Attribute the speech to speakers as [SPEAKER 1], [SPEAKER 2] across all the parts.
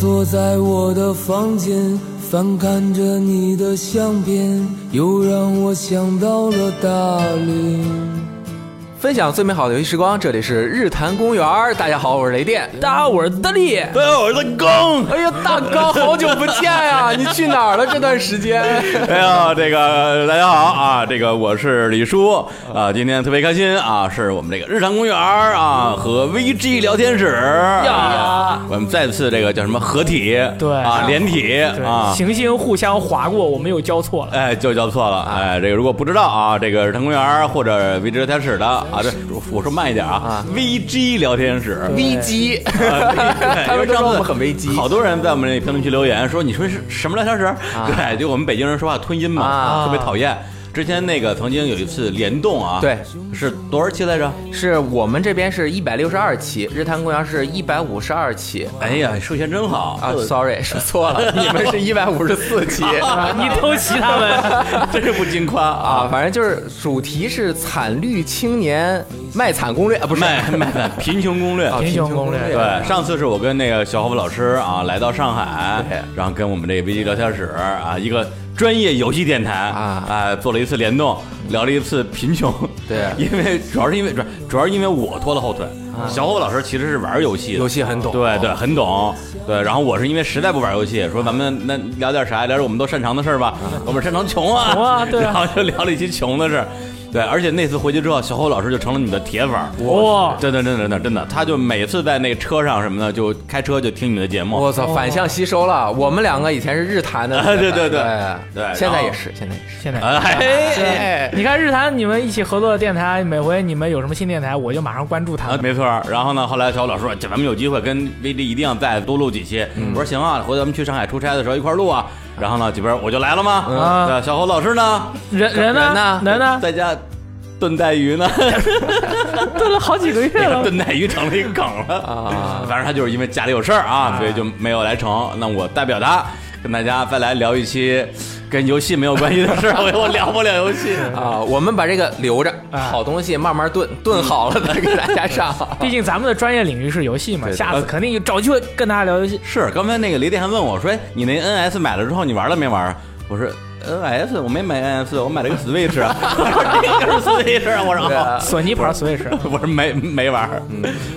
[SPEAKER 1] 坐在我的房间，翻看着你的相片，又让我想到了大理。
[SPEAKER 2] 分享最美好的游戏时光，这里是日坛公园。大家好，我是雷电。
[SPEAKER 3] 大家好，我是德力。
[SPEAKER 4] 大家好，我是 刚。
[SPEAKER 2] 哎哎呀，大刚，好久不见呀、你去哪儿了这段时间？
[SPEAKER 4] 哎呀，这个大家好啊，这个我是李叔啊，今天特别开心啊，是我们这个日常公园啊和 VG 聊天室啊
[SPEAKER 3] 呀
[SPEAKER 4] 我们再次这个叫什么合体？
[SPEAKER 3] 对
[SPEAKER 4] 啊，连体
[SPEAKER 3] 对，
[SPEAKER 4] 啊。
[SPEAKER 3] 行星互相划过，我们又交错了。
[SPEAKER 4] 哎，就叫错了。
[SPEAKER 3] 啊
[SPEAKER 4] 哎，这个如果不知道啊，这个日坛公园或者 VG 聊天室的啊，这我说慢一点啊，VG 聊天室，啊
[SPEAKER 2] 危机，
[SPEAKER 4] 他
[SPEAKER 2] 他们都说我们很危机
[SPEAKER 4] 好多人在我们那评论区留言说：“你说是什么聊天室？” 对，就我们北京人说话吞音嘛，
[SPEAKER 2] 啊
[SPEAKER 4] 特别讨厌。之前那个曾经有一次联动啊，
[SPEAKER 2] 对，
[SPEAKER 4] 是多少期来着？
[SPEAKER 2] 是我们这边是一百六十二期，日坛公园是一百五十二期。
[SPEAKER 4] 哎呀，授权真好
[SPEAKER 2] 啊，sorry，说错了，你们是一百五十四期。
[SPEAKER 3] 啊 你偷袭他 们，
[SPEAKER 4] 真是不禁夸啊！
[SPEAKER 2] 啊，反正就是主题是惨绿青年卖惨攻略啊，不是
[SPEAKER 4] 卖卖卖贫穷攻略。
[SPEAKER 2] 啊
[SPEAKER 3] 贫穷攻略
[SPEAKER 2] 略
[SPEAKER 4] 对，上次是我跟那个小伙伴老师啊来到上
[SPEAKER 2] 对
[SPEAKER 4] 海，然后跟我们这个 VG 聊天室啊一个专业游戏电台
[SPEAKER 2] 啊
[SPEAKER 4] 哎做了一次联动，聊了一次贫穷。
[SPEAKER 2] 对
[SPEAKER 4] 因为主要是因为主主要是因为我拖了后腿，小伙伴老师其实是玩游戏的，
[SPEAKER 2] 游戏很懂
[SPEAKER 4] 对对，很懂。对，然后我是因为实在不玩游戏，说咱们那聊点啥，聊点我们都擅长的事儿吧。我们擅长穷啊，
[SPEAKER 3] 穷啊对啊
[SPEAKER 4] 然后就聊了一期穷的事儿。对，而且那次回去之后，小侯老师就成了你的铁粉儿。
[SPEAKER 3] 哇
[SPEAKER 4] 真的，真的，真的，真的，他就每次在那个车上什么的，就开车就听你的节目。
[SPEAKER 2] 我操，反向吸收了。我们两个以前是日坛的，
[SPEAKER 4] 啊对对对对
[SPEAKER 2] 现在
[SPEAKER 4] 然后
[SPEAKER 2] 也是，现在也是。
[SPEAKER 3] 现在。
[SPEAKER 4] 哎，
[SPEAKER 3] 你看日坛，你们一起合作的电台，每回你们有什么新电台，我就马上关注他
[SPEAKER 4] 啊，
[SPEAKER 3] 们。
[SPEAKER 4] 没错儿。然后呢，后来小侯老师说，咱们有机会跟威力一定要再多录几期。我说行啊，回头咱们去上海出差的时候一块儿录啊。然后呢，这边我就来了嘛。
[SPEAKER 3] 嗯
[SPEAKER 4] 对小侯老师呢，
[SPEAKER 3] 人人
[SPEAKER 2] 人
[SPEAKER 3] 呢
[SPEAKER 2] 呢？
[SPEAKER 3] 人呢？
[SPEAKER 4] 在家炖带鱼呢。
[SPEAKER 3] 蹲了好几个月了。
[SPEAKER 4] 炖带鱼成了一个梗了啊！ 反正他就是因为家里有事儿啊，所以就没有来成。那我代表他跟大家再来聊一期跟游戏没有关系的事儿， 我聊不了游戏。
[SPEAKER 2] 啊，我们把这个留着，
[SPEAKER 3] 啊
[SPEAKER 2] 好东西慢慢炖，
[SPEAKER 4] 嗯
[SPEAKER 2] 炖好了再给大家 上。
[SPEAKER 3] 毕竟咱们的专业领域是游戏嘛，
[SPEAKER 4] 对呃
[SPEAKER 3] 下次肯定找机会跟大家聊游戏。
[SPEAKER 4] 是，刚才那个雷电还问我说：“哎，你那 NS 买了之后你玩了没玩？”我说。NS 我没买 NS，我买了个 Switch，啊 我说这个 是 Switch，啊我说
[SPEAKER 2] 对
[SPEAKER 4] 哦
[SPEAKER 2] 啊嗯
[SPEAKER 3] 索尼牌 Switch，
[SPEAKER 4] 我说没没玩儿，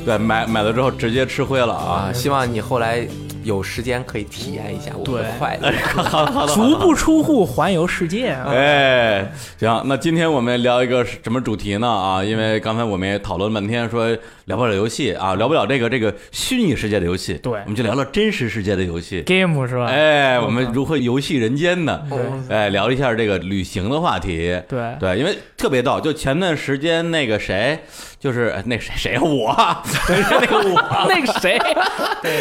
[SPEAKER 4] 对，买买了之后直接吃灰了啊
[SPEAKER 2] 啊，，希望你后来有时间可以体验一下我们的
[SPEAKER 3] 对
[SPEAKER 2] 快乐。
[SPEAKER 4] 好的好的
[SPEAKER 3] 足不出户环游世界啊！
[SPEAKER 4] 哎，行，那今天我们聊一个什么主题呢？啊，因为刚才我们也讨论了半天，说聊不了游戏啊，聊不了这个这个虚拟世界的游戏，
[SPEAKER 3] 对
[SPEAKER 4] 我们就聊聊真实世界的游戏。
[SPEAKER 3] game 是吧？
[SPEAKER 4] 哎，我们如何游戏人间呢？
[SPEAKER 3] 对
[SPEAKER 4] 哎，聊一下这个旅行的话题。
[SPEAKER 3] 对
[SPEAKER 4] 对，因为特别逗，就前段时间那个谁，就是哎那谁谁啊我 啊，那个我啊，
[SPEAKER 3] 那个 谁，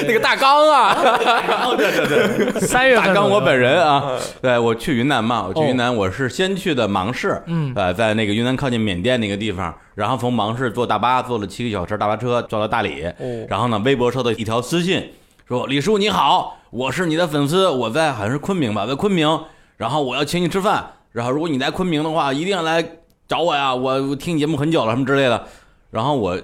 [SPEAKER 2] 那个大纲啊，
[SPEAKER 4] 对对对。
[SPEAKER 3] 三月份
[SPEAKER 4] 大
[SPEAKER 3] 左
[SPEAKER 4] 刚
[SPEAKER 3] 右
[SPEAKER 4] 我本人啊， 哦对我去云南嘛，我去云南，我是先去的芒市，
[SPEAKER 3] 嗯
[SPEAKER 4] 呃，在那个云南靠近缅甸那个地方，然后从芒市坐大巴坐了七个小时大巴车坐到大理
[SPEAKER 3] 哦，
[SPEAKER 4] 然后呢，微博收到一条私信说：“李叔你好，我是你的粉丝，我在好像是昆明吧，在昆明，然后我要请你吃饭，然后如果你来昆明的话，一定要来找我呀，我我听你节目很久了什么之类的。”然后我。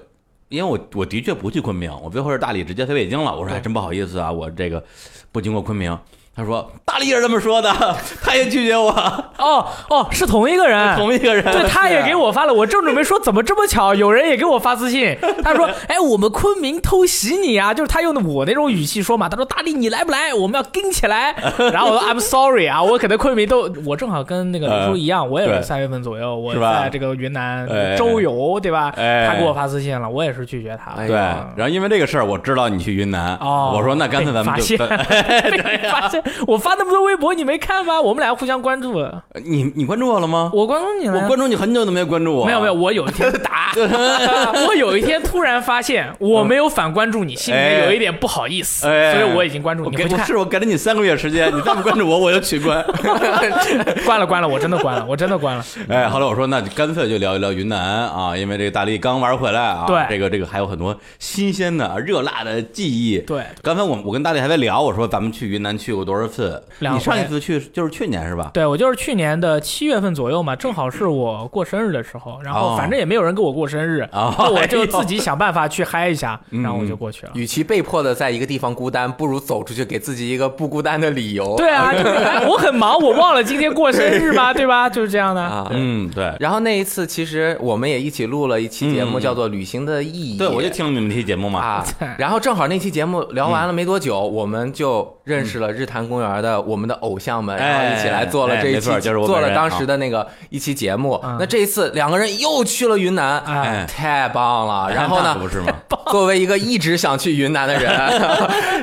[SPEAKER 4] 因为我我的确不去昆明，我最后是大理直接飞北京了。我说还真不好意思啊，我这个不经过昆明。他说大力也是这么说的， 他也拒绝我，
[SPEAKER 3] 哦哦，是同一个人，
[SPEAKER 4] 同一个人。
[SPEAKER 3] 对，他也给我发了，我正准备说怎么这么巧，有人也给我发 私信，他说：“哎，我们昆明偷袭你啊！”就是他用的我那种语气说嘛，他说：“大力，你来不来？我们要跟起来。”然后我说 ：“I'm sorry 啊，我可能昆明都……我正好跟那个李叔一样，我也
[SPEAKER 4] 对
[SPEAKER 3] 是三月份左右，我
[SPEAKER 4] 是吧
[SPEAKER 3] 在这个云南
[SPEAKER 4] 哎
[SPEAKER 3] 周游，对吧？
[SPEAKER 4] 哎
[SPEAKER 3] 他给我发私信了，我也是拒绝他。
[SPEAKER 2] 哎
[SPEAKER 4] 对，然后因为这个事儿，我知道你去云南，
[SPEAKER 3] 哦，
[SPEAKER 4] 我说那干脆咱们
[SPEAKER 3] 被发
[SPEAKER 4] 就哎
[SPEAKER 3] 现， 被发现我发那么多微博，你没看吗？我们俩互相关注了，
[SPEAKER 4] 你你关注我了吗？
[SPEAKER 3] 我关注你了
[SPEAKER 4] 我
[SPEAKER 3] 呀。
[SPEAKER 4] 关注你很久都没关注我，
[SPEAKER 3] 没有没有，，我有一天 打，我有一天突然发现我没有反关注你，心里面有一点不好意思，
[SPEAKER 4] 哎
[SPEAKER 3] 所以我已经关注
[SPEAKER 4] 我
[SPEAKER 3] 你。
[SPEAKER 4] 给
[SPEAKER 3] 回去
[SPEAKER 4] 我
[SPEAKER 3] 看
[SPEAKER 4] 是我给了你三个月时间，你再不关注我，我就取关。
[SPEAKER 3] 关了关了，我真的关了，我真的 关了。
[SPEAKER 4] 哎，后来我说那就干脆就聊一聊云南啊，因为这个大力刚玩回来啊，
[SPEAKER 3] 对
[SPEAKER 4] 这个这个还有很多新鲜的、热辣的记忆。
[SPEAKER 3] 对
[SPEAKER 4] 刚才我我跟大力还在聊，我说咱们去云南去过多多少次？
[SPEAKER 3] 两
[SPEAKER 4] 你上一
[SPEAKER 3] 回
[SPEAKER 4] 次去就是去年是吧？
[SPEAKER 3] 对我就是去年的七月份左右嘛，正好是我过生日的时候，然
[SPEAKER 4] 哦
[SPEAKER 3] 后反正也没有人给我过生日，
[SPEAKER 4] 哦
[SPEAKER 3] 那我就自己想办法去嗨一下，
[SPEAKER 4] 嗯
[SPEAKER 3] 然后我就过去了。
[SPEAKER 2] 与其被迫的在一个地方孤单，不如走出去，给自己一个不孤单的理由。
[SPEAKER 3] 对啊，就是哎我很忙，我忘了今天过生日吗？对吧？就是这样的。
[SPEAKER 2] 啊，
[SPEAKER 4] 嗯，对，
[SPEAKER 2] 然后那一次，其实我们也一起录了一期节目，
[SPEAKER 4] 嗯
[SPEAKER 2] 叫做《旅行的意义》。
[SPEAKER 4] 对，我就听了你们那期节目嘛。
[SPEAKER 2] 啊。 然后正好那期节目聊完了没多久，我们就认识了日坛公园的我们的偶像们，
[SPEAKER 4] 哎
[SPEAKER 2] 然后一起来做了这一期，
[SPEAKER 4] 哎没错就是我本
[SPEAKER 2] 做
[SPEAKER 4] 人
[SPEAKER 2] 了当时的那个一期节目。
[SPEAKER 3] 嗯
[SPEAKER 2] 那这一次两个人又去了云南，
[SPEAKER 3] 哎
[SPEAKER 2] 太棒了！然后
[SPEAKER 4] 那
[SPEAKER 2] 呢
[SPEAKER 4] 不，是 吗？
[SPEAKER 2] 作为一个一直想去云南的人，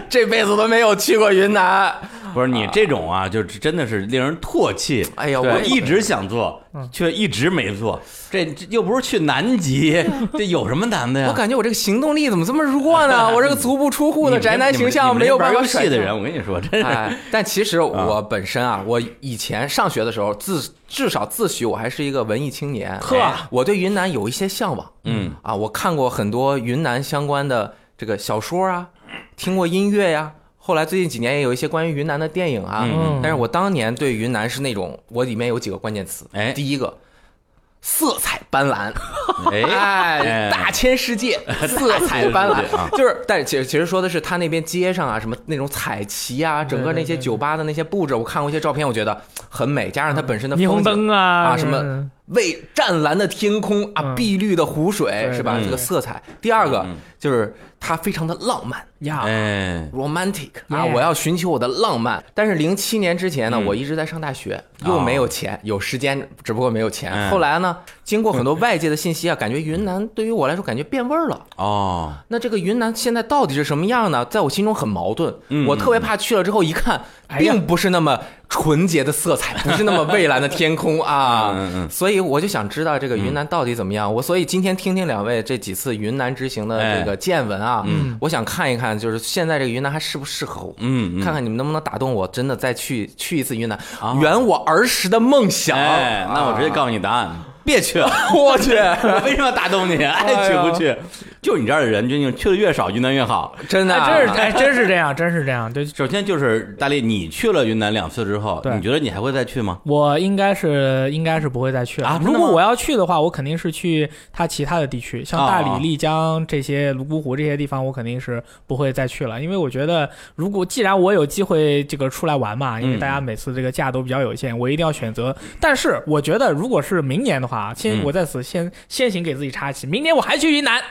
[SPEAKER 2] 这辈子都没有去过云南。
[SPEAKER 3] 哎
[SPEAKER 4] 不是你这种啊，就是真的是令人唾弃。
[SPEAKER 2] 哎呀，
[SPEAKER 4] 对
[SPEAKER 2] 我
[SPEAKER 4] 一直想做，
[SPEAKER 3] 嗯
[SPEAKER 4] 却一直没做。这这又不是去南极，这有什么难的呀？
[SPEAKER 2] 啊我感觉我这个行动力怎么这么弱 呢？我这个足不出户的
[SPEAKER 4] 你们
[SPEAKER 2] 宅男形象
[SPEAKER 4] 你们
[SPEAKER 2] 没有办法
[SPEAKER 4] 你们这玩
[SPEAKER 2] 甩
[SPEAKER 4] 游戏的
[SPEAKER 2] 脱
[SPEAKER 4] 人，我跟你说，真 是
[SPEAKER 2] 哎，但其实我本身啊，我以前上学的时候，自至少自诩我还是一个文艺青年。
[SPEAKER 3] 呵
[SPEAKER 2] 哎我对云南有一些向往。
[SPEAKER 4] 嗯
[SPEAKER 2] 啊，我看过很多云南相关的这个小说啊，听过音乐呀、后来最近几年也有一些关于云南的电影啊。
[SPEAKER 4] 嗯
[SPEAKER 2] 但是我当年对云南是那种，我里面有几个关键词。
[SPEAKER 4] 哎
[SPEAKER 2] 第一个。色彩斑斓，
[SPEAKER 4] 哎，
[SPEAKER 2] 哎，
[SPEAKER 4] 哎
[SPEAKER 2] 大千世 界，色彩斑
[SPEAKER 4] 大千世界啊
[SPEAKER 2] 斓，就是，但是其实其实说的是他那边街上啊，什么那种彩旗啊，整个那
[SPEAKER 3] 对
[SPEAKER 2] 些
[SPEAKER 3] 对对
[SPEAKER 2] 酒吧的那些布置，我看过一些照片，我觉得很美，加上它本身的
[SPEAKER 3] 嗯霓
[SPEAKER 2] 风
[SPEAKER 3] 虹
[SPEAKER 2] 景
[SPEAKER 3] 灯啊
[SPEAKER 2] 啊什么蔚湛蓝的天空啊
[SPEAKER 3] 嗯，
[SPEAKER 2] 碧绿的湖水
[SPEAKER 3] 对
[SPEAKER 2] 是吧？
[SPEAKER 4] 对
[SPEAKER 2] 这个色彩。第二个
[SPEAKER 4] 嗯
[SPEAKER 2] 就是它非常的浪漫
[SPEAKER 3] 呀，
[SPEAKER 4] 哎，
[SPEAKER 2] ，romantic 啊，
[SPEAKER 3] Yeah
[SPEAKER 2] 我要寻求我的浪漫。但是零七年之前呢，
[SPEAKER 4] 嗯
[SPEAKER 2] 我一直在上大学，
[SPEAKER 4] 哦
[SPEAKER 2] 又没有钱，有时间，只不过没有钱。
[SPEAKER 4] 嗯
[SPEAKER 2] 后来呢，经过很 多外界的信息啊，感觉云南对于我来说感觉变味儿了。
[SPEAKER 4] 哦，
[SPEAKER 2] 那这个云南现在到底是什么样呢？在我心中很矛盾，
[SPEAKER 4] 嗯
[SPEAKER 2] 我特别怕去了之后一看，
[SPEAKER 3] 哎呀
[SPEAKER 2] 并不是那么纯洁的色彩，不是那么蔚蓝的天空啊。
[SPEAKER 4] 嗯嗯嗯
[SPEAKER 2] 所以我就想知道这个云南到底怎么样。我所以今天听听两位这几次云南之行的这个见闻啊，
[SPEAKER 3] 嗯
[SPEAKER 2] 我想看一看，就是现在这个云南还适不适合我。
[SPEAKER 4] 嗯，嗯
[SPEAKER 2] 看看你们能不能打动我，真的再去去一次云南，圆我儿时的梦想。
[SPEAKER 4] 哎，那我直接
[SPEAKER 2] 啊，
[SPEAKER 4] 告诉你答案，别去。
[SPEAKER 2] 我去，
[SPEAKER 4] 我为什么要打动你？
[SPEAKER 3] 哎
[SPEAKER 4] 爱去不去？就是你这样的人，就你去的越少，云南越好。
[SPEAKER 2] 真的啊，
[SPEAKER 3] 哎，真是哎，真是这样，真是这样。对，
[SPEAKER 4] 首先就是大力，你去了云南两次之后，
[SPEAKER 3] 对
[SPEAKER 4] 你觉得你还会再去吗？
[SPEAKER 3] 我应该是应该是不会再去了
[SPEAKER 4] 啊真的
[SPEAKER 3] 如
[SPEAKER 4] 吗
[SPEAKER 3] 果我要去的话，我肯定是去它其他的地区，像大
[SPEAKER 4] 哦哦
[SPEAKER 3] 理、丽江这些、泸沽湖这些地方，我肯定是不会再去了。因为我觉得，如果既然我有机会这个出来玩嘛，因为
[SPEAKER 4] 嗯
[SPEAKER 3] 大家每次这个假都比较有限，我一定要选择。但是我觉得，如果是明年的话，先
[SPEAKER 4] 嗯
[SPEAKER 3] 我在此先先行给自己插旗，明年我还去云南，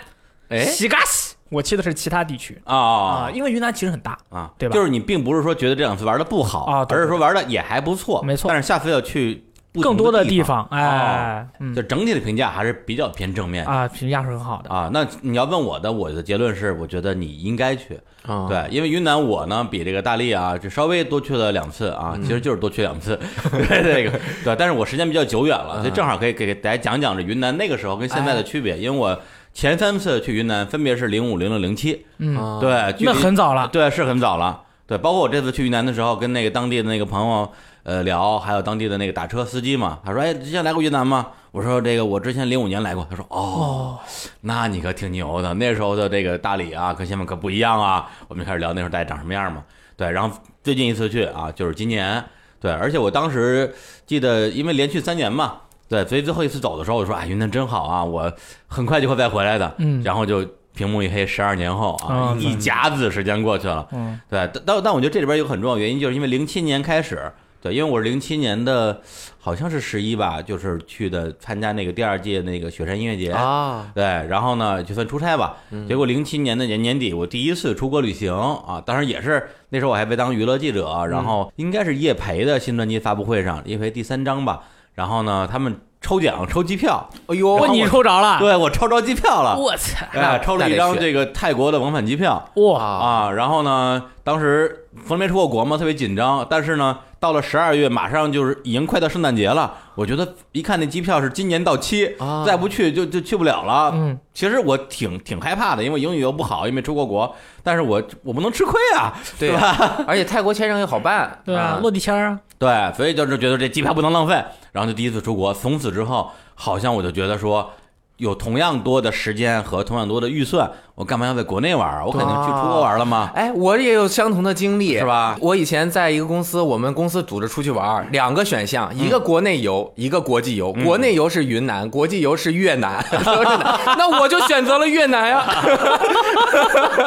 [SPEAKER 2] 哎
[SPEAKER 3] 西嘎西，我去的是其他地区啊，
[SPEAKER 4] 啊
[SPEAKER 3] 因为云南其实很大。
[SPEAKER 4] 啊，
[SPEAKER 3] 对吧
[SPEAKER 4] 就是你并不是说觉得这两次玩的不好
[SPEAKER 3] 啊对
[SPEAKER 4] 而是说玩的也还不错，
[SPEAKER 3] 没错
[SPEAKER 4] 但是下次要去不同
[SPEAKER 3] 更多
[SPEAKER 4] 的
[SPEAKER 3] 地
[SPEAKER 4] 方，哦
[SPEAKER 3] 方，哎，嗯
[SPEAKER 4] 就整体的评价还是比较偏正面
[SPEAKER 3] 啊，评价是很好的。
[SPEAKER 4] 啊。那你要问我的，我的结论是，我觉得你应该去。
[SPEAKER 2] 啊
[SPEAKER 4] 对，因为云南我呢比这个大力啊，就稍微多去了两次
[SPEAKER 3] 嗯
[SPEAKER 4] 啊，其实就是多去两次， 对这个对，但是我时间比较久远了，
[SPEAKER 3] 嗯
[SPEAKER 4] 所以正好可以给给大家讲讲这云南那个时候跟现
[SPEAKER 3] 哎
[SPEAKER 4] 在的区别，因为我前三次去云南分别是零五、零六、零七，
[SPEAKER 3] 嗯，
[SPEAKER 2] 啊，
[SPEAKER 4] 对，距
[SPEAKER 3] 那
[SPEAKER 4] 离
[SPEAKER 3] 很早了。
[SPEAKER 4] 对，是很早了。对，包括我这次去云南的时候，跟那个当地的那个朋友呃聊，还有当地的那个打车司机嘛，他说：“哎，之前来过云南吗？”我说：“这个我之前零五年来过。”他说：“哦， 那你可挺牛的，那时候的这个大理啊，跟现在可不一样啊。”我们就开始聊那时候大家长什么样嘛。对，然后最近一次去啊，就是今年。对，而且我当时记得，因为连续三年嘛，对，所以最后一次走的时候，我说：“哎，云南真好啊，我很快就会再回来的。”
[SPEAKER 3] 嗯
[SPEAKER 4] 然后就屏幕一黑，十二年后啊，
[SPEAKER 3] 嗯
[SPEAKER 4] 一甲子时间过去了。
[SPEAKER 3] 嗯，
[SPEAKER 4] 对，但但但我觉得这里边有个很重要的原因，就是因为零七年开始，对，因为我是零七年的，好像是十一吧，就是去的参加那个第二届那个雪山音乐节。
[SPEAKER 2] 啊，
[SPEAKER 4] 对，然后呢，就算出差吧。
[SPEAKER 2] 嗯
[SPEAKER 4] 结果零七年的年年底，我第一次出国旅行啊，当然也是那时候我还被当娱乐记者，
[SPEAKER 2] 嗯
[SPEAKER 4] 然后应该是叶培的新专辑发布会上，叶培第三张吧。然后呢，他们抽奖抽机票，
[SPEAKER 2] 哎呦，
[SPEAKER 3] 我你抽着了，
[SPEAKER 4] 对我抽着机票了，
[SPEAKER 3] 我操，
[SPEAKER 4] 哎，抽了一
[SPEAKER 2] 啊那
[SPEAKER 4] 张
[SPEAKER 2] 得去
[SPEAKER 4] 这个泰国的往返机票。
[SPEAKER 3] 哇，
[SPEAKER 2] 啊，
[SPEAKER 4] 啊，然后呢，当时从来没出过国嘛，特别紧张。但是呢，到了十二月，马上就是已经快到圣诞节了。我觉得一看那机票是今年到期，
[SPEAKER 2] 啊
[SPEAKER 4] 再不去就就去不了了。
[SPEAKER 3] 嗯，
[SPEAKER 4] 其实我挺挺害怕的，因为英语又不好，又没出过国。但是我我不能吃亏啊，
[SPEAKER 2] 对
[SPEAKER 4] 吧？
[SPEAKER 2] 吧？ 而且泰国签证又好办，
[SPEAKER 3] 对吧？
[SPEAKER 2] 啊
[SPEAKER 3] 落地签儿啊，
[SPEAKER 4] 对，所以就是觉得这机票不能浪费，然后就第一次出国。从此之后，好像我就觉得说，有同样多的时间和同样多的预算，我干嘛要在国内玩啊？我肯定去出国玩了嘛。
[SPEAKER 2] 哎，我也有相同的经历，
[SPEAKER 4] 是吧
[SPEAKER 2] 我以前在一个公司，我们公司组织出去玩儿，两个选项，
[SPEAKER 3] 嗯
[SPEAKER 2] 一个国内游，一个国际游。国内游是云南，国际游是越南。 都是南那我就选择了越南呀、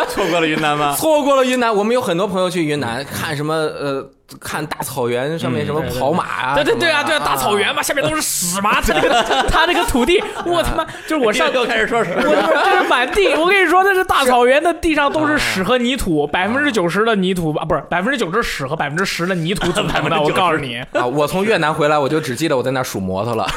[SPEAKER 4] 错过了云南
[SPEAKER 3] 啊
[SPEAKER 4] 吗？
[SPEAKER 2] 错过了云南。我们有很多朋友去云南看什么呃，看大草原上面什么
[SPEAKER 3] 嗯对对
[SPEAKER 2] 跑马啊，
[SPEAKER 3] 对对对啊，
[SPEAKER 2] 什么
[SPEAKER 3] 对啊，大草原嘛，下面都是屎嘛，他那个他那个土 地，我他妈就是我上
[SPEAKER 4] 上 又开始说实
[SPEAKER 3] 我他妈这是满地，我跟你说，那是大草原的地上都是屎和泥土，
[SPEAKER 2] 啊
[SPEAKER 3] 百分之九十的泥土啊，不是百分之九十屎和百分之十的泥土 组成的。我告诉你，
[SPEAKER 2] 啊，我从越南回来，我就只记得我在那儿数摩 托了。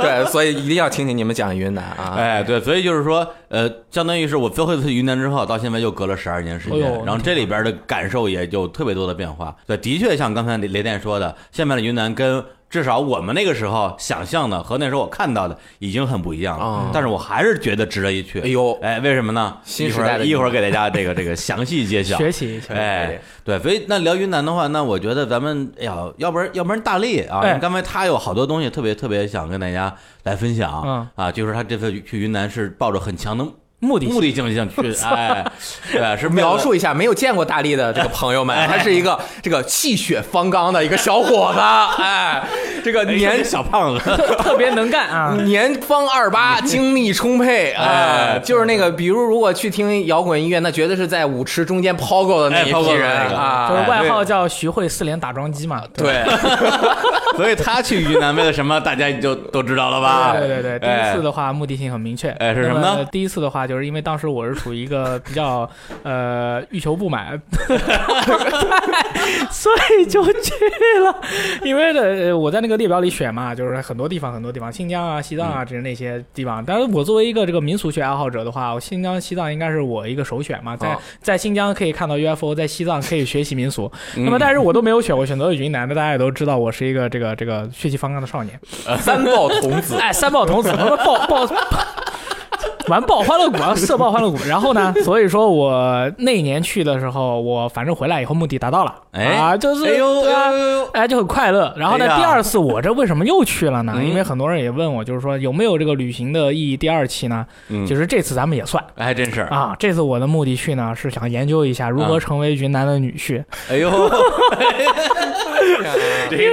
[SPEAKER 2] 对，所以一定要听听你们讲云南啊。
[SPEAKER 4] 哎，对，所以就是说，呃，相当于是我最后一次云南之后，到现在又隔了十二年时间
[SPEAKER 3] 哎呦，
[SPEAKER 4] 然后这里边的感受也有特别多的变化。对，的确像刚才雷雷电说的，现在的云南跟至少我们那个时候想象的和那时候我看到的已经很不一样了，
[SPEAKER 2] 哦
[SPEAKER 4] 但是我还是觉得值得一去。
[SPEAKER 2] 哎呦
[SPEAKER 4] 哎，为什么呢？
[SPEAKER 2] 新时代的
[SPEAKER 4] 一会儿一会儿
[SPEAKER 2] 云
[SPEAKER 4] 给大家这个这个详细 揭晓。
[SPEAKER 3] 学习一下。
[SPEAKER 4] 哎，对，所以那聊云南的话，那我觉得咱们哎呀，要不然要不然大力啊，
[SPEAKER 3] 哎
[SPEAKER 4] 因为刚才他有好多东西特别特别想跟大家来分享，
[SPEAKER 3] 嗯
[SPEAKER 4] 啊，就是他这次去云南是抱着很强的
[SPEAKER 3] 目的性
[SPEAKER 4] 目的性想 去，哎，对，是为了
[SPEAKER 2] 描述一下没有见过大力的这个朋友们，他是一个这个气血方刚的一个小伙子，哎，这个
[SPEAKER 4] 哎
[SPEAKER 2] 年
[SPEAKER 4] 小胖子，
[SPEAKER 3] 特别能干啊！
[SPEAKER 2] 年方二八，精力充沛，哎，就是那个，比如如果去听摇滚音乐，那绝对是在舞池中间抛够的那
[SPEAKER 4] 哎
[SPEAKER 2] 一
[SPEAKER 4] 抛
[SPEAKER 2] 批
[SPEAKER 4] 够的
[SPEAKER 2] 人
[SPEAKER 4] 那个
[SPEAKER 2] 啊，
[SPEAKER 3] 就是外号
[SPEAKER 2] 对
[SPEAKER 3] 叫徐汇四连打桩机嘛。吧，
[SPEAKER 2] 对。
[SPEAKER 4] 所以他去云南为了什么，大家就都知道了吧？
[SPEAKER 3] 对对对，第一次
[SPEAKER 4] 哎
[SPEAKER 3] 的话目的性很明确。
[SPEAKER 4] 哎是什么呢
[SPEAKER 3] 那第一次的话，就是因为当时我是处于一个比较呃 欲求不 满所以就去了。因为呢，呃我在那个列表里选嘛，就是很多地方很多地方，新疆啊、西藏啊，
[SPEAKER 4] 嗯
[SPEAKER 3] 这是那些地方。但是我作为一个这个民俗学爱好者的话，我新疆、西藏应该是我一个首选嘛。在
[SPEAKER 2] 哦
[SPEAKER 3] 在新疆可以看到 UFO，在西藏可以学习民俗。
[SPEAKER 4] 嗯
[SPEAKER 3] 那么，但是我都没有选，我选择了云南。那大家也都知道，我是一个这个这个血气方刚的少年。
[SPEAKER 2] 三豹童子，
[SPEAKER 3] 哎，三豹童子，他妈爆爆。 玩爆欢乐谷啊，射爆欢乐谷。然后呢，所以说我那年去的时候，我反正回来以后目的达到了，
[SPEAKER 4] 哎
[SPEAKER 3] 啊，就是
[SPEAKER 4] 哎呦
[SPEAKER 3] 对啊
[SPEAKER 4] 哎呦哎呦
[SPEAKER 3] 哎，就很快乐。然后呢，
[SPEAKER 4] 哎呀
[SPEAKER 3] 第二次我这为什么又去了呢？
[SPEAKER 4] 嗯
[SPEAKER 3] 因为很多人也问我，就是说有没有这个旅行的意义？第二期呢，
[SPEAKER 4] 嗯
[SPEAKER 3] 就是这次咱们也算。
[SPEAKER 4] 哎，还真是，
[SPEAKER 3] 啊，这次我的目的去呢是想研究一下如何
[SPEAKER 4] 嗯
[SPEAKER 3] 成为云南的女婿。
[SPEAKER 4] 哎 呦，
[SPEAKER 2] 哎
[SPEAKER 4] 这个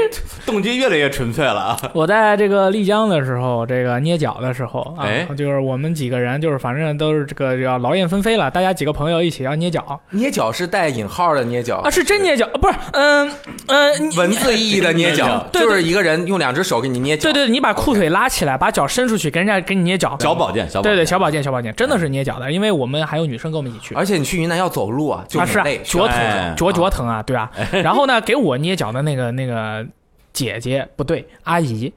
[SPEAKER 4] 动机越来越纯粹了啊！
[SPEAKER 3] 我在这个丽江的时候，这个捏脚的时候啊，
[SPEAKER 4] 哎
[SPEAKER 3] 就是我们几个人，就是反正都是这个要劳燕分飞了，大家几个朋友一起要捏脚
[SPEAKER 2] 捏脚是带引号的捏脚
[SPEAKER 3] 啊，是真捏脚，啊不是，嗯嗯，你
[SPEAKER 2] 文字意义的捏
[SPEAKER 4] 捏
[SPEAKER 2] 脚
[SPEAKER 4] 脚，
[SPEAKER 3] 对
[SPEAKER 2] 就是一个人用两只手给你捏脚
[SPEAKER 3] 对。对，你把裤腿拉起来，把脚伸出去，给人家给你捏脚，
[SPEAKER 4] 小保健，小保
[SPEAKER 3] 对
[SPEAKER 4] 健，
[SPEAKER 3] 对，小保健，小保健，真的
[SPEAKER 2] 哎
[SPEAKER 3] 是捏脚的，因为我们还有女生跟我们一起去。
[SPEAKER 2] 而且你去云南要走路哎啊，就
[SPEAKER 3] 啊是
[SPEAKER 2] 很
[SPEAKER 3] 啊
[SPEAKER 2] 累，，哎
[SPEAKER 3] 脚疼
[SPEAKER 4] 哎，
[SPEAKER 3] 脚脚疼啊，对啊。然后呢，给我捏脚的那个那个姐姐不对，阿姨，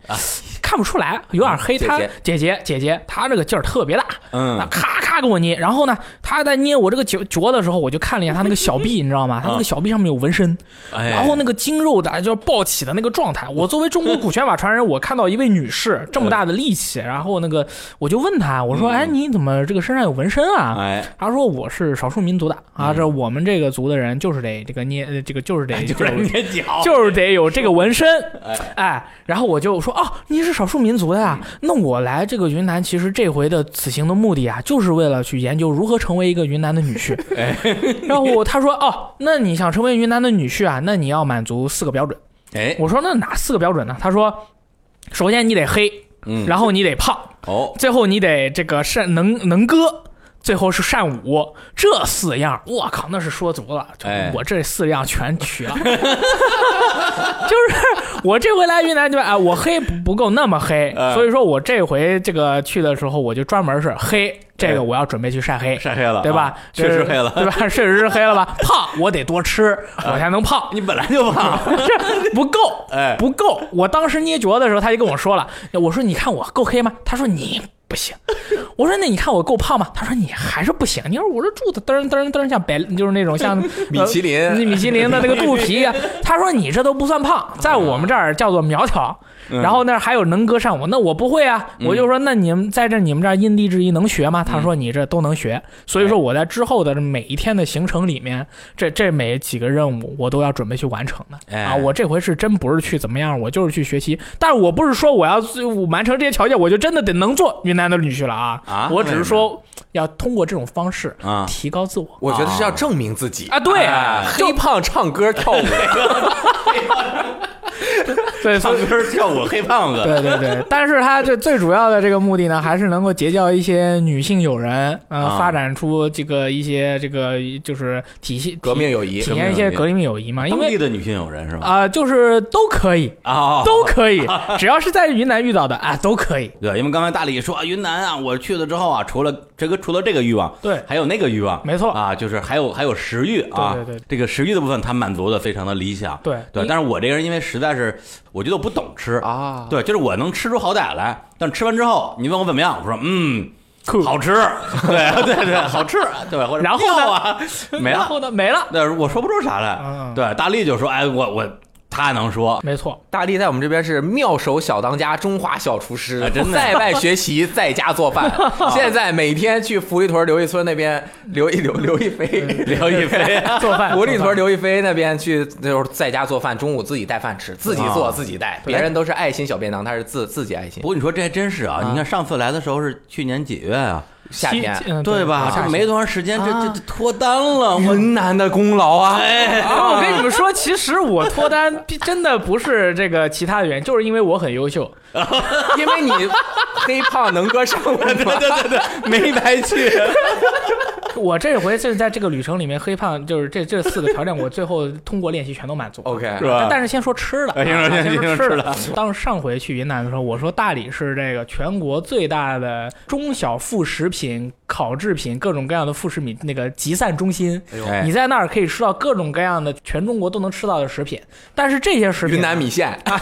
[SPEAKER 3] 看不出来，有点黑。
[SPEAKER 2] 啊姐
[SPEAKER 3] 她
[SPEAKER 2] 姐
[SPEAKER 3] 姐姐姐姐，她这个劲儿特别大，
[SPEAKER 4] 嗯
[SPEAKER 3] 那咔咔给我捏。然后呢，她在捏我这个脚脚的时候，我就看了一下她那个 小臂，你知道吗？她那个小臂上面有纹身，
[SPEAKER 4] 嗯哎，
[SPEAKER 3] 然后那个筋肉的哎就是暴起的那个状态。我作为中国古拳法传人，我看到一位女士这么大的力气，然后那个我就问她，
[SPEAKER 4] 嗯
[SPEAKER 3] 我说：“哎，你怎么这个身上有纹身啊？”
[SPEAKER 4] 哎，
[SPEAKER 3] 他说我是少数民族的啊，这我们这个族的人就是得这个捏，呃这个就是得
[SPEAKER 4] 嗯 就是捏脚，
[SPEAKER 3] 就是得有这个纹身，哎，然后我就说哦，你是少数民族的呀、那我来这个云南，其实这回的此行的目的啊，就是为了去研究如何成为一个云南的女婿。然后我他说哦，那你想成为云南的女婿啊，那你要满足四个标准。
[SPEAKER 4] 哎，
[SPEAKER 3] 我说那哪四个标准呢？他说，首先你得黑，
[SPEAKER 4] 嗯，
[SPEAKER 3] 然后你得胖，
[SPEAKER 4] 哦，
[SPEAKER 3] 最后你得这个善能能歌，最后是善舞，这四样，我靠，那是说足了，就
[SPEAKER 4] 哎
[SPEAKER 3] 我这四样全取了。 就是我这回来云南就啊，我黑不不够那么黑，
[SPEAKER 4] 哎
[SPEAKER 3] 所以说我这回这个去的时候，我就专门是黑这
[SPEAKER 4] 哎
[SPEAKER 3] 个，我要准备去晒黑，
[SPEAKER 4] 晒黑了，
[SPEAKER 3] 对吧？
[SPEAKER 4] 啊确实黑了，嗯
[SPEAKER 3] 对吧？ 确实是黑了吧？胖我得多吃，我才能 胖。
[SPEAKER 4] 你本来就胖，
[SPEAKER 3] 这不够，
[SPEAKER 4] 哎
[SPEAKER 3] 不够。我当时捏脚的时候，他就跟我说了，我说你看我够黑吗？他说你不行。我说那你看我够胖吗？他说你还是不行。你说我这肚子嘚嘚嘚像白，就是那种像
[SPEAKER 2] 米其林
[SPEAKER 3] 呃米其林的那个肚皮 啊。他说你这都不算胖，在我们这儿叫做苗条。
[SPEAKER 4] 嗯
[SPEAKER 3] 然后那儿还有能歌善舞，那我不会啊，我就说那你们在这你们这儿因地制宜能学吗？
[SPEAKER 4] 嗯
[SPEAKER 3] 他说你这都能学，所
[SPEAKER 4] 哎
[SPEAKER 3] 以说我在之后的这每一天的行程里面，这这每几个任务我都要准备去完成的
[SPEAKER 4] 哎
[SPEAKER 3] 啊。我这回是真不是去怎么样，我就是去学习，但是我不是说我要我完成这些条件，我就真的得能做云云南的女婿了啊，
[SPEAKER 4] 啊
[SPEAKER 3] 我只是
[SPEAKER 4] 为什
[SPEAKER 3] 说要通过这种方式
[SPEAKER 4] 啊
[SPEAKER 3] 提高自我
[SPEAKER 2] 我觉得是要证明自己
[SPEAKER 3] 啊，对，
[SPEAKER 2] 黑胖唱歌跳舞，
[SPEAKER 3] 对，所
[SPEAKER 4] 唱
[SPEAKER 3] 以
[SPEAKER 4] 歌跳舞黑胖 子，
[SPEAKER 3] 对对对，但是他这最主要的这个目的呢，还是能够结交一些女性友人，呃，
[SPEAKER 4] 啊
[SPEAKER 3] 发展出这个一些这个就是体系
[SPEAKER 2] 革命友谊
[SPEAKER 3] 体体验一些革命友谊嘛，因
[SPEAKER 4] 当地
[SPEAKER 3] 为
[SPEAKER 4] 的女性友人是吧？
[SPEAKER 3] 啊、就是都可以，
[SPEAKER 4] 啊
[SPEAKER 3] 都可以，只要是在云南遇到的啊，都可以。
[SPEAKER 4] 对，因为刚才大理说啊，云南啊，我去了之后啊，除了这个除了这个欲望，
[SPEAKER 3] 对
[SPEAKER 4] 还有那个欲望，
[SPEAKER 3] 没错
[SPEAKER 4] 啊，就是还有还有食欲啊，
[SPEAKER 3] 对对对
[SPEAKER 4] 这个食欲的部分他满足的非常的理想，
[SPEAKER 3] 对
[SPEAKER 4] 对，但是我这个人因为实在是，我觉得我不懂吃
[SPEAKER 2] 啊
[SPEAKER 4] 对，就是我能吃出好歹来，但吃完之后你问我怎么样，我说嗯。
[SPEAKER 3] Cool
[SPEAKER 4] 好 吃，对对对，好吃，对，或者
[SPEAKER 3] 然后呢
[SPEAKER 4] 妙 啊， 没
[SPEAKER 3] 然
[SPEAKER 4] 了。
[SPEAKER 3] 后呢，没 了，
[SPEAKER 4] 对，我说不出啥来
[SPEAKER 3] 嗯。
[SPEAKER 4] 对，大力就说，哎，我我他能说，
[SPEAKER 3] 没错。
[SPEAKER 2] 大力在我们这边是妙手小当家，中华小厨师，
[SPEAKER 4] 啊真的
[SPEAKER 2] 在外学习，在家做饭。现在每天去福利屯刘一村那边，刘 一刘刘一飞，
[SPEAKER 4] 刘亦 菲
[SPEAKER 3] 做饭，
[SPEAKER 2] 福利
[SPEAKER 3] 做
[SPEAKER 2] 屯
[SPEAKER 3] 饭
[SPEAKER 2] 刘一飞那边去，就是在家做饭，中午自己带饭吃，自己做
[SPEAKER 4] 啊
[SPEAKER 2] 自己带，别人都是爱心小便当，他是自自己爱心
[SPEAKER 4] 不。过你说这还真是啊，你看上次来的时候是去年几月啊？
[SPEAKER 2] 夏天
[SPEAKER 3] 西嗯
[SPEAKER 4] 对吧？
[SPEAKER 3] 夏
[SPEAKER 4] 这
[SPEAKER 3] 天
[SPEAKER 4] 没多长时间，这这
[SPEAKER 2] 啊
[SPEAKER 4] 这脱单了，我哎
[SPEAKER 2] 云南的功劳啊！
[SPEAKER 3] 啊，我跟你们说，其实我脱单 真的不是这个其他的原因，就是因为我很优秀。
[SPEAKER 2] 因为你黑胖能歌善舞嘛，
[SPEAKER 4] 对对对，没白去。
[SPEAKER 3] 我这回就是在这个旅程里面，黑胖就是这这四个条件，我最后通过练习全都满足。
[SPEAKER 2] OK
[SPEAKER 4] 是吧
[SPEAKER 3] 但但是先说吃的，
[SPEAKER 4] 啊哎先说
[SPEAKER 3] 啊
[SPEAKER 4] 先
[SPEAKER 3] 先
[SPEAKER 4] 先说
[SPEAKER 3] 吃
[SPEAKER 4] 吃的
[SPEAKER 3] 的。当时上回去云南的时候，我说大理是这个全国最大的中小副食品、烤制品各种各样的副食品那个集散中心。
[SPEAKER 4] 哎
[SPEAKER 3] 你在那儿可以吃到各种各样的全中国都能吃到的食品，但是这些食品
[SPEAKER 2] 云南米线，
[SPEAKER 3] 啊，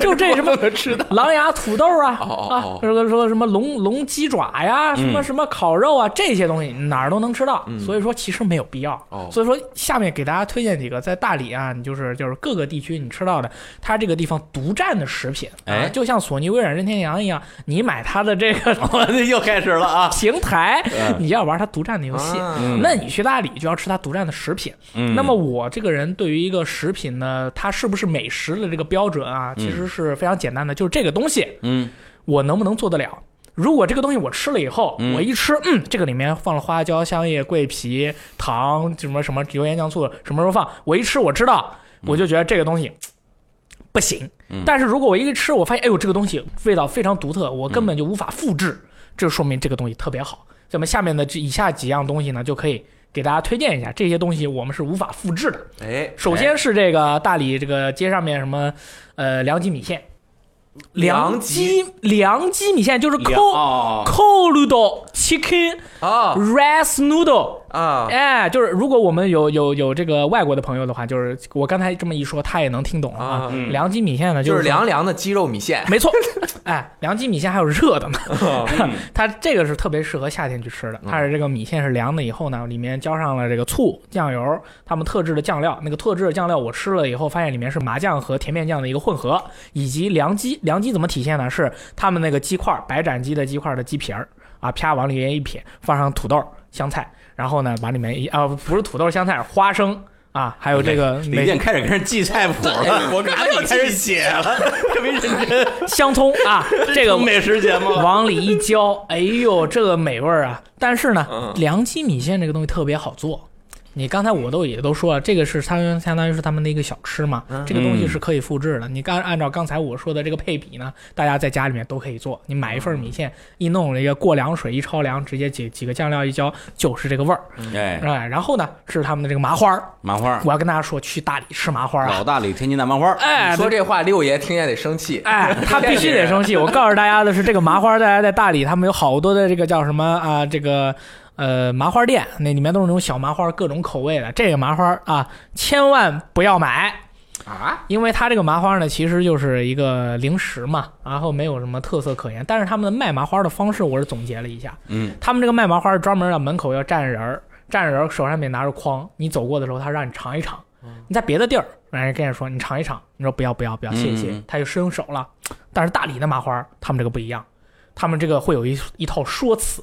[SPEAKER 3] 就 这什么吃的狼牙土豆啊，
[SPEAKER 2] 哦哦
[SPEAKER 3] 啊
[SPEAKER 2] 哦，嗯
[SPEAKER 3] 什么说什么龙龙鸡爪呀，什么什么烤肉啊，这些东西哪儿都能吃到，所以说其实没有必要
[SPEAKER 2] 哦。
[SPEAKER 3] 所以说下面给大家推荐几个在大理啊，你就是就是各个地区你吃到的，它这个地方独占的食品，啊
[SPEAKER 4] 哎
[SPEAKER 3] 就像索尼、微软、任天堂一样，你买它的这个
[SPEAKER 4] 我这又开始了啊！
[SPEAKER 3] 平台，你要玩它独占的游戏。
[SPEAKER 2] 啊
[SPEAKER 4] 嗯
[SPEAKER 3] 那你去大理就要吃它独占的食品。
[SPEAKER 4] 嗯
[SPEAKER 3] 那么我这个人对于一个食品呢，它是不是美食的这个标准啊，其实是非常简单的，就是这个东西
[SPEAKER 4] 嗯，
[SPEAKER 3] 我能不能做得了。如果这个东西我吃了以后，
[SPEAKER 4] 嗯
[SPEAKER 3] 我一吃，嗯，这个里面放了花椒、香叶、桂皮、糖，什么什么油盐酱醋，什么时候放，我一吃我知道，我就觉得这个东西。不行，但是如果我一吃，我发现，哎呦，这个东西味道非常独特，我根本就无法复制，这说明这个东西特别好。那么下面的这以下几样东西呢，就可以给大家推荐一下，这些东西我们是无法复制的。
[SPEAKER 2] 哎，
[SPEAKER 3] 首先是这个大理这个街上面什么，呃，凉记米线，
[SPEAKER 2] 凉
[SPEAKER 3] 记凉记米线就是
[SPEAKER 4] 凉
[SPEAKER 3] 扣
[SPEAKER 4] 哦，
[SPEAKER 3] 扣 noodle chicken
[SPEAKER 2] 啊
[SPEAKER 3] rice noodle。
[SPEAKER 2] 啊，
[SPEAKER 3] 哎，就是如果我们有有有这个外国的朋友的话，就是我刚才这么一说，他也能听懂了
[SPEAKER 2] 啊
[SPEAKER 3] 啊。
[SPEAKER 4] 嗯
[SPEAKER 3] 凉记米线呢，
[SPEAKER 2] 就是
[SPEAKER 3] 是说
[SPEAKER 2] 凉凉的鸡肉米线，
[SPEAKER 3] 没错，哎，凉记米线还有热的呢，
[SPEAKER 4] 嗯
[SPEAKER 3] 它这个是特别适合夏天去吃的。它是这个米线是凉的以后呢，里面浇上了这个醋、酱油，他们特制的酱料。那个特制的酱料我吃了以后，发现里面是麻酱和甜面酱的一个混合，以及凉鸡。凉鸡怎么体现呢？是他们那个鸡块儿，白斩鸡的鸡块儿的鸡皮儿啊，啪往里面一撇，放上土豆、香菜，然后呢，把里面一啊不是土豆、香菜，花生啊，还有这个
[SPEAKER 4] 李健开始跟人记菜谱了，我 哪里开始写了？特别认真，
[SPEAKER 3] 香葱啊，这个
[SPEAKER 4] 美食节目
[SPEAKER 3] 往里一浇，哎呦，这个美味儿啊！但是
[SPEAKER 4] 嗯
[SPEAKER 3] 呢，凉记米线这个东西特别好做。你刚才我都也都说了，这个是他们相当于是他们的一个小吃嘛，
[SPEAKER 4] 嗯
[SPEAKER 3] 这个东西是可以复制的。你刚按照刚才我说的这个配比呢，大家在家里面都可以做。你买一份米线，一弄了一个过凉水一焯凉，直接几几个酱料一浇，就是这个味儿。
[SPEAKER 4] 哎，
[SPEAKER 3] 哎，然后呢是他们的这个麻花儿，
[SPEAKER 4] 麻花，
[SPEAKER 3] 我要跟大家说，去大理吃麻花儿
[SPEAKER 4] 老
[SPEAKER 3] 啊，
[SPEAKER 4] 大理天津大麻花，
[SPEAKER 3] 哎，
[SPEAKER 2] 你 说这话六爷听见得生气。
[SPEAKER 3] 哎，他必须得生气。我告诉大家的是，这个麻花，大家在大理，他们有好多的这个叫什么啊？这个呃麻花店，那里面都是那种小麻花，各种口味的。这个麻花啊，千万不要买。
[SPEAKER 2] 啊，
[SPEAKER 3] 因为它这个麻花呢，其实就是一个零食嘛，然后没有什么特色可言。但是他们的卖麻花的方式，我是总结了一下，
[SPEAKER 4] 嗯，
[SPEAKER 3] 他们这个卖麻花是专门让门口要站人儿，站人儿手上面拿着筐，你走过的时候，他让你尝一尝。你在别的地儿，让人跟你说你尝一尝，你说不要不要不要，谢谢
[SPEAKER 4] 嗯嗯嗯，
[SPEAKER 3] 他就伸手了。但是大理的麻花，他们这个不一样，他们这个会有一一套说辞。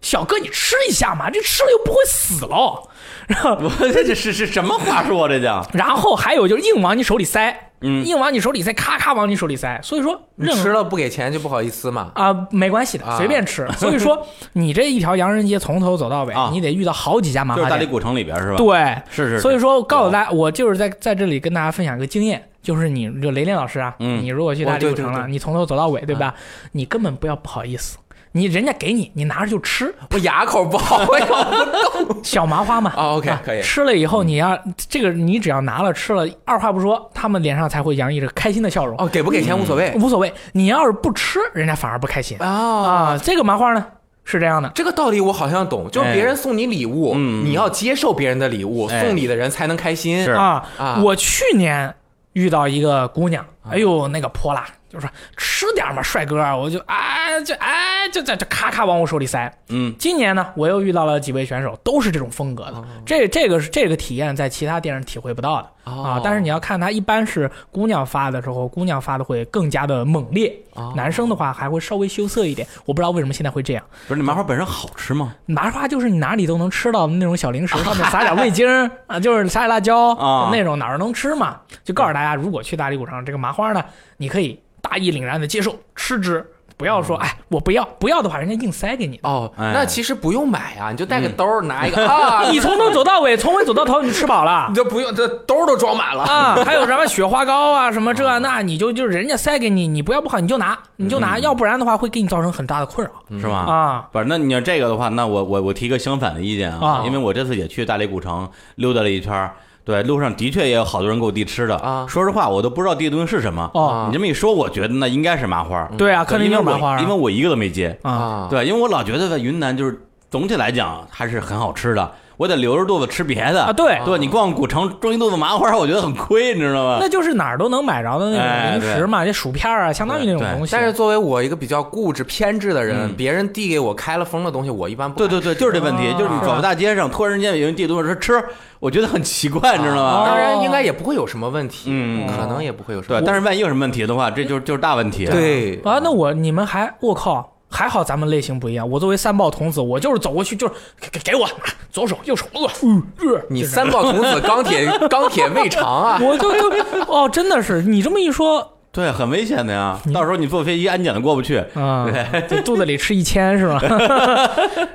[SPEAKER 3] 小哥你吃一下嘛，这吃了又不会死了。 然后
[SPEAKER 4] 我 这这是是什么话术啊？这叫
[SPEAKER 3] 然后还有就是硬往你手里塞，
[SPEAKER 4] 嗯
[SPEAKER 3] 硬往你手里塞，咔咔往你手里塞。所以说，
[SPEAKER 2] 你
[SPEAKER 3] 任何
[SPEAKER 2] 吃了不给钱就不好意思嘛。
[SPEAKER 3] 啊、没关系的，
[SPEAKER 2] 啊
[SPEAKER 3] 随便吃。所 以说，你这一条洋人街从头走到尾，
[SPEAKER 4] 啊
[SPEAKER 3] 你得遇到好几家麻
[SPEAKER 4] 就是
[SPEAKER 3] 花
[SPEAKER 4] 大理
[SPEAKER 3] 店。
[SPEAKER 4] 古城里边是吧？，
[SPEAKER 3] 对，
[SPEAKER 4] 是是是
[SPEAKER 3] 所以说，告诉大家，我就是在在这里跟大家分享一个经验，就是你就雷炼老师啊，
[SPEAKER 4] 嗯
[SPEAKER 3] 你如果去大
[SPEAKER 2] 哦
[SPEAKER 3] 理
[SPEAKER 2] 对
[SPEAKER 3] 古城
[SPEAKER 2] 对
[SPEAKER 3] 了，
[SPEAKER 2] 对
[SPEAKER 3] 你从头走到尾，对吧？
[SPEAKER 4] 啊
[SPEAKER 3] 你根本不要不好意思，你人家给你，你拿着就 吃，
[SPEAKER 2] 我牙口不好， 我咬不动。
[SPEAKER 3] 小麻花嘛。
[SPEAKER 2] 哦，OK，
[SPEAKER 3] 啊
[SPEAKER 2] 可以
[SPEAKER 3] 吃了以后，
[SPEAKER 4] 嗯
[SPEAKER 3] 你要这个，你只要拿了吃了，二话不说，他们脸上才会洋溢着开心的笑容。
[SPEAKER 2] 哦，给不给钱无所谓
[SPEAKER 3] 无所谓，你要是不吃，人家反而不开心
[SPEAKER 2] 啊。
[SPEAKER 3] 啊。这个麻花呢是这样的，
[SPEAKER 2] 这个道理我好像懂，就是
[SPEAKER 4] 哎
[SPEAKER 2] 别人送你礼物，
[SPEAKER 4] 嗯
[SPEAKER 2] 你要接受别人的礼物，
[SPEAKER 4] 哎
[SPEAKER 2] 送你的人才能开心。
[SPEAKER 4] 是
[SPEAKER 3] 啊
[SPEAKER 2] 啊
[SPEAKER 3] 我去年遇到一个姑娘，哎呦，那个泼辣，就说吃点嘛，帅哥，我就哎就哎就就就咔咔往我手里塞。
[SPEAKER 4] 嗯，
[SPEAKER 3] 今年呢，我又遇到了几位选手，都是这种风格的，
[SPEAKER 2] 哦
[SPEAKER 3] 这这个是这个体验在其他店是体会不到的、啊
[SPEAKER 2] 哦。
[SPEAKER 3] 但是你要看他一般是姑娘发的时候，姑娘发的会更加的猛烈，
[SPEAKER 2] 哦
[SPEAKER 3] 男生的话还会稍微羞涩一点。我不知道为什么现在会这样。
[SPEAKER 4] 不是那麻花本身好吃吗？
[SPEAKER 3] 麻花就是你哪里都能吃到的那种小零 食，上面撒点味精 儿啊，就是撒点辣椒
[SPEAKER 4] 啊
[SPEAKER 3] 那种哪儿能吃嘛？就告诉大家，如果去大理古城，这个麻花呢，你可以大义凛然的接受吃之，不要
[SPEAKER 4] 嗯
[SPEAKER 3] 说哎我不要，不要的话人家硬塞给你。
[SPEAKER 2] 哦，
[SPEAKER 4] 哎
[SPEAKER 2] 那其实不用买啊，你就带个兜儿拿一个啊，
[SPEAKER 3] 你从头走到尾，从尾走到头，你吃饱了
[SPEAKER 2] 你。就不用这兜儿都装满了。
[SPEAKER 3] 啊，还有什么雪花膏啊，什么这啊那，你就就是人家塞给你，你不要不好，你就拿，你就
[SPEAKER 4] 嗯
[SPEAKER 3] 拿，要不然的话会给你造成很大的困扰
[SPEAKER 2] 嗯
[SPEAKER 4] 是吧？
[SPEAKER 3] 啊。
[SPEAKER 4] 不是，那你要这个的话，那我我我提个相反的意见啊，
[SPEAKER 3] 啊
[SPEAKER 4] 因为我这次也去大理古城溜达了一圈儿，对，路上的确也有好多人给我递吃的
[SPEAKER 2] 啊
[SPEAKER 4] 说实话，我都不知道递的东西是什么。
[SPEAKER 3] 哦
[SPEAKER 4] 你这么一说，我觉得那应该是麻花儿，
[SPEAKER 3] 对啊，肯定
[SPEAKER 4] 因
[SPEAKER 3] 就
[SPEAKER 4] 为
[SPEAKER 3] 是
[SPEAKER 4] 我
[SPEAKER 3] 麻花
[SPEAKER 4] 因为我一个都没接。
[SPEAKER 3] 啊。
[SPEAKER 2] 啊，
[SPEAKER 4] 对，因为我老觉得在云南就是总体来讲还是很好吃的，我得留着肚子吃别的
[SPEAKER 3] 啊对
[SPEAKER 4] 对你逛古城装一肚子麻花儿，我觉得很亏，你知道吗？
[SPEAKER 3] 那就是哪儿都能买着的那
[SPEAKER 4] 哎
[SPEAKER 3] 种零食嘛，这薯片儿啊，相当于那种
[SPEAKER 4] 对对
[SPEAKER 3] 东西。
[SPEAKER 2] 但是作为我一个比较固执偏执的人，
[SPEAKER 4] 嗯
[SPEAKER 2] 别人递给我开了封的东西，我一般不
[SPEAKER 4] 对
[SPEAKER 2] 敢
[SPEAKER 4] 对对，就是这问题，
[SPEAKER 3] 啊
[SPEAKER 4] 就是你走在大街上，突然间有人递东西说吃， 我觉得很奇怪，你知道吗？
[SPEAKER 2] 啊
[SPEAKER 3] 哦
[SPEAKER 2] 当然应该也不会有什么问题，
[SPEAKER 4] 嗯
[SPEAKER 2] 可能也不会有什么
[SPEAKER 4] 对，
[SPEAKER 2] 问题。
[SPEAKER 4] 但是万一有什么问题的话，这就就是大问题。，
[SPEAKER 2] 对
[SPEAKER 3] 啊，那我你们还我靠，还好咱们类型不一样。我作为三豹童子，我就是走过去就是给给给我左手右手，呃呃，
[SPEAKER 2] 你三豹童子钢铁 钢铁胃肠啊，
[SPEAKER 3] 我就就哦，真的是你这么一说，
[SPEAKER 4] 对，很危险的呀。到时候你坐飞机安检都过不去。
[SPEAKER 3] 啊，就肚子里吃一千是吧？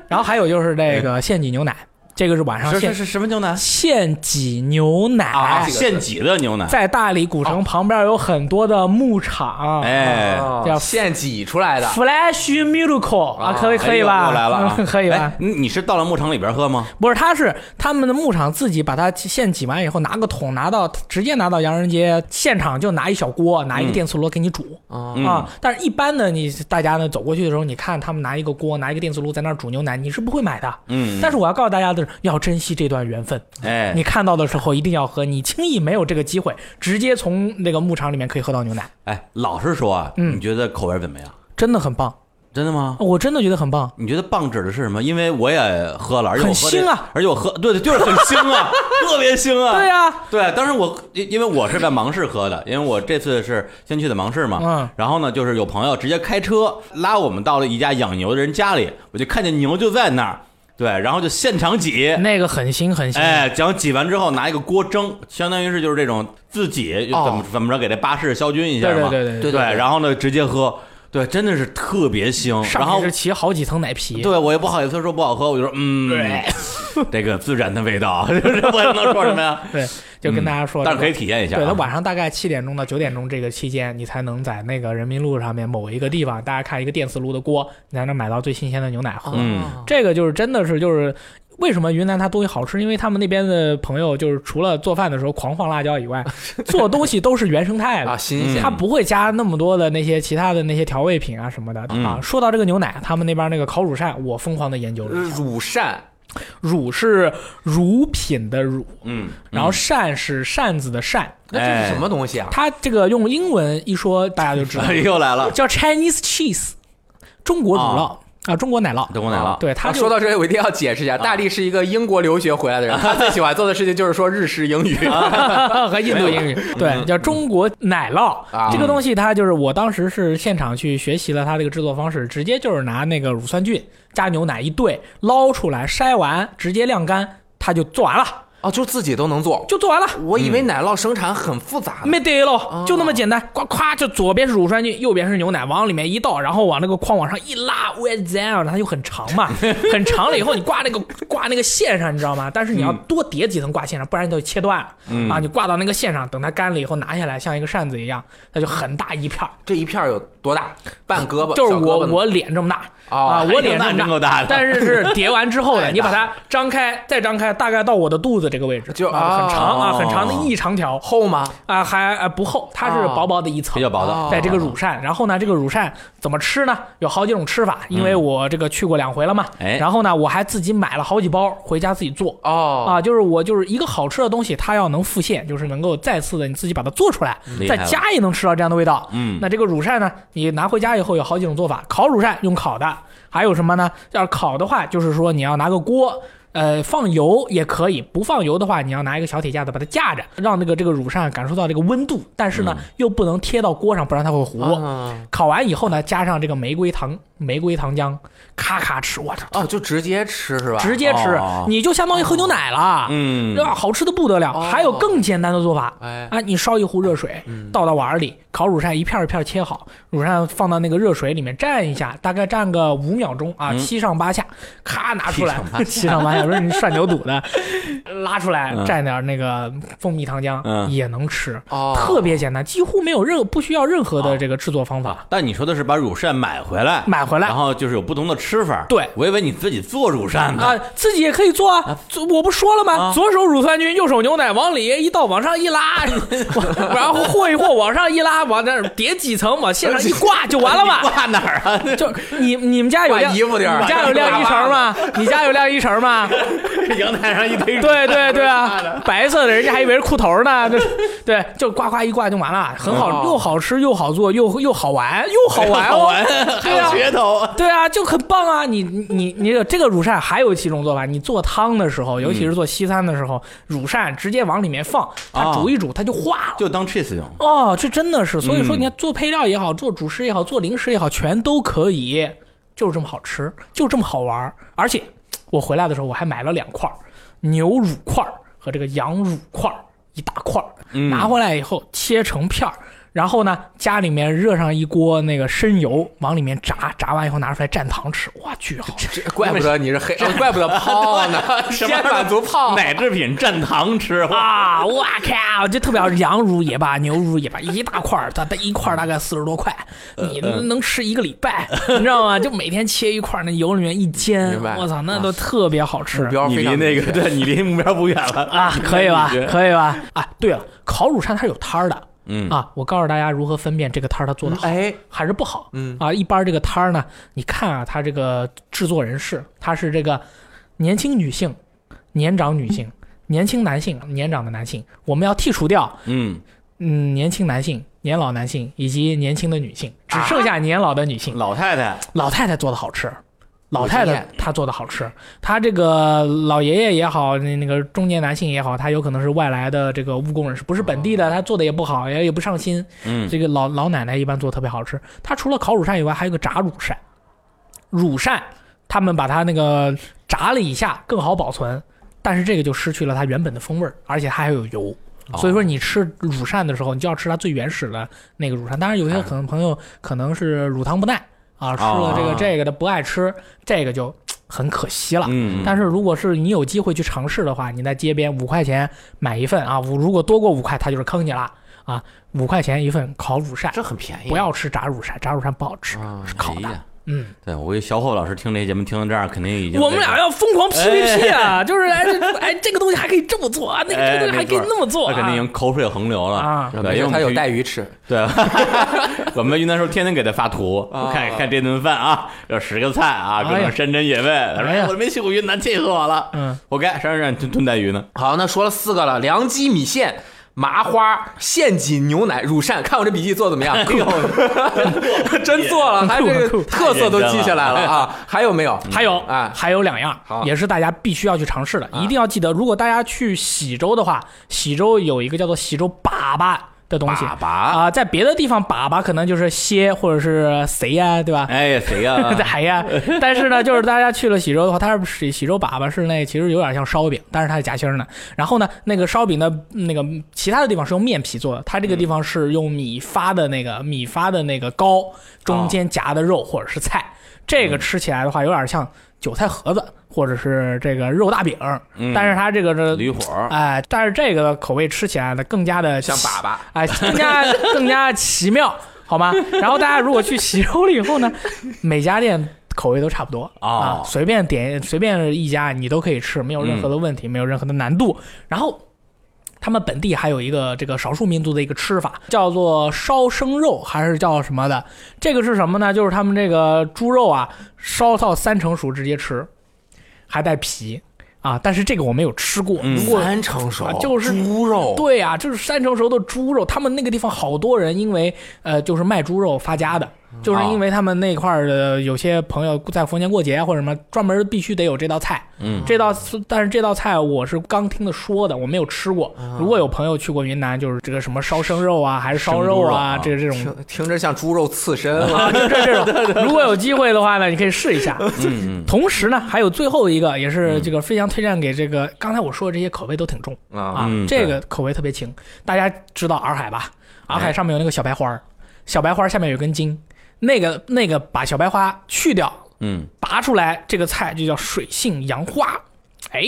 [SPEAKER 3] 然后还有就是这个现挤牛奶，这个是晚上
[SPEAKER 4] 是
[SPEAKER 3] 现
[SPEAKER 4] 是是什么牛奶
[SPEAKER 3] 现挤牛
[SPEAKER 4] 啊？
[SPEAKER 3] 奶，
[SPEAKER 4] 现挤的牛奶。
[SPEAKER 3] 在大理古城旁边有很多的牧场，
[SPEAKER 4] 哎，
[SPEAKER 2] 哦
[SPEAKER 3] 叫
[SPEAKER 2] 现挤出来的。
[SPEAKER 3] Flash Miracle 啊，可以可以
[SPEAKER 4] 哎
[SPEAKER 3] 吧？
[SPEAKER 4] 又来了啊
[SPEAKER 3] 嗯， 可以吧
[SPEAKER 4] 哎？你你是到了牧场里边喝吗？
[SPEAKER 3] 不是，他是他们的牧场自己把它现挤完以后，拿个桶拿到直接拿到洋人街现场就拿一小锅，拿一个电磁炉给你煮。
[SPEAKER 2] 啊
[SPEAKER 4] 嗯
[SPEAKER 3] 啊，但是一般呢，你大家呢走过去的时候，你看他们拿一个锅，拿一个电磁炉在那儿煮牛奶，你是不会买的。
[SPEAKER 4] 嗯，
[SPEAKER 3] 但是我要告诉大家的是，要珍惜这段缘分。
[SPEAKER 4] 哎，
[SPEAKER 3] 你看到的时候一定要喝，你轻易没有这个机会，直接从那个牧场里面可以喝到牛奶，
[SPEAKER 4] 哎，老实说啊，
[SPEAKER 3] 嗯
[SPEAKER 4] 你觉得口味怎么样？
[SPEAKER 3] 真的很棒，
[SPEAKER 4] 真的吗？
[SPEAKER 3] 我真的觉得很棒。
[SPEAKER 4] 你觉得棒指的是什么？因为我也喝了，而且我
[SPEAKER 3] 很
[SPEAKER 4] 喝的
[SPEAKER 3] 腥啊，
[SPEAKER 4] 而且我喝对对，就是很腥 啊，特别腥啊。
[SPEAKER 3] 对呀、
[SPEAKER 4] 对，当时我因因为我是在芒市喝的，因为我这次是先去的芒市嘛，
[SPEAKER 3] 嗯
[SPEAKER 4] 然后呢，就是有朋友直接开车拉我们到了一家养牛的人家里，我就看见牛就在那儿，对，然后就现场挤，
[SPEAKER 3] 那个很腥很腥。
[SPEAKER 4] 哎，讲挤完之后拿一个锅蒸，相当于是就是这种自己怎么、
[SPEAKER 2] 哦
[SPEAKER 4] 怎么着给这巴士消菌一下
[SPEAKER 3] 对
[SPEAKER 4] 嘛，
[SPEAKER 3] 对对对
[SPEAKER 4] 对
[SPEAKER 2] 对对
[SPEAKER 4] 然后呢直接喝，对，真的是特别腥，然
[SPEAKER 3] 上
[SPEAKER 4] 后
[SPEAKER 3] 面是起好几层奶皮。
[SPEAKER 4] 对我也不好意思说不好喝，我就说嗯， 这个自然的味道， 就是我也不能说什么呀，
[SPEAKER 3] 对， 就跟大家说，
[SPEAKER 4] 但是可以体验一下、啊，
[SPEAKER 3] 对他晚上大概七点钟到九点钟这个期间，你才能在那个人民路上面某一个地方，大家看一个电磁炉的锅，你才能买到最新鲜的牛奶喝。
[SPEAKER 4] 嗯
[SPEAKER 3] 这个就是真的是就是。为什么云南它东西好吃？因为他们那边的朋友就是除了做饭的时候狂放辣椒 以外，做东西都是原生态的
[SPEAKER 2] 啊，，新鲜
[SPEAKER 3] 它不会加那么多的那些其他的那些调味品啊什么的
[SPEAKER 4] 嗯
[SPEAKER 3] 啊。说到这个牛奶，他们那边那个烤乳扇，我疯狂的研究
[SPEAKER 4] 嗯
[SPEAKER 3] 了一下，
[SPEAKER 2] 呃乳扇
[SPEAKER 3] 乳是乳品的乳，
[SPEAKER 4] 嗯，
[SPEAKER 3] 然后扇是扇子的扇，
[SPEAKER 2] 那这是什么东西啊？
[SPEAKER 3] 它这个用英文一说，大家就知道
[SPEAKER 4] 哎，又来了，
[SPEAKER 3] 叫 Chinese cheese，中国乳酪。啊，中国奶酪，
[SPEAKER 4] 中国奶酪
[SPEAKER 3] 对他
[SPEAKER 2] 啊
[SPEAKER 3] 就
[SPEAKER 2] 说到这里，我一定要解释一下，大力是一个英国留学回来的人，他最喜欢做的事情就是说日式 英语。
[SPEAKER 3] 和印度英语，对，叫中国奶酪
[SPEAKER 2] 啊。
[SPEAKER 3] 这个东西它就是我当时是现场去学习了它这个制作方式，直接就是拿那个乳酸菌加牛奶一兑，捞出来筛完，直接晾干，它就做完了，
[SPEAKER 2] 哦，就自己都能做。
[SPEAKER 3] 就做完了。
[SPEAKER 2] 我以为奶酪生产很复
[SPEAKER 4] 啊
[SPEAKER 2] 杂呢
[SPEAKER 3] 没得
[SPEAKER 4] 哦
[SPEAKER 3] 喽，就那么简单，呱咵，就左边是乳酸菌，右边是牛奶，往里面一倒，然后往那个框往上一拉，我操，它就很长 嘛，很长了以后你挂那个挂那个线上，你知道吗？但是你要
[SPEAKER 4] 嗯
[SPEAKER 3] 多叠几层挂线上，不然它就切断了、啊！你挂到那个线上，等它干了以后拿下来，像一个扇子一样，它就很大一片儿，
[SPEAKER 2] 这一片儿有多大？半胳膊，
[SPEAKER 3] 就是
[SPEAKER 2] 小胳膊
[SPEAKER 3] 我
[SPEAKER 2] 呢
[SPEAKER 3] 我脸这么大、
[SPEAKER 2] 哦
[SPEAKER 3] 啊，我
[SPEAKER 4] 哎
[SPEAKER 3] 脸
[SPEAKER 4] 那
[SPEAKER 3] 这
[SPEAKER 4] 真
[SPEAKER 3] 么
[SPEAKER 4] 够大的
[SPEAKER 3] 但是是叠完之 后
[SPEAKER 2] 太
[SPEAKER 3] 的，
[SPEAKER 2] 大
[SPEAKER 3] 你把它张开，再张开，大概到我的肚子这个位置，
[SPEAKER 2] 就
[SPEAKER 3] 啊很长啊，
[SPEAKER 4] 哦
[SPEAKER 3] 很长的一长条。
[SPEAKER 2] 厚吗？
[SPEAKER 3] 啊，还啊不厚，它是
[SPEAKER 2] 哦
[SPEAKER 3] 薄薄的一层，
[SPEAKER 4] 比较薄
[SPEAKER 2] 哦
[SPEAKER 4] 的，
[SPEAKER 3] 在这个乳扇，然后呢，这个乳扇怎么吃呢？有好几种吃法，因为我这个去过两回了嘛。
[SPEAKER 4] 嗯哎
[SPEAKER 3] 然后呢，我还自己买了好几包回家自己做。
[SPEAKER 2] 哦，
[SPEAKER 3] 啊，就是我就是一个好吃的东西，它要能复现，就是能够再次的你自己把它做出来，
[SPEAKER 4] 厉害
[SPEAKER 3] 在
[SPEAKER 4] 了
[SPEAKER 3] 家也能吃到这样的味道。
[SPEAKER 4] 嗯
[SPEAKER 3] 那这个乳扇呢，你拿回家以后有好几种做法，烤乳扇用烤的，还有什么呢？要是烤的话，就是说你要拿个锅。呃，放油也可以，不放油的话，你要拿一个小铁架子把它架着，让那个这个乳扇感受到这个温度，但是呢，
[SPEAKER 4] 嗯
[SPEAKER 3] 又不能贴到锅上，不然它会糊。
[SPEAKER 2] 啊
[SPEAKER 3] 烤完以后呢，加上这个玫瑰糖、玫瑰糖浆，咔咔吃，我操，
[SPEAKER 2] 哦，就直接吃是吧？
[SPEAKER 3] 啊直接吃，
[SPEAKER 4] 哦
[SPEAKER 3] 你就相当于喝牛奶了。
[SPEAKER 4] 嗯
[SPEAKER 3] 对吧？好吃的不得了。
[SPEAKER 2] 哦
[SPEAKER 3] 还有更简单的做法，
[SPEAKER 2] 哎
[SPEAKER 3] 啊，你烧一壶热水，倒到碗里，烤乳扇一片儿一片儿切好，乳扇放到那个热水里面蘸一下，大概蘸个五秒钟啊，七上八下，咔拿出来， 七上八下，不是你涮牛肚的，拉出来
[SPEAKER 4] 嗯
[SPEAKER 3] 蘸点那个蜂蜜糖浆、
[SPEAKER 4] 嗯
[SPEAKER 3] 也能吃，
[SPEAKER 2] 哦
[SPEAKER 3] 特别简单，几乎没有任不需要任何的这个制作方法。
[SPEAKER 4] 但你说的是把乳扇买回来，
[SPEAKER 3] 买回来
[SPEAKER 4] 然后就是有不同的吃法。
[SPEAKER 3] 对
[SPEAKER 4] 我以为你自己做乳扇呢。
[SPEAKER 3] 啊，自己也可以做啊！做我不说了吗？
[SPEAKER 4] 啊
[SPEAKER 3] 左手乳酸菌，右手牛奶，往里一倒，往上一拉，往然后和一和，往上一拉，往那儿叠几层，往线上一挂就完了 嘛。
[SPEAKER 4] 挂哪儿啊？
[SPEAKER 3] 就是你你们家有晾
[SPEAKER 2] 挂衣服垫儿
[SPEAKER 3] 你家有晾衣绳吗？你家有晾衣绳吗？
[SPEAKER 4] 阳台上一 堆
[SPEAKER 3] 对对对啊，白色的，人家还以为是裤头呢。就是对，就呱呱一挂就完了，很好，
[SPEAKER 2] 嗯
[SPEAKER 3] 又好吃又好做，又又好玩，又好玩、哦，
[SPEAKER 4] 好玩，还
[SPEAKER 3] 对
[SPEAKER 4] 有
[SPEAKER 3] 啊，
[SPEAKER 4] 噱头。
[SPEAKER 3] 对啊，就很棒啊！你你你你有这个乳扇还有几种做法，你做汤的时候，尤其是做西餐的时候，乳扇直接往里面放，它
[SPEAKER 4] 啊
[SPEAKER 3] 煮一煮它就化了。
[SPEAKER 4] 就当 cheese 用。
[SPEAKER 3] 哦，这真的是，所以说
[SPEAKER 4] 嗯
[SPEAKER 3] 你看做配料也好，做主食也好，做零食也好，全都可以，就是这么好吃，就这么好玩儿。而且我回来的时候我还买了两块儿牛乳块儿和这个羊乳块儿一大块儿，拿回来以后切成片儿。然后呢，家里面热上一锅那个生油，往里面炸，炸完以后拿出来蘸糖吃，哇，巨好吃！
[SPEAKER 2] 这 怪不得你是黑，呃怪不得胖 呢，
[SPEAKER 4] 什么
[SPEAKER 2] 先满足胖。
[SPEAKER 4] 奶制品蘸糖吃，哇，
[SPEAKER 3] 啊，我靠，就特别好吃，羊乳也罢，牛乳也罢，一大块儿，它它一块儿大概四十多块，你能吃一个礼拜， 你知道吗？就每天切一块儿，那油里面一煎
[SPEAKER 2] 明白，
[SPEAKER 3] 我操，那都特别好吃
[SPEAKER 2] 目。标
[SPEAKER 4] 你
[SPEAKER 2] 非
[SPEAKER 4] 离
[SPEAKER 2] 常
[SPEAKER 4] 那
[SPEAKER 2] 明确
[SPEAKER 4] 个对你离目标不远了
[SPEAKER 3] 啊，可以吧
[SPEAKER 4] 你觉？得
[SPEAKER 3] 可以吧？啊，对了，烤乳扇它是有摊儿的，
[SPEAKER 4] 嗯
[SPEAKER 3] 啊，我告诉大家如何分辨这个摊儿它做的好
[SPEAKER 2] 哎，
[SPEAKER 3] 还是不好，嗯啊，一般这个摊儿呢，你看啊，它这个制作人士，他是这个年轻女性、年长女性、年轻男性、年长的男性，我们要剔除掉
[SPEAKER 4] 嗯，
[SPEAKER 3] 嗯，年轻男性、年老男性以及年轻的女性，
[SPEAKER 2] 啊
[SPEAKER 3] 只剩下年老的女性。
[SPEAKER 4] 老太太
[SPEAKER 3] 老太太做的好吃，老
[SPEAKER 2] 有
[SPEAKER 3] 太
[SPEAKER 2] 经
[SPEAKER 3] 太她做的好吃，她这个老爷爷也好，那那个中年男性也好，他有可能是外来的这个务工人士，不是本地
[SPEAKER 2] 哦
[SPEAKER 3] 的，他做的也不好，也也不上心。
[SPEAKER 4] 嗯
[SPEAKER 3] 这个老老奶奶一般做得特别好吃。她除了烤乳扇以外，还有个炸乳扇，乳扇他们把它那个炸了一下更好保存，但是这个就失去了它原本的风味儿，而且它还有油。
[SPEAKER 4] 哦
[SPEAKER 3] 所以说，你吃乳扇的时候，你就要吃它最原始的那个乳扇。当然，有
[SPEAKER 4] 嗯
[SPEAKER 3] 些可能朋友可能是乳糖不耐啊，吃了这个
[SPEAKER 4] 啊
[SPEAKER 3] 这个的不爱吃，这个就很可惜了。
[SPEAKER 4] 嗯
[SPEAKER 3] 啊但是如果是你有机会去尝试的话，你在街边五块钱买一份啊，五如果多过五块，它就是坑你了啊。五块钱一份烤乳扇，
[SPEAKER 2] 这很便宜。
[SPEAKER 3] 不要吃炸乳扇，炸乳扇不好吃，是烤
[SPEAKER 4] 哎
[SPEAKER 3] 的
[SPEAKER 4] 呀。
[SPEAKER 3] 嗯，
[SPEAKER 4] 对我一小伙老师听这节目听到这儿，肯定已经
[SPEAKER 3] 我们俩要疯狂
[SPEAKER 4] 哎
[SPEAKER 3] PVP 啊！ 就是哎这哎，这个东西还可以这 么做啊，那个
[SPEAKER 4] 哎
[SPEAKER 3] 这个东西还可以那么做
[SPEAKER 4] 他肯定已
[SPEAKER 3] 啊。
[SPEAKER 4] 经口水横流了
[SPEAKER 3] 啊
[SPEAKER 4] 对，
[SPEAKER 2] 没
[SPEAKER 4] 因
[SPEAKER 2] 事
[SPEAKER 4] 为
[SPEAKER 2] 他有带
[SPEAKER 4] 带
[SPEAKER 2] 鱼吃，
[SPEAKER 4] 对， 我们云南时候天天给他发图，看看这顿饭啊，有十个菜啊，各
[SPEAKER 3] 哎呀
[SPEAKER 4] 种山珍野味。他说
[SPEAKER 3] 哎呀
[SPEAKER 4] 哎我没去过云南，气死我了。
[SPEAKER 3] 嗯，
[SPEAKER 4] 活该，山上炖炖带鱼呢。
[SPEAKER 2] 好，那说了四个了：凉鸡米线、麻花、现挤牛奶、乳扇。看我这笔记做怎么样？
[SPEAKER 4] 哎
[SPEAKER 2] 真做了，还这个特色都记下来了啊！还有没有？
[SPEAKER 3] 还有
[SPEAKER 4] 啊
[SPEAKER 2] 哎
[SPEAKER 3] 还有两样
[SPEAKER 2] 好，
[SPEAKER 3] 也是大家必须要去尝试的，一定要记得。如果大家去喜洲的话，喜洲有一个叫做喜洲粑粑的东西。
[SPEAKER 4] 粑粑
[SPEAKER 3] 啊、在别的地方粑粑可能就是蝎或者是谁呀、对吧？
[SPEAKER 4] 哎，谁 呀？
[SPEAKER 3] 哎呀，但是呢，就是大家去了喜洲的话，它是喜喜洲粑粑是那其实有点像烧饼，但是它是夹心儿的。然后呢，那个烧饼的那个其他的地方是用面皮做的，它这个
[SPEAKER 2] 嗯
[SPEAKER 3] 地方是用米发的那个米发的那个糕，
[SPEAKER 2] 哦
[SPEAKER 3] 中间夹的肉或者是菜。这
[SPEAKER 2] 嗯
[SPEAKER 3] 个吃起来的话，有点像韭菜盒子或者是这个肉大饼，
[SPEAKER 2] 嗯
[SPEAKER 3] 但是它这个是
[SPEAKER 4] 驴火儿
[SPEAKER 3] 哎，但是这个口味吃起来呢，更加的
[SPEAKER 2] 像粑粑，
[SPEAKER 3] 哎，更加更加奇妙，好吗？然后大家如果去喜洲了以后呢，每家店口味都差不多、
[SPEAKER 4] 哦
[SPEAKER 3] 啊，随便点随便一家你都可以吃，没有任何的问题，没有任何的难度。然后。他们本地还有一个这个少数民族的一个吃法，叫做烧生肉，还是叫什么的？这个是什么呢？就是他们这个猪肉啊，烧到三成熟直接吃，还带皮啊。但是这个我没有吃过，如果
[SPEAKER 2] 三成熟
[SPEAKER 3] 啊就是
[SPEAKER 2] 哦猪肉，
[SPEAKER 3] 对呀、就是三成熟的猪肉，他们那个地方好多人因为呃，就是卖猪肉发家的，就是因为他们那块儿的有些朋友在逢年过节啊或者什么，专门必须得有这道菜。嗯，这道但是这道菜我是刚听的说的，我没有吃过。如果有朋友去过云南，就是这个什么烧生肉啊，还是烧肉啊，
[SPEAKER 4] 生猪
[SPEAKER 3] 这这 种。
[SPEAKER 2] 听听着像猪肉刺 身啊，
[SPEAKER 3] 啊，就这这种，如果有机会的话呢，你可以试一下。
[SPEAKER 4] 嗯
[SPEAKER 3] 同时呢，还有最后一个，也是这个非常推荐给这个刚才我说的这些口味都挺重，
[SPEAKER 2] 啊
[SPEAKER 3] 啊，
[SPEAKER 4] 嗯
[SPEAKER 3] 这个口味特别轻。大家知道洱海吧？洱
[SPEAKER 4] 哎
[SPEAKER 3] 海上面有那个小白花儿，小白花儿下面有根筋，那个那个把小白花去掉，
[SPEAKER 4] 嗯
[SPEAKER 3] 拔出来，这个菜就叫水性杨花。哎，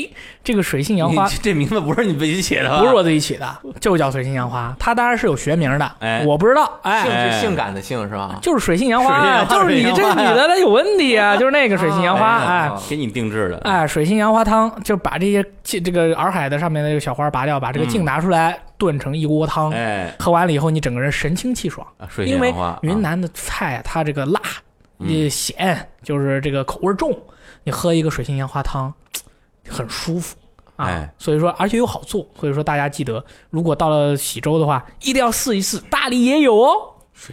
[SPEAKER 3] 这个水
[SPEAKER 4] 嗯，
[SPEAKER 3] 性杨
[SPEAKER 4] 你
[SPEAKER 3] 花
[SPEAKER 4] 这 这名字不是你自己写的吧？
[SPEAKER 3] 不是我自己起的，就叫水性杨花，它当然是有学名的，
[SPEAKER 4] 哎
[SPEAKER 3] 我不知道，哎。
[SPEAKER 2] 性
[SPEAKER 4] 哎
[SPEAKER 2] 是性感的性是吧？
[SPEAKER 3] 就是水性杨花
[SPEAKER 4] 水性
[SPEAKER 3] 啊，
[SPEAKER 4] 杨花
[SPEAKER 3] 就是你
[SPEAKER 4] 水性
[SPEAKER 3] 这
[SPEAKER 4] 杨
[SPEAKER 3] 个
[SPEAKER 4] 花呀
[SPEAKER 3] 女的她有问题啊，就是那个水性杨花，
[SPEAKER 2] 啊
[SPEAKER 3] 哎，
[SPEAKER 4] 给你定制的。
[SPEAKER 3] 哎，水性杨花汤就把这些这这个洱海的上面的这个小花拔掉，把这个茎拿出来炖成一锅汤，
[SPEAKER 4] 嗯哎，
[SPEAKER 3] 喝完了以后，你整个人神清气爽，
[SPEAKER 4] 啊水
[SPEAKER 3] 因
[SPEAKER 4] 性杨
[SPEAKER 3] 为
[SPEAKER 4] 花，
[SPEAKER 3] 云
[SPEAKER 4] 啊嗯
[SPEAKER 3] 南的菜啊它这个辣、也咸，就是这个口味重，你喝一个水性杨花汤，很舒服啊。
[SPEAKER 4] 哎
[SPEAKER 3] 所以说，而且又好做，所以说大家记得，如果到了喜洲的话，一定要试一试，大理也有哦。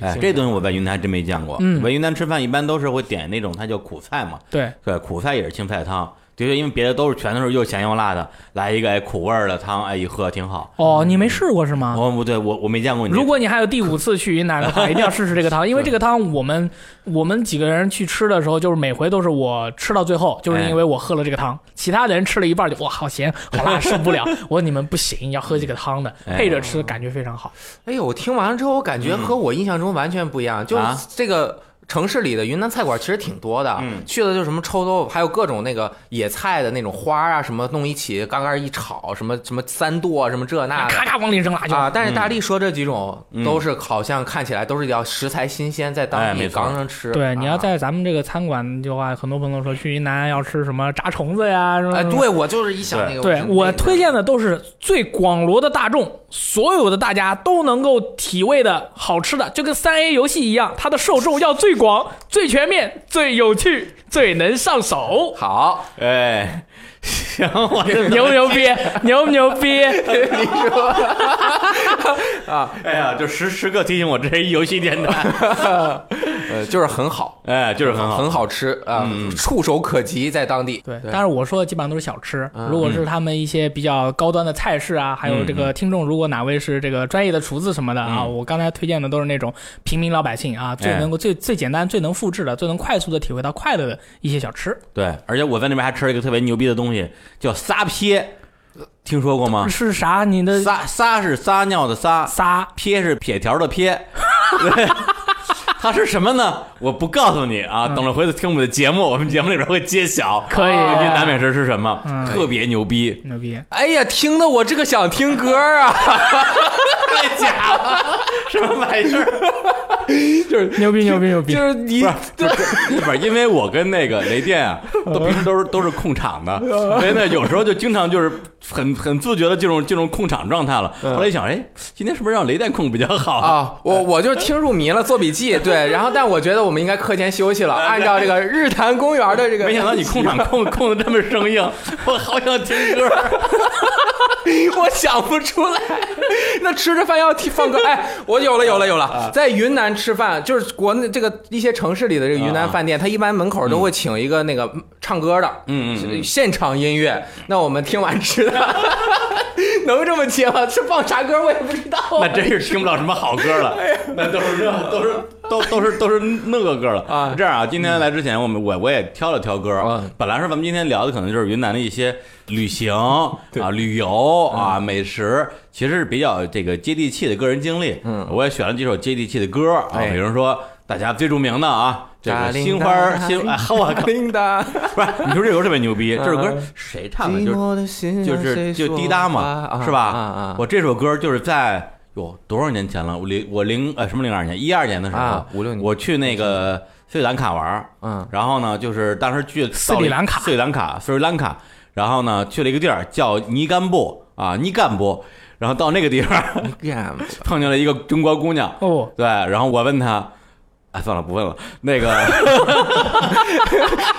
[SPEAKER 4] 哎，这东西我在云南还真没见过。
[SPEAKER 3] 嗯
[SPEAKER 4] 我在云南吃饭一般都是会点那种，它叫苦菜嘛，
[SPEAKER 3] 对，
[SPEAKER 4] 对，苦菜也是青菜汤。的确，因为别的都是全都是又咸又辣的，来一个哎苦味儿的汤，哎一喝挺好。
[SPEAKER 3] 哦，你没试过是吗？
[SPEAKER 4] 我不对，我我没见过你这。
[SPEAKER 3] 如果你还有第五次去云 南的话，一定要试试这个汤，因为这个汤我们我们几个人去吃的时候，就是每回都是我吃到最
[SPEAKER 2] 哎
[SPEAKER 3] 后，就是因为我喝了这个汤，其他的人吃了一半就哇好咸好 辣受不了，我说你们不行，要喝这个汤的，
[SPEAKER 4] 哎
[SPEAKER 3] 配着吃感觉非常好。
[SPEAKER 2] 哎呦，我听完了之后，我感觉和我印象中完全不一样。就是
[SPEAKER 4] 嗯啊
[SPEAKER 2] 这个城市里的云南菜馆其实挺多的，
[SPEAKER 4] 嗯
[SPEAKER 2] 去的就是什么臭豆腐，还有各种那个野菜的那种花啊，什么弄一起，刚刚一炒，什么什么三啊剁，什么这那的。
[SPEAKER 3] 咔咔往里扔辣椒，
[SPEAKER 2] 啊！
[SPEAKER 4] 嗯
[SPEAKER 2] 但是大力说这几种都是好像看起来都是要食材新鲜，在
[SPEAKER 4] 哎
[SPEAKER 2] 当
[SPEAKER 4] 没
[SPEAKER 2] 地
[SPEAKER 4] 错
[SPEAKER 2] 刚上吃。
[SPEAKER 3] 对，你要
[SPEAKER 2] 啊
[SPEAKER 3] 在咱们这个餐馆的话，很多朋友说去云南要吃什么炸虫子呀，什么
[SPEAKER 2] 哎，
[SPEAKER 3] 什么。
[SPEAKER 2] 对我就是一想那个，
[SPEAKER 3] 嗯对
[SPEAKER 2] 真
[SPEAKER 3] 我
[SPEAKER 2] 那个。
[SPEAKER 3] 推荐的都是最广罗的大众，所有的大家都能够体味的好吃的，就跟三 A 游戏一样，它的受众要最广、最全面、最有趣、最能上手
[SPEAKER 2] 好，
[SPEAKER 4] 哎， 行，我这
[SPEAKER 3] 牛不牛逼？牛不牛逼？
[SPEAKER 4] 哎呀，就时时刻提醒我这是一游戏电 台，
[SPEAKER 2] 呃，就是很好，
[SPEAKER 4] 哎，就是很好。
[SPEAKER 2] 很好吃啊，
[SPEAKER 4] 嗯
[SPEAKER 2] 触手可及，在当地。
[SPEAKER 3] 对，
[SPEAKER 2] 对
[SPEAKER 3] 但是我说的基本上都是小吃。
[SPEAKER 2] 嗯
[SPEAKER 3] 如果是他们一些比较高端的菜式啊，还有这个听众如果哪位是这个专业的厨子什么的啊，我刚才推荐的都是那种平民老百姓啊，最
[SPEAKER 4] 哎
[SPEAKER 3] 能够最最简单、最能复制的、最能快速的体会到快乐的一些小吃。
[SPEAKER 4] 对，而且我在那边还吃了一个特别牛逼的东西，叫撒撇，听说过吗？
[SPEAKER 3] 是啥？你的
[SPEAKER 4] 撒撒是撒尿的撒，
[SPEAKER 3] 撒
[SPEAKER 4] 撇是撇条的撇。 对它是什么呢？我不告诉你啊，等了回头听我们的节目，我们节目里边会揭晓。
[SPEAKER 3] 嗯可以啊
[SPEAKER 4] 云南美食是什么？
[SPEAKER 3] 嗯，
[SPEAKER 4] 特别牛逼
[SPEAKER 3] 哦 牛逼！
[SPEAKER 2] 哎呀，听的我这个想听歌啊！
[SPEAKER 4] 太假了，什么玩 意儿？
[SPEAKER 3] 牛逼牛逼牛逼！
[SPEAKER 2] 就是你
[SPEAKER 4] 不是，因为我跟那个雷电 啊，都平时都是都是控场的，
[SPEAKER 3] 嗯
[SPEAKER 4] 所以呢，有时候就经常就是很很自觉的进入进入控场状态了。
[SPEAKER 3] 嗯
[SPEAKER 4] 后来一想，哎，今天是不是让雷电控比较好？
[SPEAKER 2] 啊，我我就听入迷了，做笔记。对，然后但我觉得我们应该课间休息了，按照这个日坛公园的这个，
[SPEAKER 4] 没想到你控场控控的这么生硬，我好想听歌。
[SPEAKER 2] 我想不出来。 那吃着饭要听放歌，哎，我有了，有了，有
[SPEAKER 4] 啊
[SPEAKER 2] 了。在云南吃饭，就是国内这个一些城市里的这个云
[SPEAKER 4] 啊
[SPEAKER 2] 南饭店，它一般门口都会请一个那个唱歌的，
[SPEAKER 4] 嗯嗯嗯
[SPEAKER 2] 现场音乐。那我们听完吃的， 能这么切吗？这放啥歌我也不知道 啊。
[SPEAKER 4] 那 真是听不了什么好歌了，
[SPEAKER 2] 哎
[SPEAKER 4] 那都是那都是都都是都是那个歌了
[SPEAKER 2] 啊
[SPEAKER 4] 这样啊，今天来之前，我们我我也挑了挑歌
[SPEAKER 2] 啊，
[SPEAKER 4] 本来是咱们今天聊的可能就是云南的一些旅行啊、旅游
[SPEAKER 2] 嗯
[SPEAKER 4] 啊、美食，其实是比较这个接地气的个人经历。嗯，我也选了几首接地气的歌啊，
[SPEAKER 2] 哎
[SPEAKER 4] 比如说大家最著名的啊，这
[SPEAKER 2] 达
[SPEAKER 4] 个
[SPEAKER 2] 令
[SPEAKER 4] 杏
[SPEAKER 2] 达
[SPEAKER 4] 花儿
[SPEAKER 2] 达
[SPEAKER 4] 杏，
[SPEAKER 2] 令
[SPEAKER 4] 哎，我靠，
[SPEAKER 2] 叮当，
[SPEAKER 4] 啊不是，你说这首歌特别牛逼，这首歌
[SPEAKER 2] 嗯
[SPEAKER 4] 谁唱的？就是
[SPEAKER 2] 的心
[SPEAKER 4] 就是就滴答嘛，是
[SPEAKER 2] 啊
[SPEAKER 4] 吧
[SPEAKER 2] 啊！！
[SPEAKER 4] 我这首歌就是在有多少年前了？我零我零呃什么零二年一二年的时候
[SPEAKER 2] 啊，五六年
[SPEAKER 4] 我去那个斯里兰卡玩儿，
[SPEAKER 2] 嗯
[SPEAKER 4] 然后呢，就是当时去
[SPEAKER 3] 斯里兰卡
[SPEAKER 4] 斯里兰卡，斯里兰卡，然后呢去了一个地儿叫尼甘布啊，尼甘布，然后到那个地方 碰见了一个中国姑娘，
[SPEAKER 3] 哦，
[SPEAKER 4] 对，然后我问她。哎，算了，不问了。那个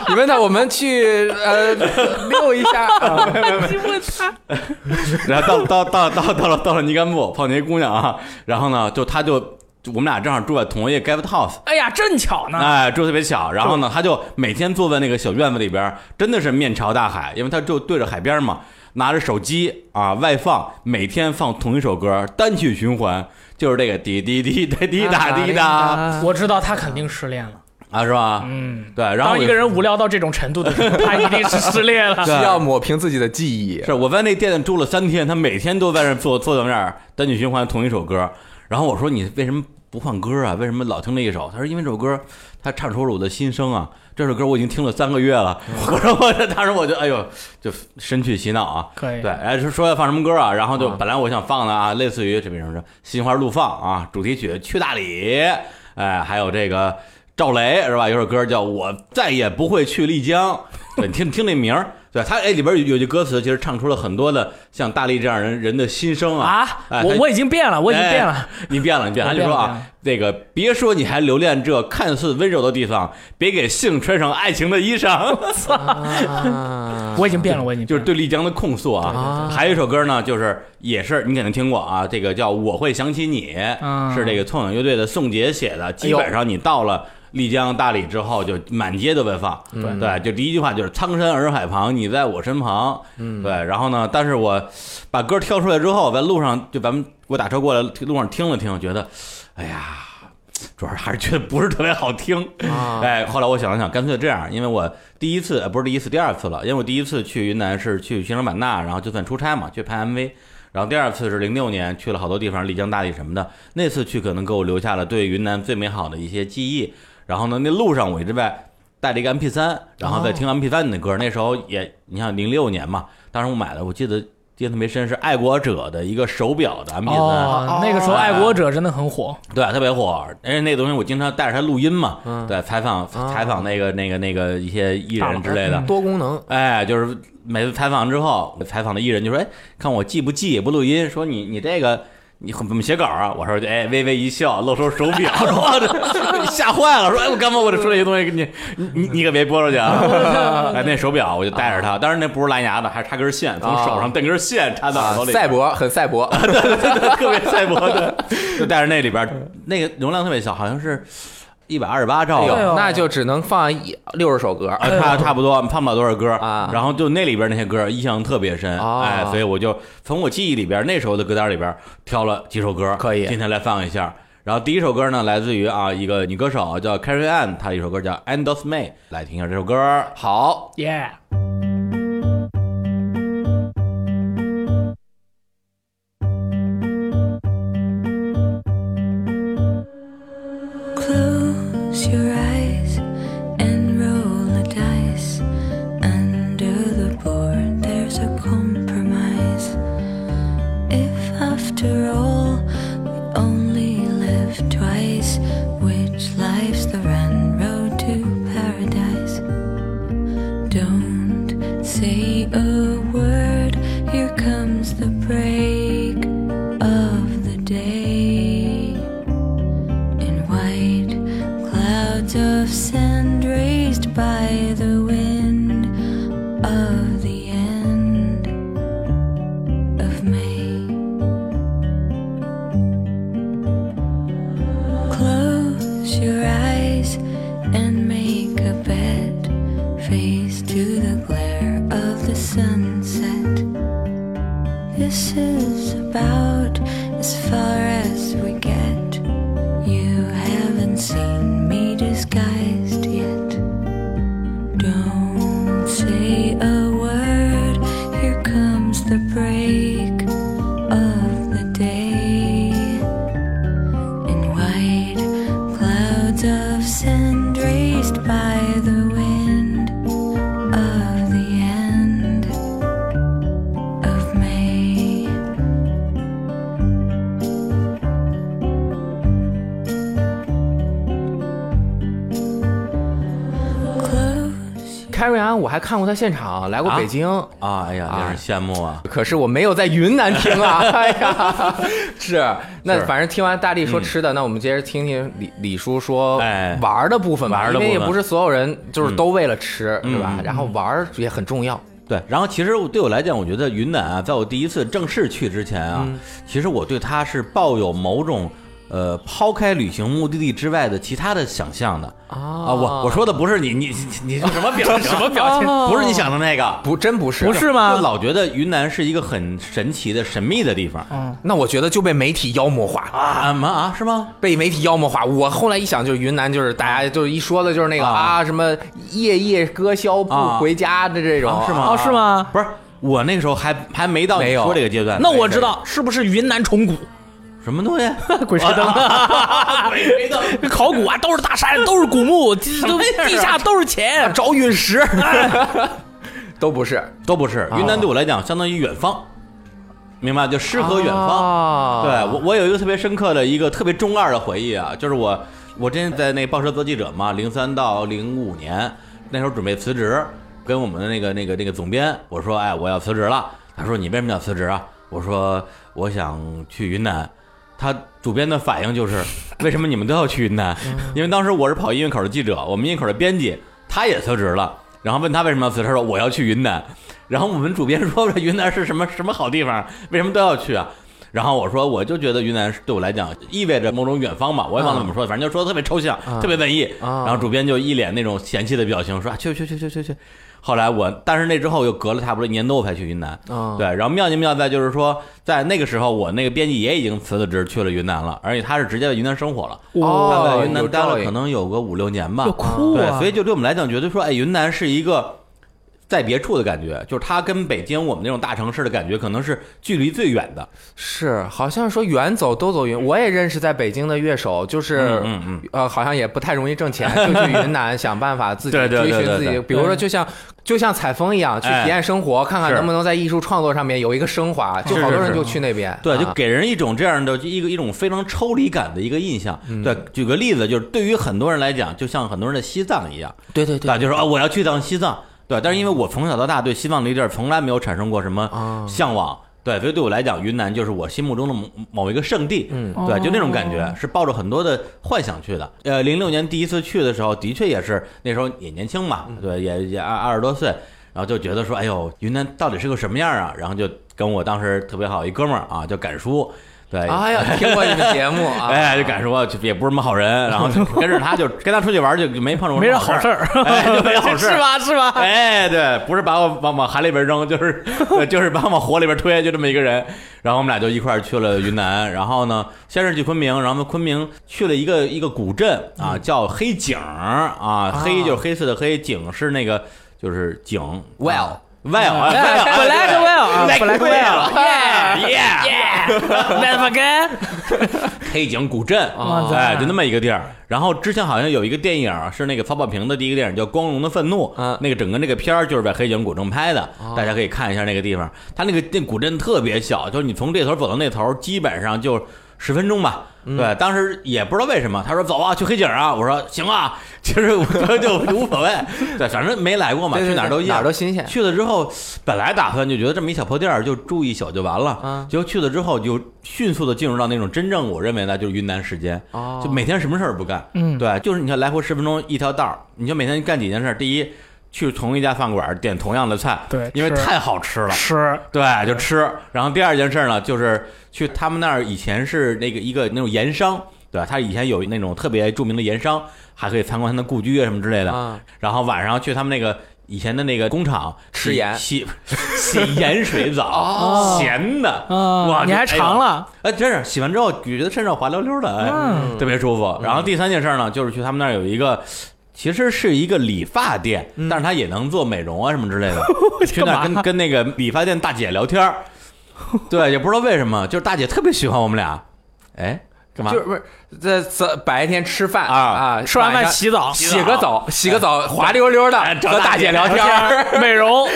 [SPEAKER 2] 你问他，我们去呃溜一下。啊
[SPEAKER 4] 然后到到到到到了到了尼甘布，碰见一姑娘啊，然后呢，就她就就我们俩正好住在同一个 guest house，
[SPEAKER 3] 哎呀，正巧呢，
[SPEAKER 4] 哎，住得特别巧。然后呢，他就每天坐在那个小院子里边儿，真的是面朝大海，因为他就对着海边儿嘛，拿着手机啊外放，每天放同一首歌，单曲循环，就是这个滴滴滴滴 滴答滴答
[SPEAKER 2] 啊
[SPEAKER 3] 我知道他肯定失恋了。
[SPEAKER 4] 啊，是吧？
[SPEAKER 3] 嗯，
[SPEAKER 4] 对，然后
[SPEAKER 3] 当一个
[SPEAKER 4] 人
[SPEAKER 3] 人无聊到这种程度的时候，他一定是失恋 了。
[SPEAKER 2] 需要抹平自己的记忆。
[SPEAKER 4] 是我在那店住了三天，他每天都在那坐坐在那儿单曲循环同一首歌。然后我说你为什么不换歌啊？为什么老听这一首？他说因为这首歌他唱出了我的心声啊。这首歌我已经听了三个月了。我说我当时我就哎呦，就身去洗脑啊。
[SPEAKER 3] 可以，
[SPEAKER 4] 对，哎，说说要放什么歌啊？然后就本来我想放的啊，类似于这比如说《心花怒放》啊，主题曲《去大理》，哎，还有这个赵雷是吧？有首歌叫《我再也不会去丽江》， 对，你听听这名儿，对他哎里边有有句歌词，其实唱出了很多的像大力这样人人的心声啊。
[SPEAKER 3] 啊，
[SPEAKER 4] 哎
[SPEAKER 3] 我
[SPEAKER 4] 他哎
[SPEAKER 3] 我已经变了，我已经变了。
[SPEAKER 4] 你变了，你变了，
[SPEAKER 3] 我
[SPEAKER 4] 他就
[SPEAKER 3] 变
[SPEAKER 4] 说
[SPEAKER 3] 了
[SPEAKER 4] 啊，那个别说你还留恋这看似温柔的地方，别给性穿上爱情的衣裳。
[SPEAKER 2] 啊
[SPEAKER 3] 我已经变了，我已经
[SPEAKER 4] 哎就是
[SPEAKER 3] 变了
[SPEAKER 4] 对丽江的控诉啊。还有一首歌呢，就是也是你肯定听过啊，这个叫《我会想起你》，
[SPEAKER 3] 嗯
[SPEAKER 4] 是这个痛仰乐队的宋杰写的。基本上你到了。丽江、大理之后，就满街都在放，嗯对对，就第一句话就是“苍山洱海旁，你在我身旁”，对。然后呢，但是我把歌挑出来之后，在路上就咱们我打车过来，路上听了听，觉得，哎呀，主要是还是觉得不是特别好听，
[SPEAKER 2] 啊
[SPEAKER 4] 哎，后来我想了想，干脆这样，因为我第一次呃不是第一次，第二次了，因为我第一次去云南是去西双版纳，然后就算出差嘛，去拍 MV。然后第二次是零六年去了好多地方，丽江、大理什么的。那次去可能给我留下了对云南最美好的一些记忆。然后呢，那路上我一直在带着一个 MP 3然后在听 MP 3里的歌。那时候也，你像零六年嘛，当时我买的，我记得记得特别深，是爱国者的一个手表的 MP 3
[SPEAKER 3] 哦，那个时候爱
[SPEAKER 4] 哎
[SPEAKER 3] 国者真的很火。
[SPEAKER 4] 对，特别火，而且那东西我经常带着它录音嘛，对，采访采访那个那个那个一些艺人之类的，
[SPEAKER 2] 多功能，
[SPEAKER 4] 哎，就是每次采访之后，采访的艺人就说，哎，看我记不记也不录音，说你你这个。你怎么写稿啊？我说，哎，微微一笑，露出手表， 说这吓坏了，说，哎，我干嘛我这说这些东西，你你你你可别播出去啊！哎，那手表我就带着它，当然那不是蓝牙的，还插根线，从手上蹬根线插到耳
[SPEAKER 2] 啊
[SPEAKER 4] 朵里。哎
[SPEAKER 2] 赛博很赛博，
[SPEAKER 4] 特别赛博的， 就带着那里边儿那个容量特别小，好像是一百二十八兆
[SPEAKER 2] 哎
[SPEAKER 4] 吧。
[SPEAKER 3] 哎呦
[SPEAKER 2] 呦，那就只能放一六十首歌。
[SPEAKER 4] 啊，差差不多，放不了多少歌
[SPEAKER 2] 啊
[SPEAKER 4] 然后就那里边那些歌印象特别深，
[SPEAKER 2] 哦
[SPEAKER 4] 哎，所以我就从我记忆里边那时候的歌单里边挑了几首歌，
[SPEAKER 2] 可以
[SPEAKER 4] 今天来放一下。然后第一首歌呢，来自于啊一个女歌手叫 Carrie Ann，她的一首歌叫《End of May》，来听一下这首歌。
[SPEAKER 2] 好，
[SPEAKER 3] 耶，
[SPEAKER 5] Close your eyes and roll the dice. Under the board, there's a compromise. If after all, we only live twice, which life's the run road to paradise? Don't say a word, here comes the break of the day. In white clouds of sand raised by the wind of the end of Close your eyes and make a bed. Face to the glare of the sunset. This is about as far as we get. You haven't seen me disguised yet. Don't say a word. Here comes the break of the day in white clouds of sand raised by the wind of the end of May. Close
[SPEAKER 2] 开瑞安，我还看过他现场，来过
[SPEAKER 4] 啊
[SPEAKER 2] 北京。
[SPEAKER 4] 啊，哎呀，
[SPEAKER 2] 哎
[SPEAKER 4] 真是羡慕啊！
[SPEAKER 2] 可是我没有在云南听 啊，哎呀，是，那
[SPEAKER 4] 是嗯
[SPEAKER 2] 反正听完大力说吃的，那我们接着听听李李叔说
[SPEAKER 4] 哎
[SPEAKER 2] 玩儿的部分吧，
[SPEAKER 4] 玩儿的
[SPEAKER 2] 因为
[SPEAKER 4] 部
[SPEAKER 2] 也
[SPEAKER 4] 分
[SPEAKER 2] 不是所有人就是都为了吃，
[SPEAKER 4] 嗯
[SPEAKER 2] 是吧
[SPEAKER 4] 嗯？
[SPEAKER 2] 然后玩儿也很重要，
[SPEAKER 4] 对，然后其实对我来讲，我觉得云南啊，在我第一次正式去之前啊，
[SPEAKER 3] 嗯
[SPEAKER 4] 其实我对它是抱有某种呃抛开旅行目的地之外的其他的想象的啊。我我说的不是你你你你什么表情什么表情，不是你想的哦那个。
[SPEAKER 2] 不真不是，
[SPEAKER 3] 哦不是吗
[SPEAKER 4] 我老觉得云南是一个很神奇的、神秘的地方
[SPEAKER 3] 嗯
[SPEAKER 2] 那我觉得就被媒体妖魔化
[SPEAKER 4] 啊！什么啊？是吗？
[SPEAKER 2] 被媒体妖魔化。我后来一想，就是云南，就是大家就是一说的就是那个
[SPEAKER 4] 啊
[SPEAKER 2] 啊，什么夜夜歌宵不
[SPEAKER 4] 啊
[SPEAKER 2] 回家的这种，
[SPEAKER 4] 啊是吗
[SPEAKER 3] 哦，是吗？
[SPEAKER 4] 不是，我那个时候还还没到
[SPEAKER 2] 没
[SPEAKER 4] 你
[SPEAKER 2] 有
[SPEAKER 4] 说这个阶段。
[SPEAKER 3] 那我知道是不是云南虫谷、
[SPEAKER 4] 什么东西？
[SPEAKER 3] 鬼吹 灯、
[SPEAKER 4] 鬼吹灯。
[SPEAKER 3] 考古啊，都是大山，都是古墓，地都
[SPEAKER 4] 啊
[SPEAKER 3] 地下都是钱，
[SPEAKER 2] 找陨石， 都不是
[SPEAKER 4] 都不是。云南对我来讲，相当于远方，明白？就诗和远
[SPEAKER 2] 啊
[SPEAKER 4] 方。对我，我有一个特别深刻的一个特别中二的回忆啊，就是我我之前在那报社做记者嘛，零三到零五年那时候准备辞职，跟我们的那个那个那个总编我说，哎，我要辞职了。他说你为什么要辞职啊？我说我想去云南。他主编的反应就是，为什么你们都要去云南？因为当时我是跑音乐口的记者，我们音乐口的编辑他也辞职了，然后问他为什么要辞职，他说我要去云南。然后我们主编说这云南是什么什么好地方，为什么都要去啊？然后我说我就觉得云南是对我来讲意味着某种远方嘛，我也忘了怎么说，反正就说的特别抽象，特别文艺。
[SPEAKER 2] 啊
[SPEAKER 4] 然后主编就一脸那种嫌弃的表情说啊去去去去去去。后来我，但是那之后又隔了差不多一年多，我才去云南。
[SPEAKER 2] 啊
[SPEAKER 4] 对，然后妙就妙在就是说，在那个时候，我那个编辑也已经辞了职去了云南了，而且他是直接在云南生活了，
[SPEAKER 2] 哦
[SPEAKER 4] 他在云
[SPEAKER 2] 有
[SPEAKER 4] 南待
[SPEAKER 2] 道
[SPEAKER 4] 了
[SPEAKER 2] 理
[SPEAKER 4] 可能有个五六年吧
[SPEAKER 3] 要，哭
[SPEAKER 4] 对，
[SPEAKER 3] 啊
[SPEAKER 4] 所！以就对我们来讲，觉得说，哎，云南是一个在别处的感觉，就是它跟北京我们那种大城市的感觉，可能是距离最远的。
[SPEAKER 2] 是，好像说远走都走云。我也认识在北京的乐手，就是，
[SPEAKER 4] 嗯嗯
[SPEAKER 2] 呃，好像也不太容易挣钱， 就去云南想办法自己
[SPEAKER 4] 对对
[SPEAKER 2] 追
[SPEAKER 4] 对
[SPEAKER 2] 寻
[SPEAKER 4] 对
[SPEAKER 2] 自己。
[SPEAKER 4] 对
[SPEAKER 2] 比如说，就像就像采风一样，去
[SPEAKER 4] 哎
[SPEAKER 2] 体验生活，看看
[SPEAKER 4] 是
[SPEAKER 2] 能不能在艺术创作上面有一个升华。就是好多
[SPEAKER 4] 是
[SPEAKER 2] 人
[SPEAKER 4] 是
[SPEAKER 2] 就去那边，
[SPEAKER 4] 对，就
[SPEAKER 2] 啊
[SPEAKER 4] 给人一种这样的就一个一种非常抽离感的一个印象。对，举个例子，就是对于很多人来讲，就像很多人的西藏一样，
[SPEAKER 2] 对对
[SPEAKER 4] 对，就是啊，我要去趟西藏，对，但是因为我从小到大对西藏这个地儿从来没有产生过什
[SPEAKER 3] 哦
[SPEAKER 4] 么向往。对，所以对我来讲，云南就是我心目中的某某一个圣地，嗯，对，就那种感
[SPEAKER 3] 哦
[SPEAKER 4] 觉，是抱着很多的幻想去的。呃，零六年第一次去的时候，的确也是那时候也年轻
[SPEAKER 3] 嗯
[SPEAKER 4] 嘛，对，也也二二十多岁，然后就觉得说，哎呦，云南到底是个什么样啊？然后就跟我当时特别好一哥们儿啊，叫敢叔，对，
[SPEAKER 3] 啊
[SPEAKER 2] 哎呀，听过你们节目啊，
[SPEAKER 4] 哎，就敢说也不是什么好人，然后就跟着他就跟他出去玩就没碰着
[SPEAKER 3] 没
[SPEAKER 4] 什
[SPEAKER 3] 啥
[SPEAKER 4] 么
[SPEAKER 3] 好事
[SPEAKER 4] 事
[SPEAKER 3] 儿，
[SPEAKER 4] 哎，就 没好事儿
[SPEAKER 3] 是吧？是吧？
[SPEAKER 4] 哎，对，不是把我往往海里边扔，就是 对就是把我往火里边推，就这么一个人。然后我们俩就一块儿去了云南，然后呢，先是去昆明，然后昆明去了一个一个古镇啊，叫黑井儿啊，黑就是黑色的黑，井是那个就是井
[SPEAKER 2] Well
[SPEAKER 4] well 啊
[SPEAKER 3] Black well 啊
[SPEAKER 4] well，black
[SPEAKER 3] ，Black well，
[SPEAKER 4] well，yeah yeah。
[SPEAKER 3] 那 e
[SPEAKER 4] 黑井古镇，
[SPEAKER 3] 哇塞
[SPEAKER 4] 哎，就那么一个地儿。然后之前好像有一个电影是那个曹保平的第一个电影叫《光荣的愤怒》，
[SPEAKER 2] 嗯哦
[SPEAKER 4] 那个整个那个片儿就是在黑井古镇拍的，大家可以看一下那个地方。它那个那古镇特别小，就是你从这头走到那头，基本上就十分钟吧。
[SPEAKER 2] 嗯
[SPEAKER 4] 对，当时也不知道为什么，他说走啊，去黑井啊，我说行啊，其实我就无所谓，对，反正没来过嘛，
[SPEAKER 2] 对对
[SPEAKER 4] 去哪儿都
[SPEAKER 2] 对
[SPEAKER 4] 一
[SPEAKER 2] 哪儿
[SPEAKER 4] 样
[SPEAKER 2] 都新鲜。
[SPEAKER 4] 去了之后，本来打算就觉得这么一小破店儿就住一宿就完了，
[SPEAKER 2] 嗯
[SPEAKER 4] 结果去了之后就迅速的进入到那种真正我认为呢就是云南时间，
[SPEAKER 2] 哦
[SPEAKER 4] 就每天什么事儿不干，
[SPEAKER 3] 嗯
[SPEAKER 4] 对，就是你看来回十分钟一条道儿，你就每天干几件事儿，第一。去同一家饭馆儿点同样的菜，
[SPEAKER 3] 对
[SPEAKER 4] 因为
[SPEAKER 3] 吃
[SPEAKER 4] 太好吃了，
[SPEAKER 3] 吃
[SPEAKER 4] 对，就吃。然后第二件事呢，就是去他们那儿以前是那个一个那种盐商，对吧？他以前有那种特别著名的盐商，还可以参观他的故居啊什么之类的。
[SPEAKER 2] 啊
[SPEAKER 4] 然后晚上去他们那个以前的那个工厂
[SPEAKER 2] 吃
[SPEAKER 4] 洗
[SPEAKER 2] 盐
[SPEAKER 4] 洗洗盐水澡，咸的
[SPEAKER 3] 啊
[SPEAKER 4] 哇，
[SPEAKER 3] 你还尝
[SPEAKER 4] 了。
[SPEAKER 3] 了，
[SPEAKER 4] 哎，真是洗完之后觉得身上滑溜溜的，哎，
[SPEAKER 2] 嗯
[SPEAKER 4] 特别舒服。然后第三件事呢，就是去他们那儿有一个，其实是一个理发店，
[SPEAKER 2] 嗯
[SPEAKER 4] 但是他也能做美容啊什 么之类的。去那儿
[SPEAKER 3] 干嘛
[SPEAKER 4] 跟跟那个理发店大姐聊天儿，对，也不知道为什么，就是大姐特别喜欢我们俩。哎，干嘛？
[SPEAKER 2] 就是不是在在白天吃饭
[SPEAKER 4] 啊
[SPEAKER 2] 啊，
[SPEAKER 3] 吃完
[SPEAKER 2] 晚
[SPEAKER 3] 饭
[SPEAKER 2] 上
[SPEAKER 3] 洗澡，
[SPEAKER 2] 洗个澡，洗个澡，滑溜溜的
[SPEAKER 4] 哎找
[SPEAKER 2] 和
[SPEAKER 4] 大
[SPEAKER 2] 大
[SPEAKER 4] 姐
[SPEAKER 2] 姐聊
[SPEAKER 4] 聊
[SPEAKER 2] 天 儿，
[SPEAKER 3] 美容，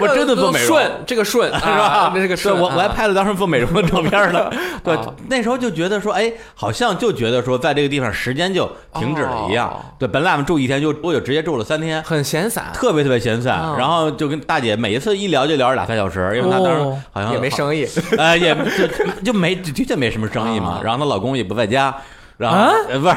[SPEAKER 4] 我真的做美容
[SPEAKER 2] 顺，这个顺是
[SPEAKER 4] 是吧？
[SPEAKER 2] 这个
[SPEAKER 4] 啊对，
[SPEAKER 2] 顺，
[SPEAKER 4] 我我还
[SPEAKER 2] 啊
[SPEAKER 4] 拍了当时做美容的照片 呢。对
[SPEAKER 2] 啊，
[SPEAKER 4] 那时候就觉得说，哎，好像就觉得说，在这个地方时间就停止了一
[SPEAKER 2] 哦
[SPEAKER 4] 样。对，本来我们住一天，就我就直接住了三天。
[SPEAKER 2] 很闲散，
[SPEAKER 4] 特别特别闲散，
[SPEAKER 2] 哦
[SPEAKER 4] 然后就跟大姐每一次一聊就聊俩三小时，因为她当时
[SPEAKER 3] 哦
[SPEAKER 4] 好像
[SPEAKER 2] 也没生意，
[SPEAKER 4] 呃，也就就没的确没什么生意嘛
[SPEAKER 2] 啊。
[SPEAKER 4] 然后她老公也不在家，然后
[SPEAKER 3] 啊
[SPEAKER 4] 呃不是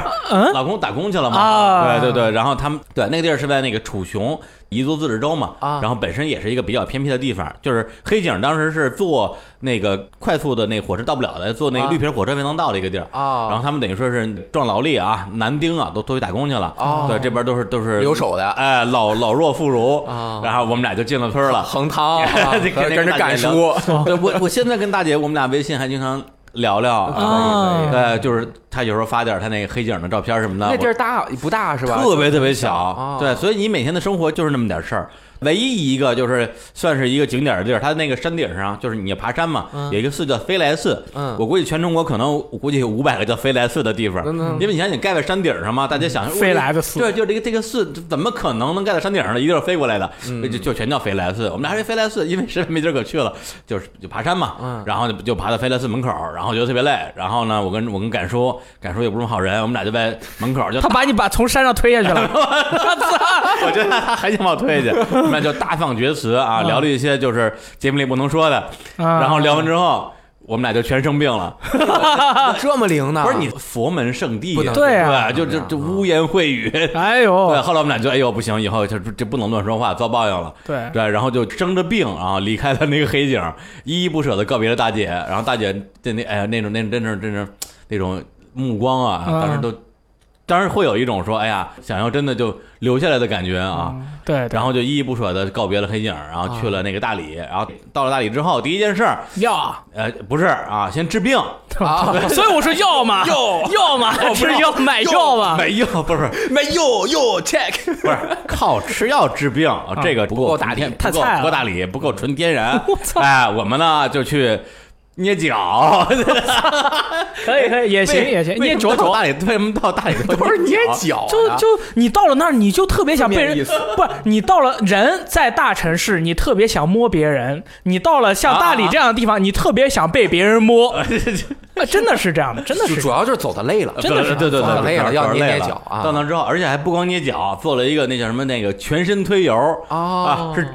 [SPEAKER 4] 老公打工去了嘛？
[SPEAKER 3] 啊
[SPEAKER 4] 对对对，然后他们对那个地儿是在那个楚雄彝族自治州嘛，
[SPEAKER 2] 啊
[SPEAKER 4] 然后本身也是一个比较偏僻的地方，就是黑警当时是坐那个快速的那火车到不了的，坐那个
[SPEAKER 2] 啊
[SPEAKER 4] 绿皮火车才能到的一个地儿
[SPEAKER 2] 哦
[SPEAKER 4] 然后他们等于说是壮劳力啊，男丁啊，都都去打工去了。
[SPEAKER 2] 哦
[SPEAKER 4] 对，这边都是都是
[SPEAKER 2] 留守的
[SPEAKER 4] 哎，老老弱妇孺
[SPEAKER 2] 啊
[SPEAKER 4] 然后我们俩就进了村儿 了，
[SPEAKER 2] 横 汤 啊
[SPEAKER 4] 跟
[SPEAKER 2] 和跟着
[SPEAKER 4] 大
[SPEAKER 2] 干
[SPEAKER 4] 姐聊
[SPEAKER 2] 叔，
[SPEAKER 4] 对我我现在跟大姐，我们俩微信还经常聊聊
[SPEAKER 3] 啊
[SPEAKER 4] 对，就是她有时候发点她那个黑警的照片什么的，
[SPEAKER 2] 那地儿
[SPEAKER 4] 我
[SPEAKER 2] 大不大是吧？
[SPEAKER 4] 啊特别特别小
[SPEAKER 2] 啊，
[SPEAKER 4] 对，所以你每天的生活就是那么点事儿。唯一一个就是算是一个景点的地儿，它那个山顶上，就是你爬山嘛，有一个寺叫飞来寺。
[SPEAKER 2] 嗯
[SPEAKER 4] 我估计全中国可能我估计有五百个叫飞来寺的地方，
[SPEAKER 2] 嗯
[SPEAKER 4] 因为你想你盖在山顶上嘛，大家想
[SPEAKER 3] 飞来的寺
[SPEAKER 4] 对，就这个这个寺怎么可能能盖到山顶上呢？一定是飞过来的，
[SPEAKER 2] 嗯
[SPEAKER 4] 就就全叫飞来寺。我们俩是飞来寺，因为实在没地儿可去了，就是就爬山嘛，
[SPEAKER 2] 嗯
[SPEAKER 4] 然后就就爬到飞来寺门口，然后觉得特别累，然后呢，我跟我跟敢叔，敢叔也不是什么好人，我们俩就在门口 就
[SPEAKER 3] 他把你把从山上推下去了，
[SPEAKER 4] 我觉得他还想把我推下去，我们俩就大放厥词
[SPEAKER 3] 嗯
[SPEAKER 4] 啊，聊了一些就是节目里不能说的，
[SPEAKER 3] 啊
[SPEAKER 4] 然后聊完之后。我们俩就全生病了，
[SPEAKER 2] 这么灵呢？
[SPEAKER 4] 不是你佛门圣地
[SPEAKER 2] 不，能
[SPEAKER 3] 啊对
[SPEAKER 4] 吧、
[SPEAKER 3] 啊
[SPEAKER 4] 就就就污言秽语，
[SPEAKER 3] 哎
[SPEAKER 4] 对，
[SPEAKER 3] 呦，
[SPEAKER 4] 后来我们俩就哎呦不行，以后就这不能乱说话，遭报应了。
[SPEAKER 3] 对
[SPEAKER 4] 对，然后就生着病啊，离开了那个黑警，依依不舍的告别了大姐。然后大姐的那哎呀那种那种那种那种那种目光啊，
[SPEAKER 3] 嗯
[SPEAKER 4] 当时都，当时会有一种说哎呀想要真的就留下来的感觉啊。
[SPEAKER 3] 对，对
[SPEAKER 4] 然后就依依不舍的告别了黑警，然后去了那个大理。然后到了大理之后，第一件事儿，
[SPEAKER 3] 药，
[SPEAKER 4] 呃，不是啊，先治病，
[SPEAKER 2] 啊，
[SPEAKER 3] 所以我说药嘛，药药嘛，吃药买药嘛，
[SPEAKER 4] 没药，不是
[SPEAKER 2] 没有又 check，
[SPEAKER 4] 不是靠吃药治病，这个不
[SPEAKER 2] 不
[SPEAKER 4] 够
[SPEAKER 2] 够打理
[SPEAKER 4] 纯天
[SPEAKER 3] 太
[SPEAKER 4] 不够
[SPEAKER 3] 菜了
[SPEAKER 4] 不够大理，不够纯天然。哎，我们呢就去捏脚，
[SPEAKER 3] 可以可以也行也行，
[SPEAKER 4] 为
[SPEAKER 3] 捏
[SPEAKER 4] 什么
[SPEAKER 3] 脚
[SPEAKER 4] 到
[SPEAKER 3] 脚。
[SPEAKER 4] 大理为什么到大理
[SPEAKER 2] 不是捏？脚
[SPEAKER 3] 就
[SPEAKER 2] 啊，
[SPEAKER 3] 就你到了那儿，你就特别想被
[SPEAKER 2] 负面意
[SPEAKER 3] 人
[SPEAKER 2] 思
[SPEAKER 3] 不是你到了人在大城市，你特别想摸别人；你到了像大理这样的地方，你特别想被别人摸。
[SPEAKER 4] 哎
[SPEAKER 3] 啊真的是这样的，真的
[SPEAKER 2] 就是主要就是啊走的累了，
[SPEAKER 4] 真的是啊对对
[SPEAKER 2] 走
[SPEAKER 4] 对对，
[SPEAKER 2] 得累了
[SPEAKER 4] 主
[SPEAKER 2] 要
[SPEAKER 4] 是
[SPEAKER 2] 捏
[SPEAKER 4] 累
[SPEAKER 2] 捏
[SPEAKER 4] 了
[SPEAKER 2] 脚啊
[SPEAKER 4] 到那之后，而且还不光捏脚，做了一个那叫什么那个全身推油
[SPEAKER 2] 哦
[SPEAKER 4] 啊，是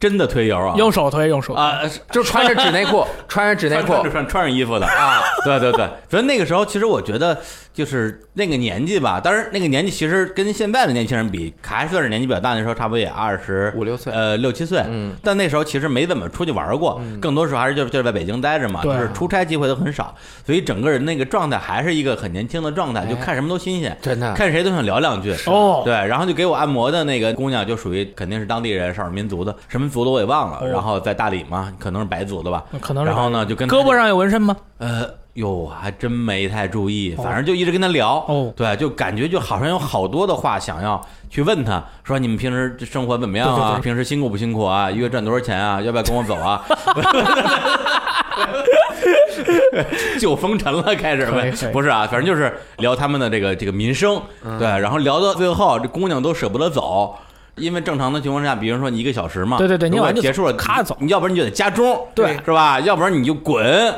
[SPEAKER 4] 真的推油啊，
[SPEAKER 3] 用手推，用手
[SPEAKER 4] 啊是
[SPEAKER 2] 就穿着纸内裤，穿着纸内
[SPEAKER 4] 穿
[SPEAKER 2] 裤
[SPEAKER 4] 穿穿穿上衣服的
[SPEAKER 2] 啊，
[SPEAKER 4] 对对对，所以那个时候其实我觉得就是那个年纪吧，当然那个年纪其实跟现在的年轻人比，卡还算是年纪比较大，那时候差不多也二十
[SPEAKER 2] 五六岁
[SPEAKER 4] 呃六七岁，嗯，但那时候其实没怎么出去玩过，
[SPEAKER 2] 嗯
[SPEAKER 4] 更多时候还是就就是在北京待着嘛，就
[SPEAKER 3] 对啊
[SPEAKER 4] 是出差机会都很少，所以整个人那个状态还是一个很年轻的状
[SPEAKER 2] 哎
[SPEAKER 4] 态，就看什么都新鲜，
[SPEAKER 2] 真的
[SPEAKER 4] 看谁都想聊两句，
[SPEAKER 3] 哦
[SPEAKER 4] 对，然后就给我按摩的那个姑娘就属于肯定是当地人，少数民族的，什么族的我也忘了，
[SPEAKER 3] 哦
[SPEAKER 4] 然后在大理嘛，可能是白族的吧，
[SPEAKER 3] 可能是
[SPEAKER 4] 然后呢就跟她
[SPEAKER 3] 胳膊上有纹身吗？
[SPEAKER 4] 呃，哟，还真没太注意，反正就一直跟他聊。
[SPEAKER 3] 哦
[SPEAKER 4] 对，就感觉就好像有好多的话想要去问他，说你们平时这生活怎么样啊？平时辛苦不辛苦啊？一月赚多少钱 啊？要不要跟我走啊？就封尘了，开始
[SPEAKER 3] 可以
[SPEAKER 4] 呗
[SPEAKER 3] 可，以嗯
[SPEAKER 4] 不是啊，反正就是聊他们的这个这个民生，对，然后聊到最后，这姑娘都舍不得走，因为正常的情况下，比如说你一个小时嘛，
[SPEAKER 3] 对对对
[SPEAKER 4] 如
[SPEAKER 3] 你
[SPEAKER 4] 果
[SPEAKER 3] 晚就
[SPEAKER 4] 结束了，
[SPEAKER 3] 咔走
[SPEAKER 4] 你要不然你就得加钟，
[SPEAKER 3] 对
[SPEAKER 4] 是吧？要不然你就滚，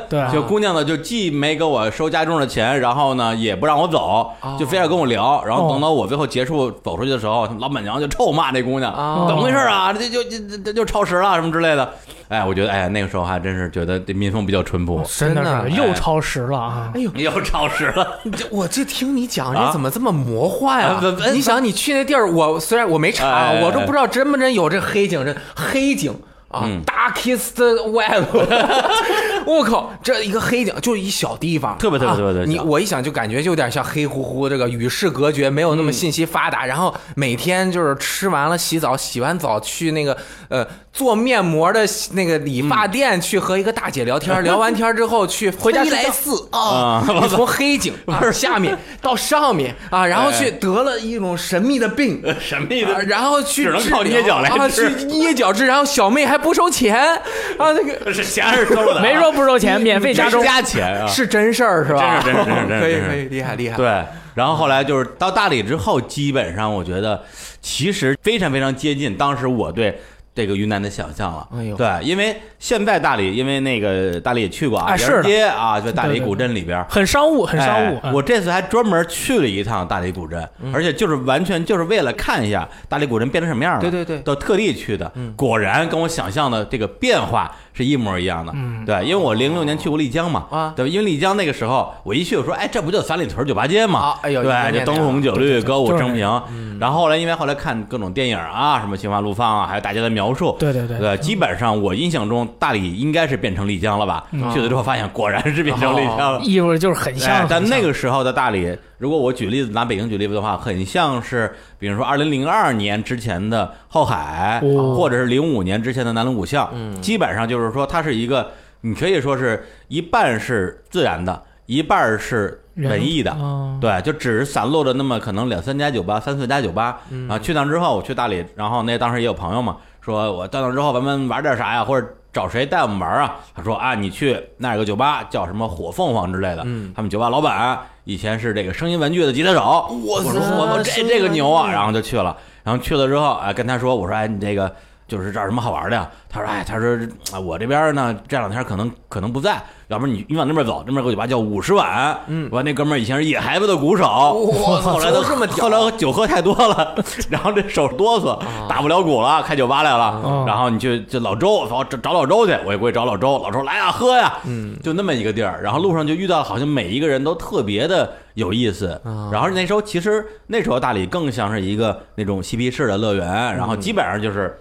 [SPEAKER 3] 对啊
[SPEAKER 4] 就姑娘呢，就既没给我收家中的钱，然后呢也不让我走，就非要跟我聊，然后
[SPEAKER 3] 哦
[SPEAKER 4] 等到我最后结束走出去的时候，老板娘就臭骂那姑娘，
[SPEAKER 2] 哦
[SPEAKER 4] 怎么回事啊？这就这这这就超时了什么之类的。哎，我觉得哎那个时候还真是觉得这民风比较淳 朴，
[SPEAKER 3] 真
[SPEAKER 2] 真的
[SPEAKER 3] 的是
[SPEAKER 4] 哎
[SPEAKER 3] 又超时了啊！
[SPEAKER 4] 又超时了。
[SPEAKER 2] 你这我这听你讲，人
[SPEAKER 4] 啊
[SPEAKER 2] 家怎么这么魔幻啊
[SPEAKER 4] 啊不不？
[SPEAKER 2] 你想，你去那地儿，我虽然我没查
[SPEAKER 4] 哎哎
[SPEAKER 2] 啊，
[SPEAKER 4] 哎
[SPEAKER 2] 我都不知道真不真有这黑警，这黑警啊、
[SPEAKER 4] 嗯
[SPEAKER 2] d a r k e s t Web，我靠，这一个黑景就是一小地方，
[SPEAKER 4] 特别特别
[SPEAKER 2] 啊
[SPEAKER 4] 特别特别
[SPEAKER 2] 你
[SPEAKER 4] 小
[SPEAKER 2] 我一想就感觉就有点像黑乎乎，这个与世隔绝，没有
[SPEAKER 4] 嗯
[SPEAKER 2] 那么信息发达。然后每天就是吃完了洗澡，洗完澡去那个呃做面膜的那个理
[SPEAKER 4] 嗯
[SPEAKER 2] 发店去和一个大姐聊天，聊完天之后去回
[SPEAKER 3] 家
[SPEAKER 2] 飞
[SPEAKER 3] 睡
[SPEAKER 2] 来
[SPEAKER 3] 觉
[SPEAKER 2] 寺啊， 你从黑景啊下面到上面啊，然后
[SPEAKER 4] 哎
[SPEAKER 2] 去得了一种神秘的 病，
[SPEAKER 4] 什么意
[SPEAKER 2] 啊然后去
[SPEAKER 4] 只能
[SPEAKER 2] 治
[SPEAKER 4] 靠
[SPEAKER 2] 疗
[SPEAKER 4] 捏脚来
[SPEAKER 2] 啊，
[SPEAKER 4] 治
[SPEAKER 2] 去捏脚治，然后小妹还不收钱啊，那个
[SPEAKER 4] 是钱是收的啊，
[SPEAKER 3] 没说不收钱，免费加钟。
[SPEAKER 4] 加钱啊。
[SPEAKER 2] 是真事儿是吧？
[SPEAKER 4] 真是真是真 是
[SPEAKER 2] 可以
[SPEAKER 4] 真是
[SPEAKER 2] 可以，厉害厉害。
[SPEAKER 4] 对，然后后来就是到大理之后，基本上我觉得其实非常非常接近当时我对这个云南的想象了。
[SPEAKER 2] 哎呦
[SPEAKER 4] 对，因为现在大理，因为那个大理也去过啊，杨
[SPEAKER 3] 哎是的
[SPEAKER 4] 街啊，就大理
[SPEAKER 3] 对对
[SPEAKER 4] 古镇里边儿。
[SPEAKER 3] 很商务，很商务。
[SPEAKER 4] 哎
[SPEAKER 3] 嗯
[SPEAKER 4] 我这次还专门去了一趟大理古镇，而且就是完全就是为了看一下大理古镇变成什么样了。
[SPEAKER 2] 对对对
[SPEAKER 4] 都特地去的。果然跟我想象的这个变化是一模一样的。对，因为我零六年去过丽江嘛，
[SPEAKER 2] 啊
[SPEAKER 4] 对吧，因为丽江那个时候我一去，我说，哎，这不就三里屯酒吧街嘛？
[SPEAKER 2] 啊哎呦一个
[SPEAKER 4] 对，就
[SPEAKER 2] 念
[SPEAKER 4] 灯
[SPEAKER 2] 头
[SPEAKER 4] 红酒绿，歌舞
[SPEAKER 3] 就是
[SPEAKER 4] 升平。然后后来因为后来看各种电影啊，什么《心花怒放》啊，还有大家的描述，
[SPEAKER 3] 对对对
[SPEAKER 4] 对，基本上我印象中大理应该是变成丽江了吧？去了之后发现果然是变成丽江了。
[SPEAKER 3] 衣服就是很
[SPEAKER 4] 哎
[SPEAKER 3] 像，
[SPEAKER 4] 但
[SPEAKER 3] 很像
[SPEAKER 4] 那个时候的大理，如果我举例子拿北京举例子的话，很像是，比如说二零零二年之前的后海，
[SPEAKER 3] 哦嗯
[SPEAKER 4] 或者是零五年之前的南锣鼓巷，基本上就是说它是一个，你可以说是一半是自然的，一半是文艺的
[SPEAKER 3] 人，哦
[SPEAKER 4] 对，就只是散落着那么可能两三家酒吧、三四家酒吧。
[SPEAKER 3] 嗯
[SPEAKER 4] 然后去那之后，我去大理，然后那当时也有朋友嘛，说我到那之后咱们玩点啥呀，或者找谁带我们玩啊？他说啊，你去那儿有个酒吧叫什么火凤凰之类的，他们酒吧老板啊以前是这个声音玩具的吉他手，我说我操，这这个牛啊！然后就去了，然后去了之后啊，跟他说我说哎，你这个。就是这儿有什么好玩的呀？他说：“哎，他说啊，我这边呢，这两天可能可能不在，要不然你你往那边走，那边有个酒吧叫五十碗。嗯，完那哥们儿以前是野孩子的鼓手，
[SPEAKER 2] 我操
[SPEAKER 4] 后来他
[SPEAKER 2] 这么屌
[SPEAKER 4] 后来酒喝太多了， 然后这手哆嗦，
[SPEAKER 2] 啊
[SPEAKER 4] 打不了鼓了，开酒吧来了
[SPEAKER 3] 哦。
[SPEAKER 4] 然后你去就老周，找找老周去，我也过去找老周，老周来呀喝呀，嗯，就那么一个地儿。然后路上就遇到，好像每一个人都特别的有意思。
[SPEAKER 2] 啊
[SPEAKER 4] 然后那时候其实那时候大理更像是一个那种嬉皮士的乐园，然
[SPEAKER 2] 嗯
[SPEAKER 4] 后基本上就是。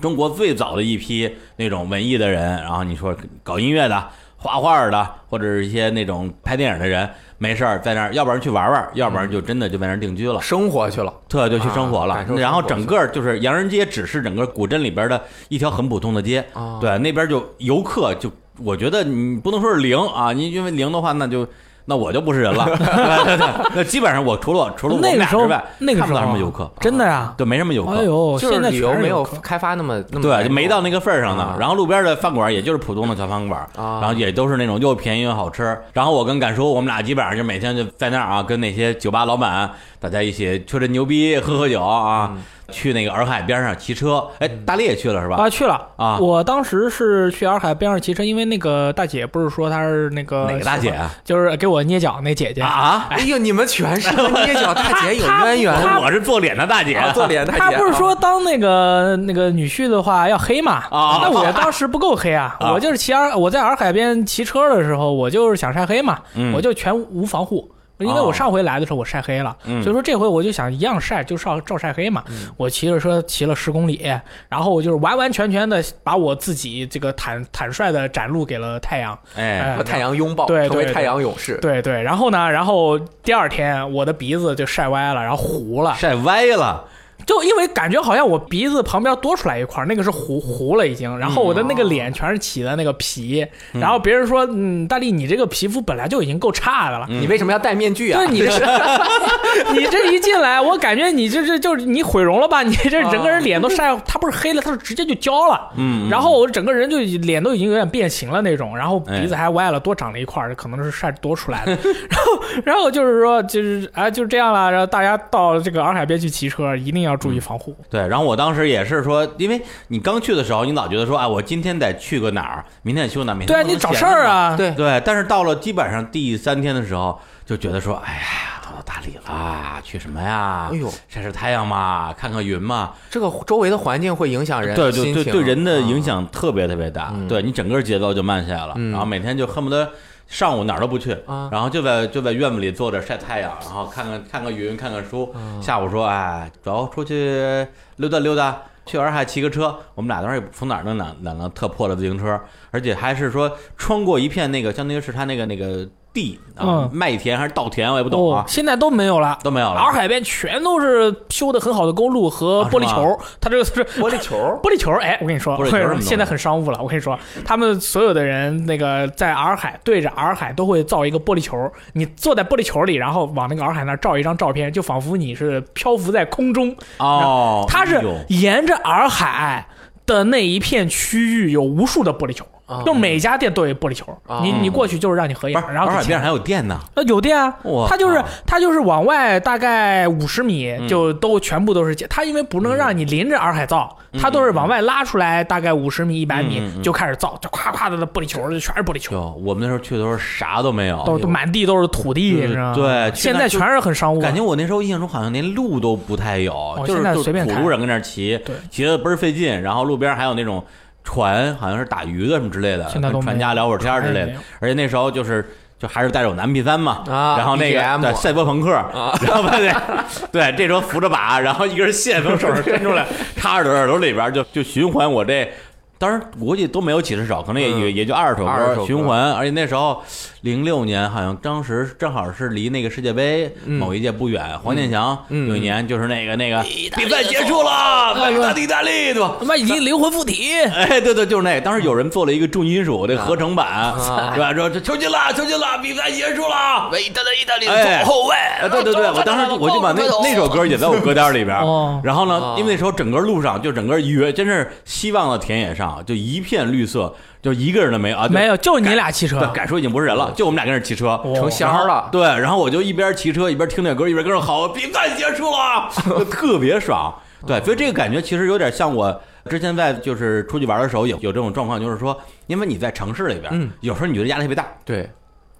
[SPEAKER 4] 中国最早的一批那种文艺的人，然后你说搞音乐的、画画的，或者是一些那种拍电影的人，没事儿在那儿，要不然去玩玩，要不然就真的就在那儿定居了，
[SPEAKER 2] 生活去了，
[SPEAKER 4] 特就去生活了。
[SPEAKER 2] 啊感受生活
[SPEAKER 4] 然后整个就是洋人街，只是整个古镇里边的一条很普通的街，
[SPEAKER 2] 啊
[SPEAKER 4] 对，那边就游客就，我觉得你不能说是零啊，你因为零的话，那就。那我就不是人 了，对对对，那基本上我除了除了我
[SPEAKER 3] 那
[SPEAKER 4] 们
[SPEAKER 3] 个
[SPEAKER 4] 俩
[SPEAKER 3] 时
[SPEAKER 4] 之
[SPEAKER 3] 候
[SPEAKER 4] 外，，
[SPEAKER 3] 那个
[SPEAKER 4] 看
[SPEAKER 3] 时候
[SPEAKER 4] 不
[SPEAKER 3] 啊
[SPEAKER 4] 到什么游客，
[SPEAKER 3] 真的呀。
[SPEAKER 4] 对，没什么游客。
[SPEAKER 3] 哎呦，
[SPEAKER 2] 就是
[SPEAKER 3] 现在
[SPEAKER 2] 旅游
[SPEAKER 3] 全是
[SPEAKER 2] 没有
[SPEAKER 3] 客
[SPEAKER 2] 开发那么那么
[SPEAKER 4] 对，
[SPEAKER 2] 严
[SPEAKER 4] 就
[SPEAKER 2] 重
[SPEAKER 4] 没到那个份儿上呢
[SPEAKER 2] 啊。
[SPEAKER 4] 然后路边的饭馆也就是普通的小饭馆，
[SPEAKER 2] 啊
[SPEAKER 4] 然后也都是那种又便宜又好吃。然后我跟敢叔，我们俩基本上就每天就在那儿啊，跟那些酒吧老板大家一起吹吹牛逼、喝喝酒啊，
[SPEAKER 2] 嗯
[SPEAKER 4] 去那个洱海边上骑车。哎，大力也去了是吧？
[SPEAKER 3] 啊，去了
[SPEAKER 4] 啊
[SPEAKER 3] 我当时是去洱海边上骑车，因为那个大姐不是说她是那个
[SPEAKER 4] 哪个大姐啊？
[SPEAKER 3] 就是给我捏脚那姐姐
[SPEAKER 4] 啊，
[SPEAKER 2] 哎呦，你们全是跟捏脚大姐有渊源，
[SPEAKER 4] 啊我是做脸的大姐，
[SPEAKER 2] 啊做脸大
[SPEAKER 3] 他
[SPEAKER 2] 姐
[SPEAKER 3] 不是
[SPEAKER 2] 啊
[SPEAKER 3] 说当那个那个女婿的话要黑嘛？
[SPEAKER 4] 啊
[SPEAKER 3] 那我当时不够黑啊！
[SPEAKER 4] 啊
[SPEAKER 3] 我就是骑洱，我在洱海边骑车的时候，我就是想晒黑嘛，
[SPEAKER 4] 嗯
[SPEAKER 3] 我就全无防护。因为
[SPEAKER 4] 哦
[SPEAKER 3] 我上回来的时候我晒黑了，
[SPEAKER 4] 嗯
[SPEAKER 3] 所以说这回我就想一样晒，就照照晒黑嘛。我骑着车骑了十公里，然后我就是完完全全的把我自己这个坦坦率的展露给了太阳。
[SPEAKER 4] 哎
[SPEAKER 3] 哎
[SPEAKER 2] 和太阳拥抱，
[SPEAKER 3] 对
[SPEAKER 2] 成为
[SPEAKER 3] 对
[SPEAKER 2] 太阳勇士。
[SPEAKER 3] 对对，然后呢，然后第二天我的鼻子就晒歪了，然后糊了，
[SPEAKER 4] 晒歪了，
[SPEAKER 3] 就因为感觉好像我鼻子旁边多出来一块儿，那个是糊糊了已经，然后我的那个脸全是起的那个皮，然后别人说，嗯，大力你这个皮肤本来就已经够差的
[SPEAKER 4] 嗯
[SPEAKER 3] 了。
[SPEAKER 2] 你为什么要戴面具啊
[SPEAKER 3] 就是？你 这，你这一进来，我感觉你这是就是你毁容了吧？你这整个人脸都晒，它不是黑了，它是直接就焦了。
[SPEAKER 4] 嗯嗯
[SPEAKER 3] 然后我整个人就脸都已经有点变形了那种，然后
[SPEAKER 4] 哎
[SPEAKER 3] 鼻子还歪了，多长了一块儿，可能是晒多 出来的。然后，然后就是说，就是啊、就这样了。然后大家到这个洱海边去骑车，一定要注意防护。
[SPEAKER 4] 对，然后我当时也是说，因为你刚去的时候，你老觉得说，啊，我今天得去个哪儿，明天得去个哪儿，明天
[SPEAKER 3] 对啊，
[SPEAKER 4] 不能
[SPEAKER 3] 你找
[SPEAKER 4] 闲
[SPEAKER 3] 事
[SPEAKER 4] 着
[SPEAKER 3] 儿
[SPEAKER 4] 嘛
[SPEAKER 3] 啊。
[SPEAKER 2] 对
[SPEAKER 4] 对，但是到了基本上第三天的时候，就觉得说，哎呀，到了大理了，去什么呀？
[SPEAKER 2] 哎呦，
[SPEAKER 4] 晒晒太阳嘛，看看云嘛。
[SPEAKER 2] 这个周围的环境会影响人
[SPEAKER 4] 对
[SPEAKER 2] 的
[SPEAKER 4] 对
[SPEAKER 2] 心
[SPEAKER 4] 对，
[SPEAKER 2] 情
[SPEAKER 4] 对人的
[SPEAKER 2] 啊
[SPEAKER 4] 影响特别特别大。
[SPEAKER 3] 嗯
[SPEAKER 4] 对你整个节奏就慢下来了，然后每天就恨不得上午哪儿都不去，
[SPEAKER 2] 啊
[SPEAKER 4] 然后就在就在院子里坐着晒太阳，
[SPEAKER 3] 啊
[SPEAKER 4] 然后看看看看云，看看书。下午说，哎，走出去溜达溜达。去洱海骑个车，我们俩当时也从哪儿能揽揽了特破的自行车，而且还是说穿过一片那个，相当于是他那个那个地啊
[SPEAKER 3] 嗯，
[SPEAKER 4] 麦田还是稻田，我也不懂啊
[SPEAKER 3] 哦，，现在都没有了，
[SPEAKER 4] 都没有了
[SPEAKER 3] 洱海边全都是修的很好的公路和玻璃
[SPEAKER 4] 啊是
[SPEAKER 3] 球，它这个是玻璃球， 玻璃球。哎，我跟你说，
[SPEAKER 4] 玻璃球是什么东西
[SPEAKER 3] 现在很商务了。我跟你说，他们所有的人那个在洱海对着洱海都会造一个玻璃球，你坐在玻璃球里，然后往那个洱海那儿照一张照片，就仿佛你是漂浮在空中。
[SPEAKER 4] 哦，
[SPEAKER 3] 它是
[SPEAKER 4] 哎呦
[SPEAKER 3] 沿着洱海的那一片区域有无数的玻璃球，就每家店都有玻璃球。你你过去就是让你合影
[SPEAKER 4] 啊不是，，
[SPEAKER 3] 然后
[SPEAKER 4] 洱
[SPEAKER 3] 给
[SPEAKER 4] 海
[SPEAKER 3] 钱
[SPEAKER 4] 边上还有店呢，
[SPEAKER 3] 那有店啊
[SPEAKER 4] 哇，
[SPEAKER 3] 它就是
[SPEAKER 4] 靠嗯
[SPEAKER 3] 它就是往外大概五十米就都全部都是街，它因为不能让你临着洱海造，它都是往外拉出来大概五十米一百米
[SPEAKER 4] 嗯嗯嗯嗯
[SPEAKER 3] 就开始造，就咵咵的那玻璃球就全是玻璃球，
[SPEAKER 4] 哟，我们那时候去的时候啥都没有，
[SPEAKER 3] 都都满地都是土地，
[SPEAKER 4] 对
[SPEAKER 3] 你知道吗？
[SPEAKER 4] 对去
[SPEAKER 3] 现
[SPEAKER 4] 那
[SPEAKER 3] 在
[SPEAKER 4] 就
[SPEAKER 3] 全是很商务啊，
[SPEAKER 4] 感觉我那时候印象中好像连路都不太有，就是
[SPEAKER 3] 哦现在
[SPEAKER 4] 就是
[SPEAKER 3] 随便
[SPEAKER 4] 土
[SPEAKER 3] 开
[SPEAKER 4] 路上跟那儿骑
[SPEAKER 3] 对，
[SPEAKER 4] 骑的倍儿费劲。然后路边还有那种船，好像是打鱼的什么之类的，
[SPEAKER 3] 现在都
[SPEAKER 4] 跟船
[SPEAKER 3] 没有
[SPEAKER 4] 家聊会儿天儿之类
[SPEAKER 3] 船
[SPEAKER 4] 的
[SPEAKER 3] 也没有。
[SPEAKER 4] 而且那时候就是。就还是带着我的 MP 三嘛，
[SPEAKER 2] 啊
[SPEAKER 4] 然后那个
[SPEAKER 2] BGM
[SPEAKER 4] 对赛博朋克， 然后把那对这时候扶着把，然后一根线从手上伸出来，插着耳朵里边儿就就循环我这，当然估计都没有几十首，可能也也也就嗯二十首
[SPEAKER 2] 20首
[SPEAKER 4] 歌
[SPEAKER 2] 歌
[SPEAKER 4] 循环，而且那时候零六年好像当时正好是离那个世界杯某一届不远，黄健翔
[SPEAKER 2] 嗯
[SPEAKER 4] 有一年就是那个那个哎比赛结束了，意大利意大利对吧？
[SPEAKER 3] 他妈已经灵魂附体，
[SPEAKER 4] 哎，对对，就是那个，当时有人做了一个重金属的合成版，对吧？说这球进了，球进了，比赛结束了，
[SPEAKER 6] 啊为意大利意大利
[SPEAKER 4] 哎
[SPEAKER 6] 的左后卫。
[SPEAKER 4] 哎，对对对，我当时我就把那那首歌也在我歌单里边儿
[SPEAKER 3] 哦。
[SPEAKER 4] 然后呢，因为那时候整个路上就整个约，真是希望的田野上就一片绿色，就一个人都没有啊，对
[SPEAKER 3] 没有，就你俩汽车
[SPEAKER 4] 对，，感受已经不是人了，就我们俩跟那儿骑车。
[SPEAKER 3] 啊嗯哦
[SPEAKER 2] 成仙儿了。
[SPEAKER 4] 对，然后我就一边骑车一边听那歌，一边跟着吼：“比赛结束了！” 就啊特别爽。对，所以这个感觉其实有点像我之前在就是出去玩的时候有有这种状况，就是说，因为你在城市里边，
[SPEAKER 2] 嗯
[SPEAKER 4] 有时候你觉得压力特别大，
[SPEAKER 2] 对，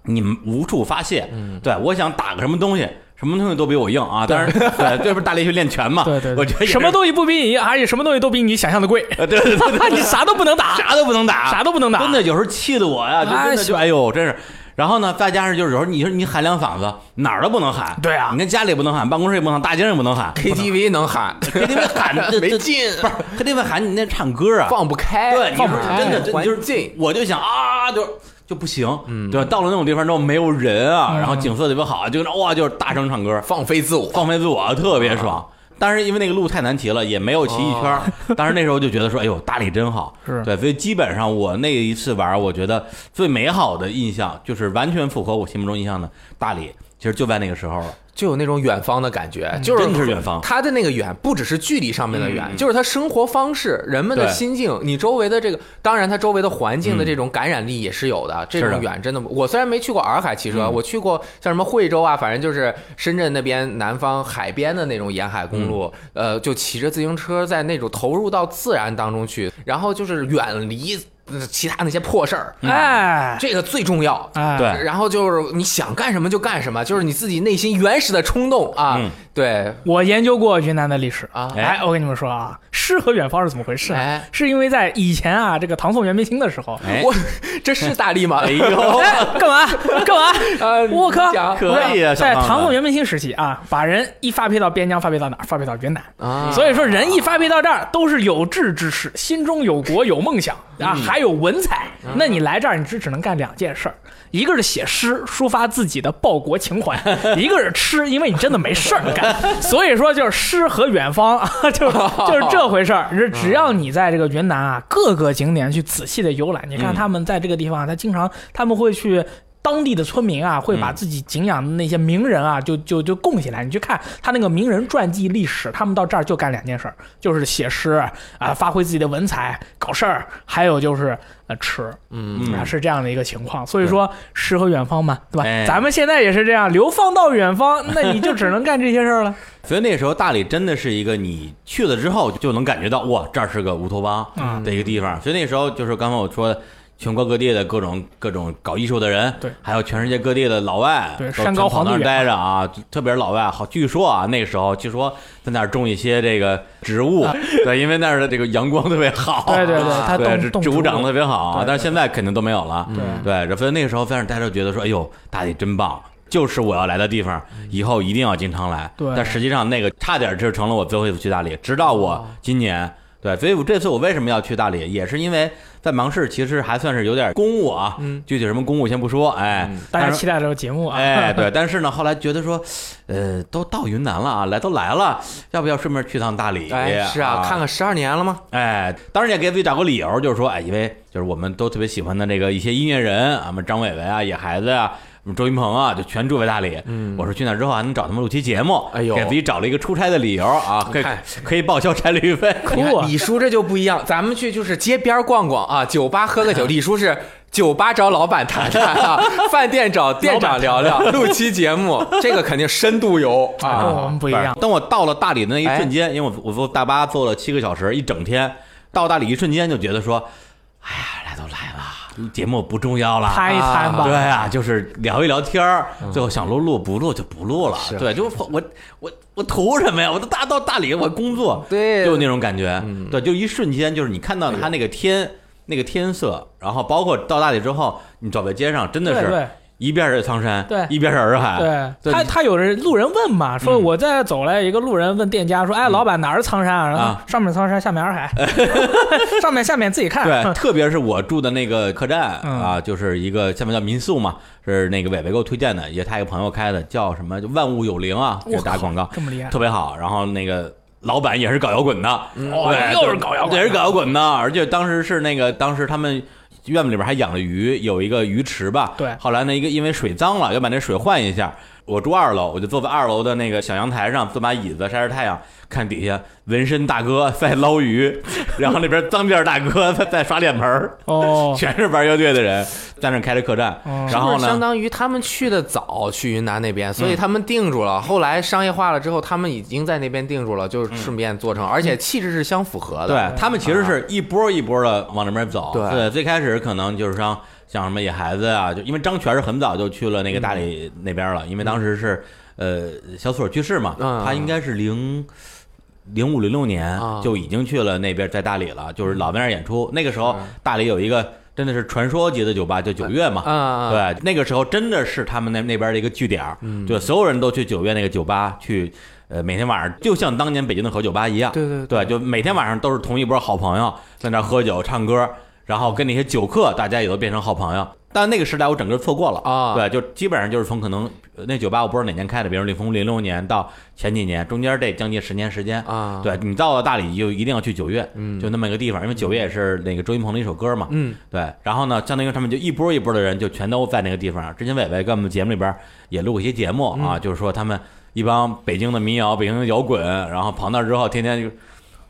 [SPEAKER 4] 你无处发泄。
[SPEAKER 3] 嗯
[SPEAKER 4] 对，我想打个什么东西，什么东西都比我硬啊！当然，对，这不是大力去练拳嘛？
[SPEAKER 3] 对对，对
[SPEAKER 4] 我觉得也是
[SPEAKER 3] 什么东西不比你，而且什么东西都比你想象的贵，
[SPEAKER 4] 呃对对对，
[SPEAKER 3] 你啥都不能打，
[SPEAKER 4] 啥都不能打，
[SPEAKER 3] 啥都不能打，
[SPEAKER 4] 真的有时候气得我呀，就真
[SPEAKER 3] 哎
[SPEAKER 4] 的就哎呦，真是。然后呢，再加上就是有时候你说你喊两嗓子，哪儿都不能喊。
[SPEAKER 3] 对啊
[SPEAKER 4] 你看家里也不能喊，办公室也不能喊，大街上也不能喊
[SPEAKER 2] KTV 能 喊，
[SPEAKER 4] ，KTV 喊这
[SPEAKER 2] 没
[SPEAKER 4] 这
[SPEAKER 2] 劲，
[SPEAKER 4] 不是 KTV 喊你那唱歌啊，
[SPEAKER 2] 放不开，
[SPEAKER 4] 对，你
[SPEAKER 2] 放不
[SPEAKER 4] 说
[SPEAKER 2] 开，
[SPEAKER 4] 真的，真的就是
[SPEAKER 2] 环境，
[SPEAKER 4] 我就想啊，就就不行，对吧？到了那种地方之后没有人啊，
[SPEAKER 3] 嗯
[SPEAKER 4] 然后景色特别好，就哇，就是大声唱歌，
[SPEAKER 2] 放飞自我。
[SPEAKER 4] 放飞自我，特别
[SPEAKER 2] 啊
[SPEAKER 4] 爽。但是因为那个路太难骑了，也没有骑一圈儿。
[SPEAKER 2] 哦
[SPEAKER 4] 当时那时候就觉得说，哎呦，大理真好，
[SPEAKER 3] 是
[SPEAKER 4] 对，所以基本上我那一次玩儿，我觉得最美好的印象就是完全符合我心目中印象的大理，其实就在那个时候了。
[SPEAKER 2] 就有那种远方的感觉，就是
[SPEAKER 4] 嗯真是远方
[SPEAKER 2] 他的那个远不只是距离上面的远，
[SPEAKER 4] 嗯嗯
[SPEAKER 2] 就是他生活方式、人们的
[SPEAKER 4] 对嗯
[SPEAKER 2] 心境，你周围的这个，当然他周围的环境的这种感染力也是有的。这
[SPEAKER 4] 是
[SPEAKER 2] 种
[SPEAKER 4] 的
[SPEAKER 2] 远真的，我虽然没去过洱海骑车，
[SPEAKER 4] 嗯
[SPEAKER 2] 我去过像什么惠州啊，反正就是深圳那边南方海边的那种沿海公路，
[SPEAKER 4] 嗯
[SPEAKER 2] 呃，就骑着自行车在那种投入到自然当中去，然后就是远离呃其他那些破事儿。
[SPEAKER 3] 哎，
[SPEAKER 2] 这个最重要，
[SPEAKER 4] 嗯
[SPEAKER 3] 哎，
[SPEAKER 4] 对
[SPEAKER 2] 然后就是你想干什么就干什么，就是你自己内心原始的冲动啊。
[SPEAKER 4] 嗯
[SPEAKER 2] 对
[SPEAKER 3] 我研究过云南的历史
[SPEAKER 2] 啊
[SPEAKER 3] 哎，我跟你们说啊，诗和远方是怎么回事啊？
[SPEAKER 2] 哎
[SPEAKER 3] 是因为在以前啊，这个唐宋元明清的时候，
[SPEAKER 4] 哎
[SPEAKER 2] 我这是大力吗？
[SPEAKER 4] 哎呦，
[SPEAKER 3] 哎，干嘛干嘛？
[SPEAKER 2] 呃，
[SPEAKER 3] 我靠
[SPEAKER 2] 你讲
[SPEAKER 4] 可以啊，小
[SPEAKER 3] 在
[SPEAKER 4] 胖子
[SPEAKER 3] 唐宋元明清时期啊，把人一发配到边疆，发配到哪儿？发配到云南。
[SPEAKER 2] 啊，
[SPEAKER 3] 所以说，人一发配到这儿，都是有志之士，心中有国有梦想啊，还有文采。那你来这儿，你只只能干两件事儿，一个是写诗，抒发自己的报国情怀； 一个是吃，因为你真的没事儿干。所以说，就是诗和远方 啊，就是就是这回事儿。是只要你在这个云南啊各个景点去仔细的游览，你看他们在这个地方，他经常他们会去当地的村民啊，会把自己敬仰的那些名人啊，就就就供起来。你去看他那个名人传记历史，他们到这儿就干两件事儿，就是写诗啊、发挥自己的文采，搞事儿，还有就是呃吃，嗯啊，是这样的一个情况。所以说，诗和远方嘛，对吧？
[SPEAKER 4] 哎
[SPEAKER 3] 咱们现在也是这样，流放到远方，那你就只能干这些事 儿了。
[SPEAKER 4] 所以那时候大理真的是一个你去了之后就能感觉到，哇，这儿是个乌托邦
[SPEAKER 3] 嗯
[SPEAKER 4] 的一个地方。所以那时候就是刚才我说，全国各地的各种各种搞艺术的人，
[SPEAKER 3] 对
[SPEAKER 4] 还有全世界各地的老外，
[SPEAKER 3] 对
[SPEAKER 4] 都
[SPEAKER 3] 山高
[SPEAKER 4] 跑
[SPEAKER 3] 皇帝
[SPEAKER 4] 那儿
[SPEAKER 3] 远
[SPEAKER 4] 待着啊，特别是老外，好，据说啊，那时候据说在那儿种一些这个植物， 对，因为那儿的这个阳光特别好，
[SPEAKER 3] 啊对对对，他
[SPEAKER 4] 哦啊对，
[SPEAKER 3] 动
[SPEAKER 4] 这
[SPEAKER 3] 动
[SPEAKER 4] 植物长得特别好啊，
[SPEAKER 3] 对
[SPEAKER 4] 但是现在肯定都没有了。
[SPEAKER 3] 对
[SPEAKER 4] 对，所以那个时候，反正大家都觉得说，哎呦，大理真棒，就是我要来的地方，以后一定要经常来。
[SPEAKER 3] 对哦
[SPEAKER 4] 但实际上那个差点就成了我最后一次去大理，直到我今年对，所以我这次我为什么要去大理，也是因为在芒市其实还算是有点公务啊，
[SPEAKER 3] 嗯
[SPEAKER 4] 具体什么公务先不说，哎，
[SPEAKER 3] 大
[SPEAKER 4] 但
[SPEAKER 3] 家
[SPEAKER 4] 是
[SPEAKER 3] 期待这个节目啊！
[SPEAKER 4] 哎， 对，但是呢，后来觉得说，呃，都到云南了啊，来都来了，要不要顺便去趟大理？
[SPEAKER 2] 哎，是啊，看看十二年了吗？
[SPEAKER 4] 哎，当然也给自己找个理由，就是说，哎，因为就是我们都特别喜欢的这个一些音乐人，啊，我们张伟伟啊、野孩子啊、我们周云鹏啊，就全住在大理。嗯，我说去那之后还能找他们录期节目，
[SPEAKER 2] 哎呦
[SPEAKER 4] 给自己找了一个出差的理由啊，可以
[SPEAKER 2] 看
[SPEAKER 4] 可以报销差旅 费。
[SPEAKER 2] 你
[SPEAKER 3] 酷啊
[SPEAKER 2] 看李叔这就不一样，咱们去就是街边逛逛啊，酒吧喝个酒。李叔是酒吧找老板谈谈啊，饭店找店长聊聊，录期节目，这个肯定深度游
[SPEAKER 3] 跟
[SPEAKER 2] 啊。
[SPEAKER 3] 我们不一 样。
[SPEAKER 4] 当我到了大理的那一瞬间，因为我我坐大巴坐了七个小时，一整天，到大理一瞬间就觉得说，哎呀，来都来了，节目不重要了，
[SPEAKER 3] 摊一摊吧，
[SPEAKER 4] 对啊，就是聊一聊天儿，
[SPEAKER 3] 嗯
[SPEAKER 4] 最后想录录不录就不录了。对，就我我我我图什么呀？我都大到大理，我工作，
[SPEAKER 2] 对
[SPEAKER 4] 就那种感觉。
[SPEAKER 3] 嗯
[SPEAKER 4] 对，就一瞬间，就是你看到它那个
[SPEAKER 3] 哎
[SPEAKER 4] 天，那个天色，然后包括到大理之后，你走在街上，真的
[SPEAKER 3] 对
[SPEAKER 4] 是啊
[SPEAKER 3] 对
[SPEAKER 4] 一边是苍山，
[SPEAKER 3] 对
[SPEAKER 4] 一边是洱海，
[SPEAKER 3] 对他，他有人路人问嘛，说
[SPEAKER 4] 嗯
[SPEAKER 3] 我在走来，一个路人问店家说：“哎，老板哪儿是苍山啊？”然后
[SPEAKER 4] 啊
[SPEAKER 3] 上面苍山，下 面洱海， 上面下面自己看。
[SPEAKER 4] 对，特别是我住的那个客栈
[SPEAKER 3] 嗯
[SPEAKER 4] 啊，就是一个下面叫民宿嘛，是那个伟伟给我推荐的，也他一个朋友开的，叫什么“万物有灵”啊，
[SPEAKER 3] 我
[SPEAKER 4] 就
[SPEAKER 3] 靠
[SPEAKER 4] 打广告，
[SPEAKER 3] 这么厉害
[SPEAKER 4] 特别好。然后那个老板也是搞摇滚的，对，
[SPEAKER 3] 嗯哦又是搞摇滚的
[SPEAKER 4] 也是搞摇滚的。而且当时是那个，当时他们院子里边还养了鱼，有一个鱼池吧。
[SPEAKER 3] 对
[SPEAKER 4] 后来呢，一个因为水脏了，要把那水换一下。我住二楼，我就坐在二楼的那个小阳台上，坐把椅子晒晒太阳，看底下纹身大哥在捞鱼， 然后那边脏辫儿大哥在在刷脸盆儿，
[SPEAKER 3] 哦，
[SPEAKER 4] 全是玩乐队的人，在那儿开着客栈。
[SPEAKER 3] 哦
[SPEAKER 4] 然后
[SPEAKER 2] 就是相
[SPEAKER 4] 呢，嗯
[SPEAKER 2] 当于他们去的早，去云南那边，所以他们定住了。后来商业化了之后，他们已经在那边定住了，就是顺便做成，而且气质是相符合的。
[SPEAKER 4] 嗯对他们其实是一波一波的往那边走。
[SPEAKER 2] 对
[SPEAKER 4] 最开始可能就是像像什么野孩子啊，就因为张全是很早就去了那个大理那边了，因为当时是呃小索去世嘛，
[SPEAKER 2] 嗯
[SPEAKER 4] 他应该是零。零五零六年
[SPEAKER 2] 啊嗯
[SPEAKER 4] 就已经去了那边，在大理了，就是老在那儿演出。那个时候，大理有一个真的是传说级的酒吧，叫九月嘛。
[SPEAKER 2] 嗯嗯嗯
[SPEAKER 4] 对，那个时候真的是他们那那边的一个据点儿，对，所有人都去九月那个酒吧去，呃，每天晚上就像当年北京的和酒吧一样，
[SPEAKER 2] 对对
[SPEAKER 4] 对，就每天晚上都是同一波好朋友在那儿喝酒唱歌，然后跟那些酒客大家也都变成好朋友。但那个时代我整个错过了
[SPEAKER 2] 啊
[SPEAKER 4] 对，就基本上就是从可能呃那酒吧我不知道哪年开的，比如零从零六年到前几年，中间这将近十年时间
[SPEAKER 2] 啊
[SPEAKER 4] 对你到了大理就一定要去九月，嗯，就那么一个地方，因为九月也是那个周云鹏的一首歌嘛，
[SPEAKER 2] 嗯，
[SPEAKER 4] 对。然后呢，相当于他们就一波一波的人就全都在那个地方。之前伟伟跟我们节目里边也录过一些节目啊，就是说
[SPEAKER 2] 嗯
[SPEAKER 4] 他们一帮北京的民谣、北京的摇滚，然后跑那儿之后天天就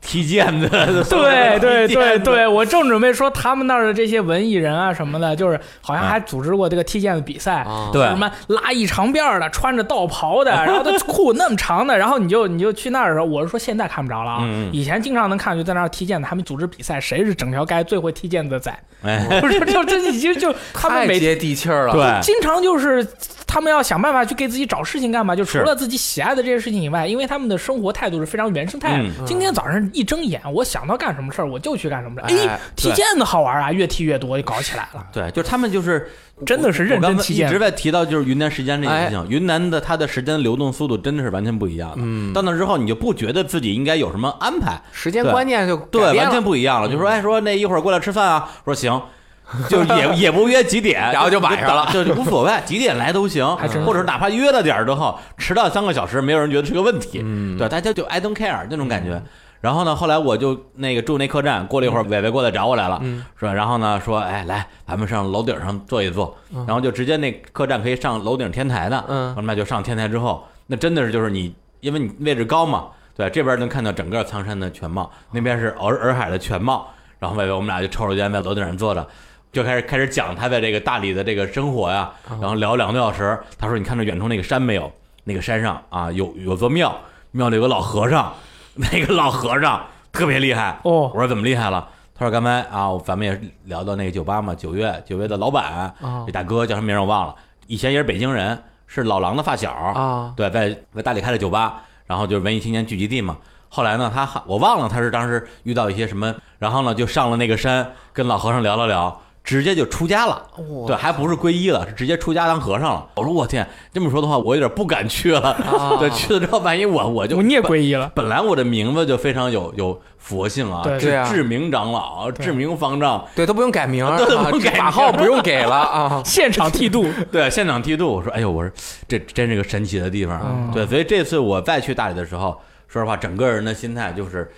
[SPEAKER 4] 踢毽子，
[SPEAKER 3] 对 对
[SPEAKER 4] 踢毽
[SPEAKER 3] 对
[SPEAKER 4] 子
[SPEAKER 3] 对，我正准备说他们那儿的这些文艺人啊什么的，就是好像还组织过这个踢毽子比赛，
[SPEAKER 2] 啊
[SPEAKER 4] 对
[SPEAKER 3] 什么拉一长辫儿的，穿着道袍的，然后他裤那么长的，然后你就你就去那儿的时候，我是说现在看不着了啊，
[SPEAKER 4] 嗯嗯
[SPEAKER 3] 以前经常能看，就在那儿踢毽子，他们组织比赛，谁是整条街最会踢毽子的仔，
[SPEAKER 4] 哎，
[SPEAKER 3] 不是就这已经就他们
[SPEAKER 2] 太
[SPEAKER 3] 每
[SPEAKER 2] 接地气儿了。
[SPEAKER 4] 对
[SPEAKER 3] 经常就是他们要想办法去给自己找事情干嘛，就除
[SPEAKER 4] 是
[SPEAKER 3] 了自己喜爱的这些事情以外，因为他们的生活态度是非常原生态
[SPEAKER 4] 嗯
[SPEAKER 3] 的。今天早上一睁眼，我想到干什么事儿我就去干什么事儿。
[SPEAKER 2] 哎
[SPEAKER 3] 踢
[SPEAKER 4] 对
[SPEAKER 3] 毽子好玩啊，越踢越多，就搞起来了。
[SPEAKER 4] 对，就是他们就是
[SPEAKER 3] 真的是认
[SPEAKER 4] 我
[SPEAKER 3] 真
[SPEAKER 4] 刚才
[SPEAKER 3] 踢毽
[SPEAKER 4] 一
[SPEAKER 3] 子
[SPEAKER 4] 直在提到就是云南时间这件事情，云南的它的时间流动速度真的是完全不一样的。嗯，到那之后你就不觉得自己应该有什么安排，
[SPEAKER 2] 时间
[SPEAKER 4] 对
[SPEAKER 2] 观念就改
[SPEAKER 4] 对，
[SPEAKER 2] 变
[SPEAKER 4] 完全
[SPEAKER 2] 了。
[SPEAKER 4] 不一样了。就说哎，说那一会儿过来吃饭啊，说行， 就也也不约几点，
[SPEAKER 2] 然后就晚上了
[SPEAKER 4] 就就无所谓，几点来都行，
[SPEAKER 3] 还真是
[SPEAKER 4] 或者是哪怕约了点儿之后，迟到三个小时，没有人觉得是个问题，
[SPEAKER 2] 嗯
[SPEAKER 4] 对，大家就 I don't care 那种感觉。然后呢，后来我就那个住那客栈，过了一会
[SPEAKER 2] 嗯
[SPEAKER 4] 儿，伟伟过来找我来了，说，然后呢，说，哎，来，咱们上楼顶上坐一坐，然后就直接那客栈可以上楼顶天台的，
[SPEAKER 2] 嗯
[SPEAKER 4] 我们俩就上天台之后，那真的是就是你，因为你位置高嘛，对，这边能看到整个苍山的全貌，那边是洱洱海的全貌。然后外边我们俩就抽着烟在楼顶上坐着，就开始开始讲他在这个大理的这个生活呀，然后聊两个多小时。他说：“你看这远处那个山没有？那个山上啊，有有座庙，庙里有个老和尚，那个老和尚特别厉害。”
[SPEAKER 3] 哦
[SPEAKER 4] 我说怎么厉害了？他说刚才啊，咱们也聊到那个酒吧嘛，九月九月的老板，
[SPEAKER 2] 哦
[SPEAKER 4] 这大哥叫什么名儿我忘了，以前也是北京人，是老狼的发小
[SPEAKER 2] 啊
[SPEAKER 4] 对，在在大理开的酒吧，然后就是文艺青年聚集地嘛。后来呢，他我忘了他是当时遇到一些什么，然后呢就上了那个山，跟老和尚聊了聊，直接就出家了，对，还不是皈依了，是直接出家当和尚了。我说我天，这么说的话，我有点不敢去了。对，去了之后，万一我我就
[SPEAKER 3] 啊你也
[SPEAKER 4] 本
[SPEAKER 3] 皈依了，
[SPEAKER 4] 本来我这名字就非常有有佛性啊，
[SPEAKER 3] 对。
[SPEAKER 4] 智
[SPEAKER 2] 对啊
[SPEAKER 4] 智明长老、智明方丈，
[SPEAKER 2] 对，都不用改名儿，
[SPEAKER 4] 都
[SPEAKER 2] 啊
[SPEAKER 4] 不用改名儿
[SPEAKER 2] 法号不用给了啊
[SPEAKER 3] 现场剃度，
[SPEAKER 4] 对，现场剃度。我说，哎呦，我说这真是个神奇的地方。啊对，所以这次我再去大理的时候，说实话，整个人的心态就是，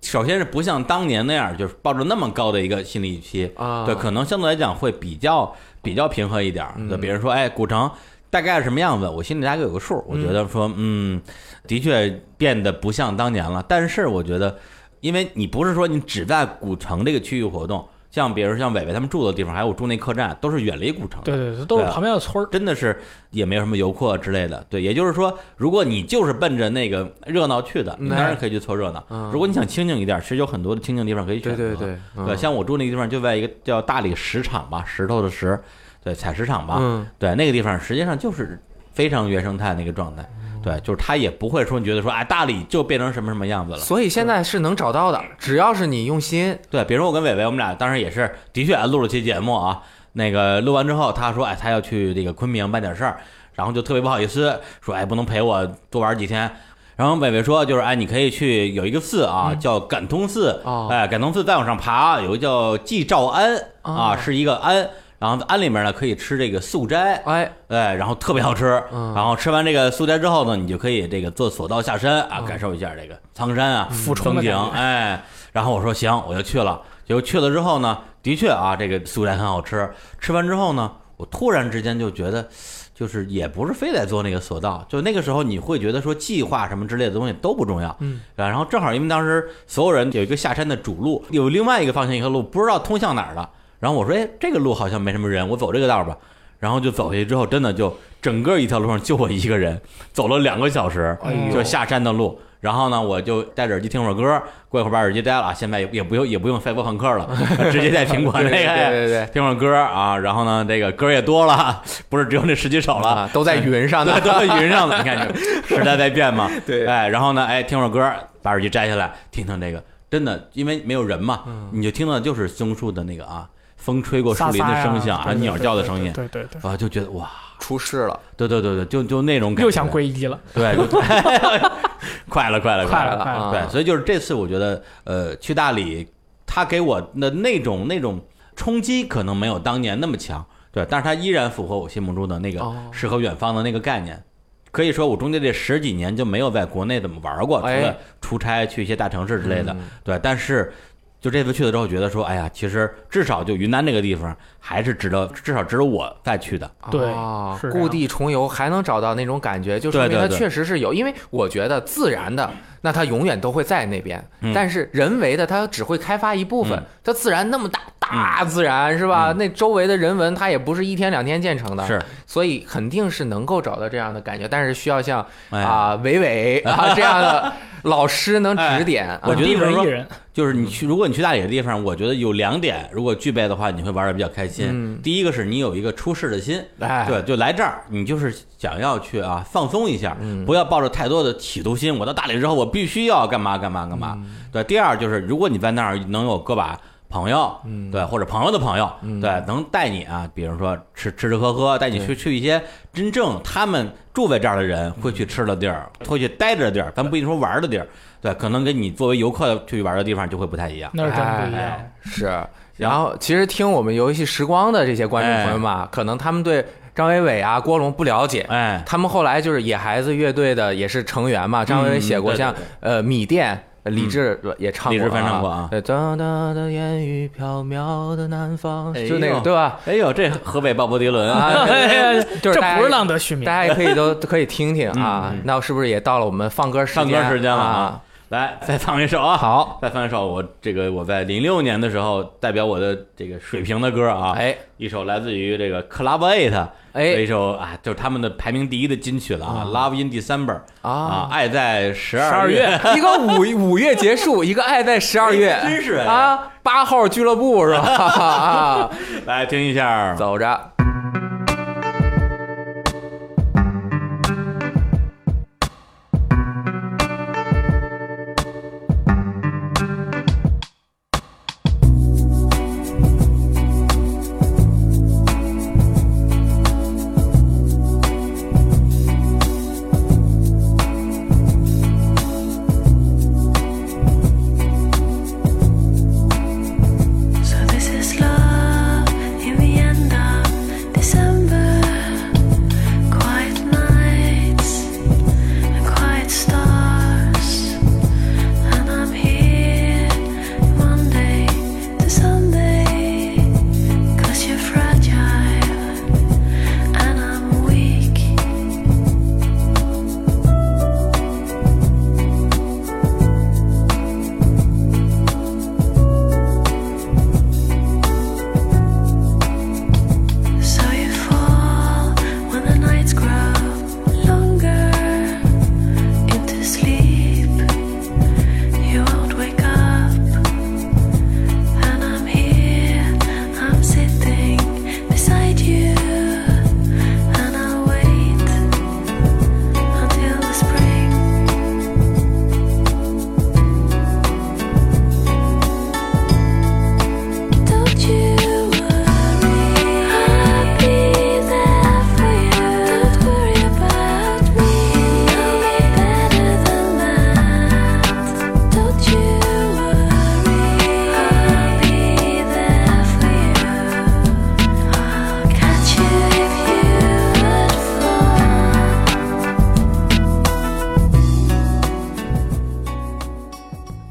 [SPEAKER 4] 首先是不像当年那样，就是抱着那么高的一个心理预期
[SPEAKER 2] 啊
[SPEAKER 4] 对，可能相对来讲会比较比较平和一点儿。对，比如说，哎，古城。大概是什么样子？我心里大概有个数。我觉得说，嗯，的确变得不像当年了。但是我觉得，因为你不是说你只在古城这个区域活动，像比如像伟伟他们住的地方，还有我住那客栈，都是远离古城的。
[SPEAKER 3] 对对对，都
[SPEAKER 4] 对
[SPEAKER 3] 是
[SPEAKER 4] 啊
[SPEAKER 3] 旁边的村儿，
[SPEAKER 4] 真的是也没有什么游客之类的。对，也就是说，如果你就是奔着那个热闹去的，
[SPEAKER 2] 嗯
[SPEAKER 4] 你当然可以去凑热闹。如果你想清静一点，其实有很多的清静地方可以选
[SPEAKER 2] 对
[SPEAKER 4] 择。
[SPEAKER 2] 对对，嗯
[SPEAKER 4] 对，像我住那个地方就在一个叫大理石场吧，石头的石，对，采石场吧，
[SPEAKER 2] 嗯
[SPEAKER 4] 对，那个地方实际上就是非常原生态那个状态。对，就是它也不会说你觉得说，哎，大理就变成什么什么样子了。
[SPEAKER 2] 所以现在是能找到的，只要是你用心，
[SPEAKER 4] 对，比如说我跟伟伟，我们俩当时也是的确录了期节目啊，那个录完之后，他说哎，他要去这个昆明办点事儿，然后就特别不好意思，说哎不能陪我多玩几天。然后伟伟说，就是哎，你可以去有一个寺啊，叫感通寺，
[SPEAKER 2] 哦
[SPEAKER 4] 哎，感通寺再往上爬啊有一个叫季照庵啊，是一个庵，然后庵里面呢可以吃这个素斋，
[SPEAKER 2] 哎，
[SPEAKER 4] 哎，然后特别好吃。
[SPEAKER 3] 嗯
[SPEAKER 4] 然后吃完这个素斋之后呢，你就可以这个坐索道下山啊，感受一下这个苍山啊
[SPEAKER 3] 嗯俯冲
[SPEAKER 4] 风
[SPEAKER 3] 的
[SPEAKER 4] 景
[SPEAKER 3] 感。觉
[SPEAKER 4] 哎，然后我说行，我就去了。结果去了之后呢，的确啊，这个素斋很好吃。吃完之后呢，我突然之间就觉得，就是也不是非得坐那个索道，就那个时候你会觉得说计划什么之类的东西都不重要。嗯，然后正好因为当时所有人有一个下山的主路，有另外一个方向一个路不知道通向哪儿了。然后我说，哎，这个路好像没什么人，我走这个道儿吧。然后就走下去之后，真的就整个一条路上就我一个人，走了两个小时，
[SPEAKER 2] 哎
[SPEAKER 4] 就下山的路。然后呢，我就戴着耳机听会儿歌，过一会儿把耳机摘了啊，现在也也不用也不用赛博朋克了， 直接在苹果那个
[SPEAKER 2] 对对对对
[SPEAKER 4] 听会儿歌啊。然后呢，这个歌也多了，不是只有那十几首了
[SPEAKER 2] 啊，，都在云上呢
[SPEAKER 4] 对，。都在云上了。你看，这时代在变 嘛。
[SPEAKER 2] 对
[SPEAKER 4] 哎，然后呢，哎，听会儿歌，把耳机摘下来，听听这个，真的，因为没有人嘛，
[SPEAKER 3] 嗯
[SPEAKER 4] 你就听到就是松树的那个啊，风吹过 树林
[SPEAKER 3] 沙沙
[SPEAKER 4] 的
[SPEAKER 3] 呀
[SPEAKER 4] 声响啊，
[SPEAKER 3] 对对对
[SPEAKER 4] 鸟叫的声音，
[SPEAKER 3] 对对对，
[SPEAKER 4] 啊，就觉得哇，
[SPEAKER 2] 出事了，
[SPEAKER 4] 对对对对，就就那种感觉，
[SPEAKER 3] 又想皈依了，
[SPEAKER 4] 对，就 快了快了
[SPEAKER 3] 快
[SPEAKER 4] 了，
[SPEAKER 3] 了
[SPEAKER 2] 啊
[SPEAKER 4] 对，所以就是这次我觉得，呃，去大理，他给我的那种那种冲击可能没有当年那么强，对，但是它依然符合我心目中的那个
[SPEAKER 2] 哦
[SPEAKER 4] 诗和远方的那个概念。可以说，我中间这十几年就没有在国内怎么玩过，除
[SPEAKER 2] 哎嗯
[SPEAKER 4] 了出差去一些大城市之类的。对，但是就这次去了之后，觉得说，哎呀，其实至少就云南这个地方，还是值得，至少值得我再去的。
[SPEAKER 3] 对
[SPEAKER 2] 啊
[SPEAKER 3] 是这样
[SPEAKER 2] 故地重游还能找到那种感觉，就说
[SPEAKER 4] 对
[SPEAKER 2] 明它
[SPEAKER 4] 对对
[SPEAKER 2] 确实是有。因为我觉得自然的，那它永远都会在那边，
[SPEAKER 4] 嗯
[SPEAKER 2] 但是人为的，它只会开发一部分
[SPEAKER 4] 嗯。
[SPEAKER 2] 它自然那么大，大自然是吧？那周围的人文，它也不是一天两天建成的，
[SPEAKER 4] 是，
[SPEAKER 2] 所以肯定是能够找到这样的感觉，但是需要像
[SPEAKER 4] 哎
[SPEAKER 2] 啊伟伟啊这样的老师能指点。啊
[SPEAKER 4] 哎我觉得
[SPEAKER 3] 地
[SPEAKER 4] 就是
[SPEAKER 3] 文
[SPEAKER 4] 说
[SPEAKER 3] 艺人，嗯
[SPEAKER 4] 就是你去，如果你去大理的地方，我觉得有两点，如果具备的话，你会玩的比较开心。
[SPEAKER 3] 嗯
[SPEAKER 4] 第一个是你有一个出世的心，
[SPEAKER 2] 哎
[SPEAKER 4] 对，就来这儿，你就是想要去啊放松一下，不要抱着太多的企图心。我到大理之后，我必须要干嘛干嘛干嘛。对，第二就是如果你在那儿能有个把。朋友，对，或者朋友的朋友，对，能带你啊，比如说吃吃吃喝喝，带你去去一些真正他们住在这儿的人会去吃的地儿，会去待着的地儿，咱不一定说玩儿的地儿，对，可能跟你作为游客去玩儿的地方就会不太一样。
[SPEAKER 3] 那是真啊不一
[SPEAKER 2] 哎
[SPEAKER 3] 样。
[SPEAKER 2] 是，然后其实听我们游戏时光的这些观众朋友们啊，可能他们对张伟伟啊、郭龙不了解。
[SPEAKER 4] 哎，
[SPEAKER 2] 他们后来就是野孩子乐队的，也是成员嘛。张伟伟写过
[SPEAKER 4] 嗯对对
[SPEAKER 2] 像
[SPEAKER 4] 对嗯
[SPEAKER 2] 呃米店，呃李志也唱过啊，
[SPEAKER 4] 李志翻唱过啊
[SPEAKER 2] 对，大大的烟雨飘渺的南方，
[SPEAKER 4] 哎呦
[SPEAKER 2] 就那个对吧？
[SPEAKER 4] 哎呦，这河北鲍勃迪伦啊，
[SPEAKER 2] 啊，就
[SPEAKER 3] 这
[SPEAKER 2] 是大家
[SPEAKER 3] 不是浪得虚名
[SPEAKER 2] 大，家也可以都可以听听啊。那是不是也到了我们放歌时
[SPEAKER 4] 嗯唱歌时间了
[SPEAKER 2] 啊
[SPEAKER 4] 啊？，来再放一首啊，
[SPEAKER 2] 好，
[SPEAKER 4] 再放一首我这个我在零六年的时候代表我的这个水平的歌啊，
[SPEAKER 2] 哎，
[SPEAKER 4] 一首来自于这个 Club Eight，
[SPEAKER 2] 哎
[SPEAKER 4] 一首啊就是他们的排名第一的金曲了啊，Love in December
[SPEAKER 2] 啊
[SPEAKER 4] 啊，爱在十二
[SPEAKER 3] 12
[SPEAKER 4] 月
[SPEAKER 3] 月。
[SPEAKER 2] 一个五五月结束，一个爱在十二月，
[SPEAKER 4] 真是哎
[SPEAKER 2] 啊！八号俱乐部 是吧？啊，
[SPEAKER 4] 来听一下，
[SPEAKER 2] 走着，
[SPEAKER 5] Love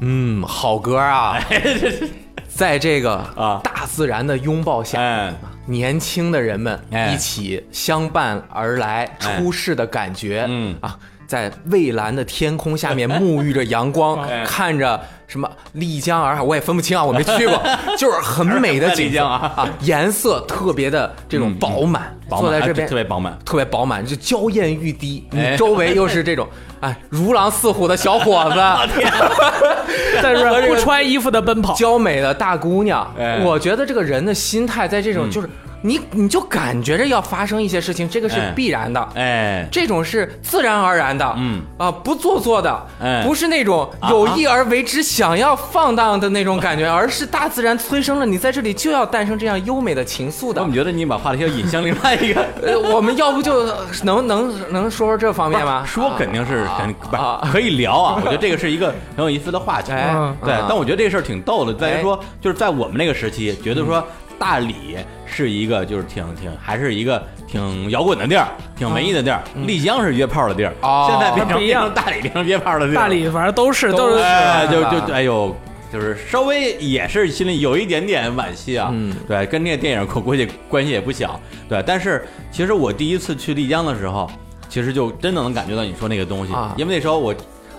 [SPEAKER 2] 嗯，好歌啊，在这个
[SPEAKER 4] 哎啊
[SPEAKER 2] 大自然的拥抱下，
[SPEAKER 4] 哎
[SPEAKER 2] 年轻的人们
[SPEAKER 4] 哎
[SPEAKER 2] 一起相伴而来，
[SPEAKER 4] 哎
[SPEAKER 2] 出世的感觉，
[SPEAKER 4] 嗯
[SPEAKER 2] 啊，在蔚蓝的天空下 面沐浴着阳光，
[SPEAKER 4] 哎
[SPEAKER 2] 看着什么丽江洱海，我也分不清啊，我没去 过，就是很美的景
[SPEAKER 4] 丽
[SPEAKER 2] 色
[SPEAKER 4] 江啊
[SPEAKER 2] 颜色特别的这种饱满，
[SPEAKER 4] 饱
[SPEAKER 2] 坐
[SPEAKER 4] 满
[SPEAKER 2] 在
[SPEAKER 4] 哎
[SPEAKER 2] 这边、
[SPEAKER 4] 特别饱满
[SPEAKER 2] 特别饱满，就娇艳欲滴，
[SPEAKER 4] 哎
[SPEAKER 2] 周围又是这种哎如狼似虎的小 伙子，
[SPEAKER 4] 啊
[SPEAKER 3] 但是不穿衣服的奔 跑，
[SPEAKER 2] 娇美的大姑娘
[SPEAKER 4] 哎，嗯
[SPEAKER 2] 我觉得这个人的心态在这种就是你你就感觉着要发生一些事情，这个是
[SPEAKER 4] 哎
[SPEAKER 2] 必然的。
[SPEAKER 4] 哎，
[SPEAKER 2] 这种是自然而然的，
[SPEAKER 4] 嗯
[SPEAKER 2] 啊，不做作的，
[SPEAKER 4] 哎
[SPEAKER 2] 不是那种有意而为之、想要放荡的那种感觉， 而是大自然催生了你在这里就要诞生这样优美的情愫
[SPEAKER 4] 我
[SPEAKER 2] 的
[SPEAKER 4] 怎么。觉得哦你把话题要引向另外一个？
[SPEAKER 2] 呃，我们要不就能能能说说这方面吗？
[SPEAKER 4] 啊说肯定是肯定不
[SPEAKER 2] 啊
[SPEAKER 4] 是可以聊啊，我觉得这个是一个很有意思的话题。
[SPEAKER 2] 哎
[SPEAKER 3] 嗯
[SPEAKER 4] 对
[SPEAKER 2] 嗯，
[SPEAKER 4] 但我觉得这事儿挺逗的，在于
[SPEAKER 2] 哎嗯
[SPEAKER 4] 说就是在我们那个时期，觉得说大理是一个就是挺挺还是一个挺摇滚的地儿，挺文艺的地儿，丽江是约炮的地儿，
[SPEAKER 2] 嗯哦
[SPEAKER 4] 现在变
[SPEAKER 3] 那
[SPEAKER 4] 成
[SPEAKER 3] 不一样
[SPEAKER 4] 变成大理变成约炮的地儿了，
[SPEAKER 3] 大理反正都是都是。
[SPEAKER 4] 哎，就
[SPEAKER 2] 吧
[SPEAKER 4] 就哎呦。就是稍微也是心里有一点点惋惜啊，
[SPEAKER 2] 嗯
[SPEAKER 4] 对，跟这个电影我估计关系也不小，对。但是其实我第一次去丽江的时候，其实就真的能感觉到你说那个东西，
[SPEAKER 2] 啊
[SPEAKER 4] 因为那时候我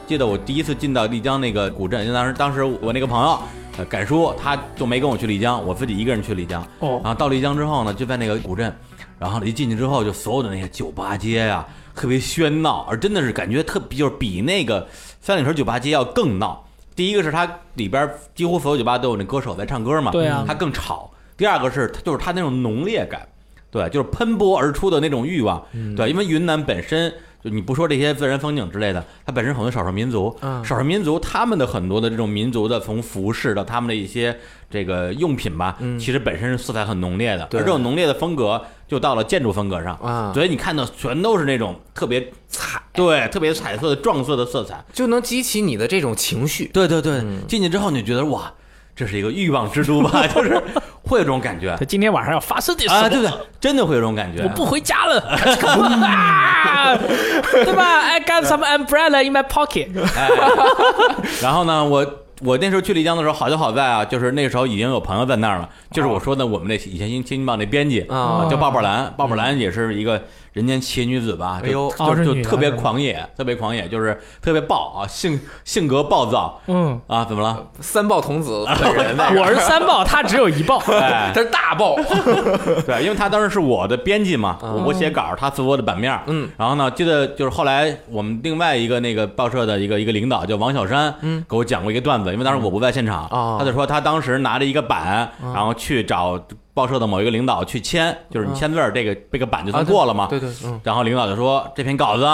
[SPEAKER 4] 记得我第一次进到丽江那个古镇，就当时当时我那个朋友。呃，敢叔他就没跟我去丽江，我自己一个人去丽江。
[SPEAKER 3] 哦
[SPEAKER 4] 然后到丽江之后呢，就在那个古镇，然后一进去之后，就所有的那些酒吧街呀、特别喧闹，而真的是感觉特别就是比那个三里屯酒吧街要更闹。第一个是它里边几乎所有酒吧都有那歌手在唱歌嘛，
[SPEAKER 3] 对啊
[SPEAKER 4] 它更吵。第二个是它就是它那种浓烈感，对，就是喷薄而出的那种欲望，对，因为云南本身就你不说这些自然风景之类的，它本身很多少数民族，
[SPEAKER 2] 嗯
[SPEAKER 4] 少数民族他们的很多的这种民族的从服饰到他们的一些这个用品吧，其实本身是色彩很浓烈的，
[SPEAKER 2] 对
[SPEAKER 4] 而这种浓烈的风格就到了建筑风格上，
[SPEAKER 2] 啊
[SPEAKER 4] 所以你看到全都是那种特别彩，对，特别彩色的撞色的色彩，嗯
[SPEAKER 2] 就能激起你的这种情绪。
[SPEAKER 4] 对对对，进去之后你就觉得哇，这是一个欲望之都 吧，就是会有这种感觉
[SPEAKER 3] 他今天晚上要发生点什
[SPEAKER 4] 啊，
[SPEAKER 3] 么？
[SPEAKER 4] 对对，真的会有这种感觉，
[SPEAKER 3] 我不回家 了，啊对吧？I got some umbrella in my pocket。
[SPEAKER 4] 哎 然后呢，我我那时候去丽江的时候，好就好在啊，就是那时候已经有朋友在那儿了，就是我说的我们那以前《新新京报》那编辑
[SPEAKER 2] 啊
[SPEAKER 4] 叫鲍宝兰，鲍宝兰也是一个人间奇女子吧，
[SPEAKER 2] 哎呦
[SPEAKER 4] 就
[SPEAKER 3] 哦
[SPEAKER 4] 就是就
[SPEAKER 3] 女的
[SPEAKER 4] 特别
[SPEAKER 3] 是吧
[SPEAKER 4] 狂野，特别狂野，就是特别暴啊，性性格暴躁
[SPEAKER 3] 嗯，
[SPEAKER 4] 啊，怎么了？
[SPEAKER 2] 三豹童子本人 在这
[SPEAKER 3] 我
[SPEAKER 2] 儿，
[SPEAKER 3] 是三爆，他只有一爆。
[SPEAKER 4] 哎
[SPEAKER 2] 他，是大 豹，
[SPEAKER 4] 对，因为他当时是我的编辑嘛，我我写稿，他做我的版面。
[SPEAKER 2] 啊嗯，
[SPEAKER 4] 然后呢，记得就是后来我们另外一个那个报社的一个一个领导叫王小山，嗯，给我讲过一个段子，因为当时我不在现场，
[SPEAKER 2] 哦
[SPEAKER 4] 他就说他当时拿着一个板，然后去找报社的某一个领导去签，就是你签字儿，这个这个板就算过了嘛。
[SPEAKER 2] 啊 对对，嗯，
[SPEAKER 4] 然后领导就说这篇稿子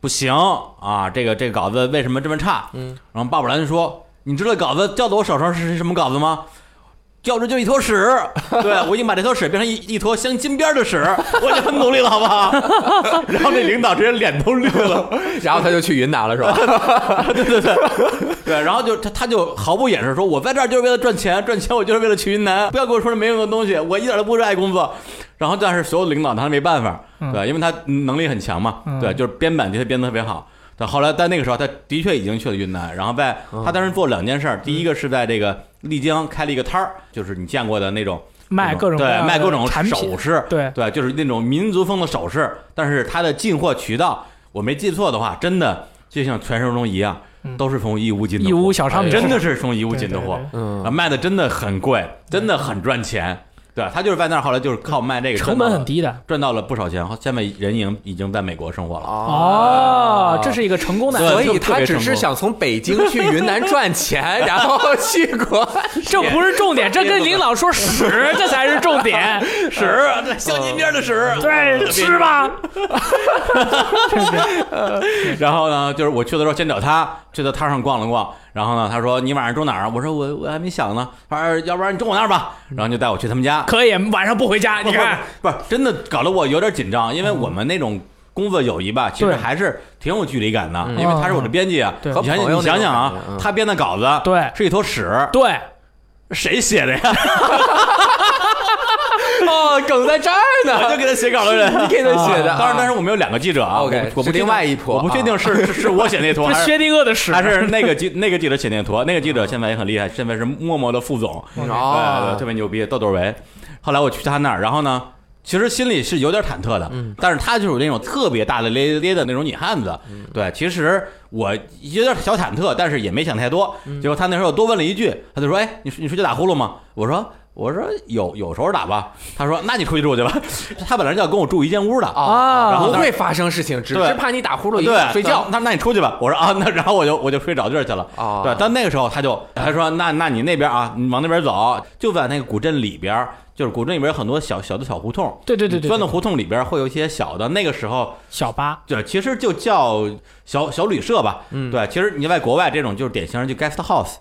[SPEAKER 4] 不行啊，这个这个稿子为什么这么差？嗯，然后鲍勃兰就说：“你知道稿子掉到我手上是什么稿子吗？”掉着就一坨屎，对我已经把这坨屎变成一一坨镶金边的屎，我已经很努力了，好不好？然后那领导直接脸都绿了，
[SPEAKER 2] 然后他就去云南了，是吧？
[SPEAKER 4] 对对对， 对，然后就他他就毫不掩饰说，我在这儿就是为了赚钱，赚钱我就是为了去云南，不要跟我说这没用的东西，我一点都不热爱工作。然后但是所有领导他没办法，
[SPEAKER 3] 嗯
[SPEAKER 4] 对，因为他能力很强嘛，对，就是编版的确编得特别好。但后来在那个时候，他的确已经去了云南，然后在他当时做两件事儿，第一个是在这个丽江开了一个摊儿，就是你见过的那种。
[SPEAKER 3] 卖各种各
[SPEAKER 4] 对
[SPEAKER 3] 样的
[SPEAKER 4] 卖各种
[SPEAKER 3] 产品
[SPEAKER 4] 首饰，
[SPEAKER 3] 对
[SPEAKER 4] 对，就是那种民族风的首饰，但是它的进货渠道，我没记错的话，真的就像传说中一样，都是从义乌进的货，
[SPEAKER 3] 义乌小商品
[SPEAKER 4] 真的是从义乌进的货
[SPEAKER 3] 嗯对对，
[SPEAKER 2] 嗯
[SPEAKER 4] 啊，卖的真的很贵，真的很赚钱，对，他就是在那儿后来就是靠卖这个
[SPEAKER 3] 成
[SPEAKER 4] 赚
[SPEAKER 3] 本
[SPEAKER 4] 到了
[SPEAKER 3] 很，低的。
[SPEAKER 4] 赚到了不少钱，现在人已经已经在美国生活了，
[SPEAKER 3] 啊哦，这是一个成功
[SPEAKER 4] 啊对
[SPEAKER 3] 的，
[SPEAKER 2] 所
[SPEAKER 4] 就
[SPEAKER 2] 以
[SPEAKER 4] 特
[SPEAKER 2] 他
[SPEAKER 4] 别
[SPEAKER 2] 只
[SPEAKER 4] 成
[SPEAKER 2] 是
[SPEAKER 4] 功
[SPEAKER 2] 想从北京去云南赚 钱，然后去国外
[SPEAKER 3] 这不是重点，这跟领导说屎，这才是重 点。
[SPEAKER 4] 屎，对，镶金边的屎，
[SPEAKER 3] 嗯对，吃吧。
[SPEAKER 4] 然后呢，就是我去的时候先找他，去他摊上逛了逛。然后呢，他说你晚上住哪儿啊？我说我我还没想呢。他说哎要不然你住我那儿吧。然后就带我去他们家。
[SPEAKER 3] 可以，晚上不回哎家，你看。
[SPEAKER 4] 不是真的搞得我有点紧张，因为我们那种工作友谊吧，其实
[SPEAKER 3] 对
[SPEAKER 4] 还是挺有距离感的，因为他是我的编辑啊。
[SPEAKER 3] 对
[SPEAKER 4] 你想
[SPEAKER 2] 和朋
[SPEAKER 4] 想，
[SPEAKER 2] 友
[SPEAKER 4] 你想想
[SPEAKER 2] 那种感觉
[SPEAKER 4] 啊
[SPEAKER 2] 嗯，
[SPEAKER 4] 他编的稿子
[SPEAKER 3] 对
[SPEAKER 4] 是一坨屎，
[SPEAKER 3] 对，
[SPEAKER 4] 谁写的呀？
[SPEAKER 2] 哦，梗在这儿
[SPEAKER 4] 我就
[SPEAKER 2] 呢，哦
[SPEAKER 4] 给他写稿的人，
[SPEAKER 2] 你给他写的
[SPEAKER 4] 啊当然，
[SPEAKER 2] 啊
[SPEAKER 4] 当然我们有两个记者啊
[SPEAKER 2] OK，
[SPEAKER 4] 我不我不
[SPEAKER 2] 是另外一啊波
[SPEAKER 4] 我不确定是是是我写 那坨
[SPEAKER 3] 这
[SPEAKER 4] 还
[SPEAKER 3] 薛
[SPEAKER 4] 是。
[SPEAKER 3] 定谔的事，
[SPEAKER 4] 还是那个记那个记者写那坨，那个记者现在也很厉害，现在是陌陌的副总，哎
[SPEAKER 2] 哦
[SPEAKER 4] 对对特别牛逼，豆豆维。后来我去他那儿，然后呢，其实心里是有点忐忑的，
[SPEAKER 2] 嗯
[SPEAKER 4] 但是他就是那种特别大大咧咧咧的那种女汉子，
[SPEAKER 2] 嗯
[SPEAKER 4] 对，其实我有点小忐忑，但是也没想太多。
[SPEAKER 2] 嗯
[SPEAKER 4] 结果他那时候又多问了一句，他就说：“哎，你睡你睡觉打呼噜吗？”我说。我说有有时候打吧，他说那你出去住去吧。 他本来是要跟我住一间屋的啊然
[SPEAKER 2] 哦
[SPEAKER 4] 后
[SPEAKER 2] 不
[SPEAKER 4] 当时
[SPEAKER 2] 会发生事情，只
[SPEAKER 4] 对
[SPEAKER 2] 是怕你打呼噜影响
[SPEAKER 4] 啊对，
[SPEAKER 2] 睡觉。
[SPEAKER 4] 那那你出去吧。我说啊， 那然后我就我就睡找地儿去了。
[SPEAKER 2] 哦
[SPEAKER 3] 啊
[SPEAKER 4] 对，但那个时候他就他说那那你那边啊，你往那边走，就在那个古镇里边，就是古镇里边有很多小小的小胡同。
[SPEAKER 3] 对对对对
[SPEAKER 4] 钻到胡同里边会有一些小的，那个时候
[SPEAKER 3] 小八，
[SPEAKER 4] 对，其实就叫小小旅社吧。嗯，对，其实你在国外这种就是典型的就 guest house。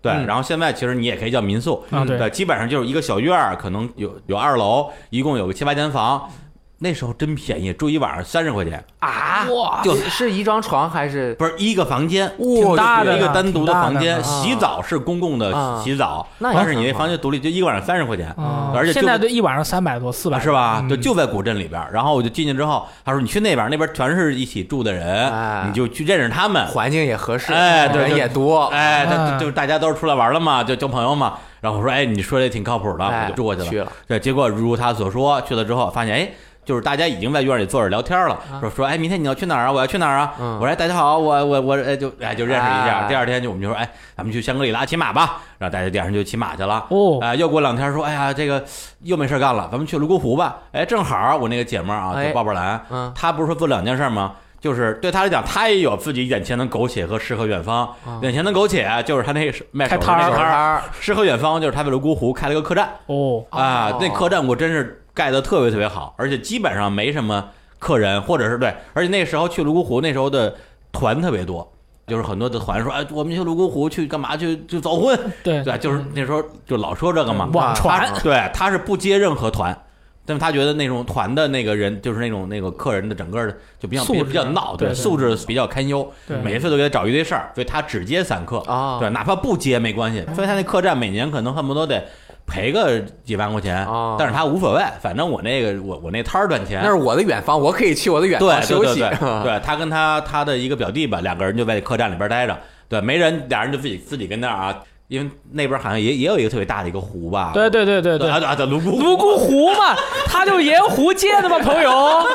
[SPEAKER 4] 对，
[SPEAKER 2] 嗯
[SPEAKER 4] 然后现在其实你也可以叫民宿，嗯
[SPEAKER 3] 啊对
[SPEAKER 4] 基本上就是一个小院儿，可能有有二楼，一共有个七八间房，那时候真便宜，住一晚上三十块钱，
[SPEAKER 2] 啊，
[SPEAKER 3] 哇
[SPEAKER 2] 就是是一张床还是
[SPEAKER 4] 不是一个房间，
[SPEAKER 2] 挺
[SPEAKER 3] 大的
[SPEAKER 4] 一
[SPEAKER 3] 呢
[SPEAKER 4] 个单独的房间，
[SPEAKER 3] 挺大的呢啊
[SPEAKER 4] 洗澡是公共的
[SPEAKER 2] 啊
[SPEAKER 4] 洗澡，
[SPEAKER 2] 那也
[SPEAKER 4] 但是你那
[SPEAKER 2] 很好
[SPEAKER 4] 房间独立，就一个晚上三十块钱，
[SPEAKER 3] 嗯
[SPEAKER 4] 而且就啊
[SPEAKER 3] 现在都一晚上三百多嗯四百
[SPEAKER 4] 是吧？对，就在古镇里边儿。然后我就进去之后，他说你去那边儿，那边儿全是一起住的
[SPEAKER 2] 哎
[SPEAKER 4] 人，你就去认识他们。
[SPEAKER 2] 环境也合适，
[SPEAKER 4] 哎对
[SPEAKER 2] 人
[SPEAKER 4] 对
[SPEAKER 2] 也多，
[SPEAKER 4] 哎，他
[SPEAKER 3] 哎
[SPEAKER 4] 就就大家都是出来玩了嘛，就交朋友嘛。然后我说，哎，你说的挺靠谱的，
[SPEAKER 2] 哎
[SPEAKER 4] 我就住过去了。
[SPEAKER 2] 去了
[SPEAKER 4] 对，结果如他所说，去了之后发现，哎。就是大家已经在院里坐着聊天了，说说，哎，明天你要去哪儿啊？我要去哪儿啊？
[SPEAKER 2] 嗯
[SPEAKER 4] 我说，哎，大家好，我我我，哎，就哎就认识一下。
[SPEAKER 2] 哎
[SPEAKER 4] 第二天就我们就说，哎，咱们去香格里拉骑马吧。然后大家第二天就骑马去了。
[SPEAKER 3] 哦
[SPEAKER 4] 哎，又过两天说，哎呀，这个又没事儿干了，咱们去泸沽湖吧。哎，正好我那个姐们儿啊，
[SPEAKER 2] 哎
[SPEAKER 4] 就鲍宝兰，
[SPEAKER 2] 嗯
[SPEAKER 4] 她不是说做两件事儿吗？就是对她来讲，她也有自己眼前的苟且和诗和远方。眼前的苟且啊就是她那个卖手
[SPEAKER 3] 开
[SPEAKER 4] 的
[SPEAKER 3] 摊
[SPEAKER 4] 那
[SPEAKER 3] 儿
[SPEAKER 4] 个
[SPEAKER 2] 摊
[SPEAKER 4] 摊儿，
[SPEAKER 2] 儿
[SPEAKER 4] 诗和远方就是她在泸沽湖开了个客栈。
[SPEAKER 3] 哦，
[SPEAKER 4] 啊
[SPEAKER 2] 哦，
[SPEAKER 4] 那客栈我真是盖的特别特别好，而且基本上没什么客人，或者是对，而且那时候去泸沽湖那时候的团特别多，就是很多的团说，哎，我们去泸沽湖去干嘛去去早婚，
[SPEAKER 3] 对
[SPEAKER 4] 对，就是那时候就老说这个嘛，
[SPEAKER 3] 网传
[SPEAKER 4] 他对，他是不接任何团。但是他觉得那种团的那个人，就是那种那个客人的整个的就比较
[SPEAKER 3] 素质
[SPEAKER 4] 比较闹，
[SPEAKER 3] 对对
[SPEAKER 4] 素质比较堪忧
[SPEAKER 3] 对，
[SPEAKER 4] 每一次都给他找一堆事儿，所以他只接散客
[SPEAKER 2] 啊
[SPEAKER 4] 对，哪怕不接没关系，所以他那客栈每年可能恨不得得赔个几万块钱
[SPEAKER 2] 啊，
[SPEAKER 4] 但是他无所谓，反正我那个我我那摊儿赚钱，
[SPEAKER 2] 那是我的远方，我可以去我的远
[SPEAKER 4] 对
[SPEAKER 2] 方
[SPEAKER 4] 对
[SPEAKER 2] 休
[SPEAKER 4] 对
[SPEAKER 2] 息。啊
[SPEAKER 4] 对，对他跟他他的一个表弟吧，两个人就在客栈里边待着，对，没人，俩人就自己自己跟那儿啊，因为那边好像也也有一个特别大的一个湖吧，
[SPEAKER 3] 对对对
[SPEAKER 4] 对
[SPEAKER 3] 对对
[SPEAKER 4] 啊，对啊对，泸沽
[SPEAKER 3] 泸沽湖嘛，它就沿湖建的嘛，朋友。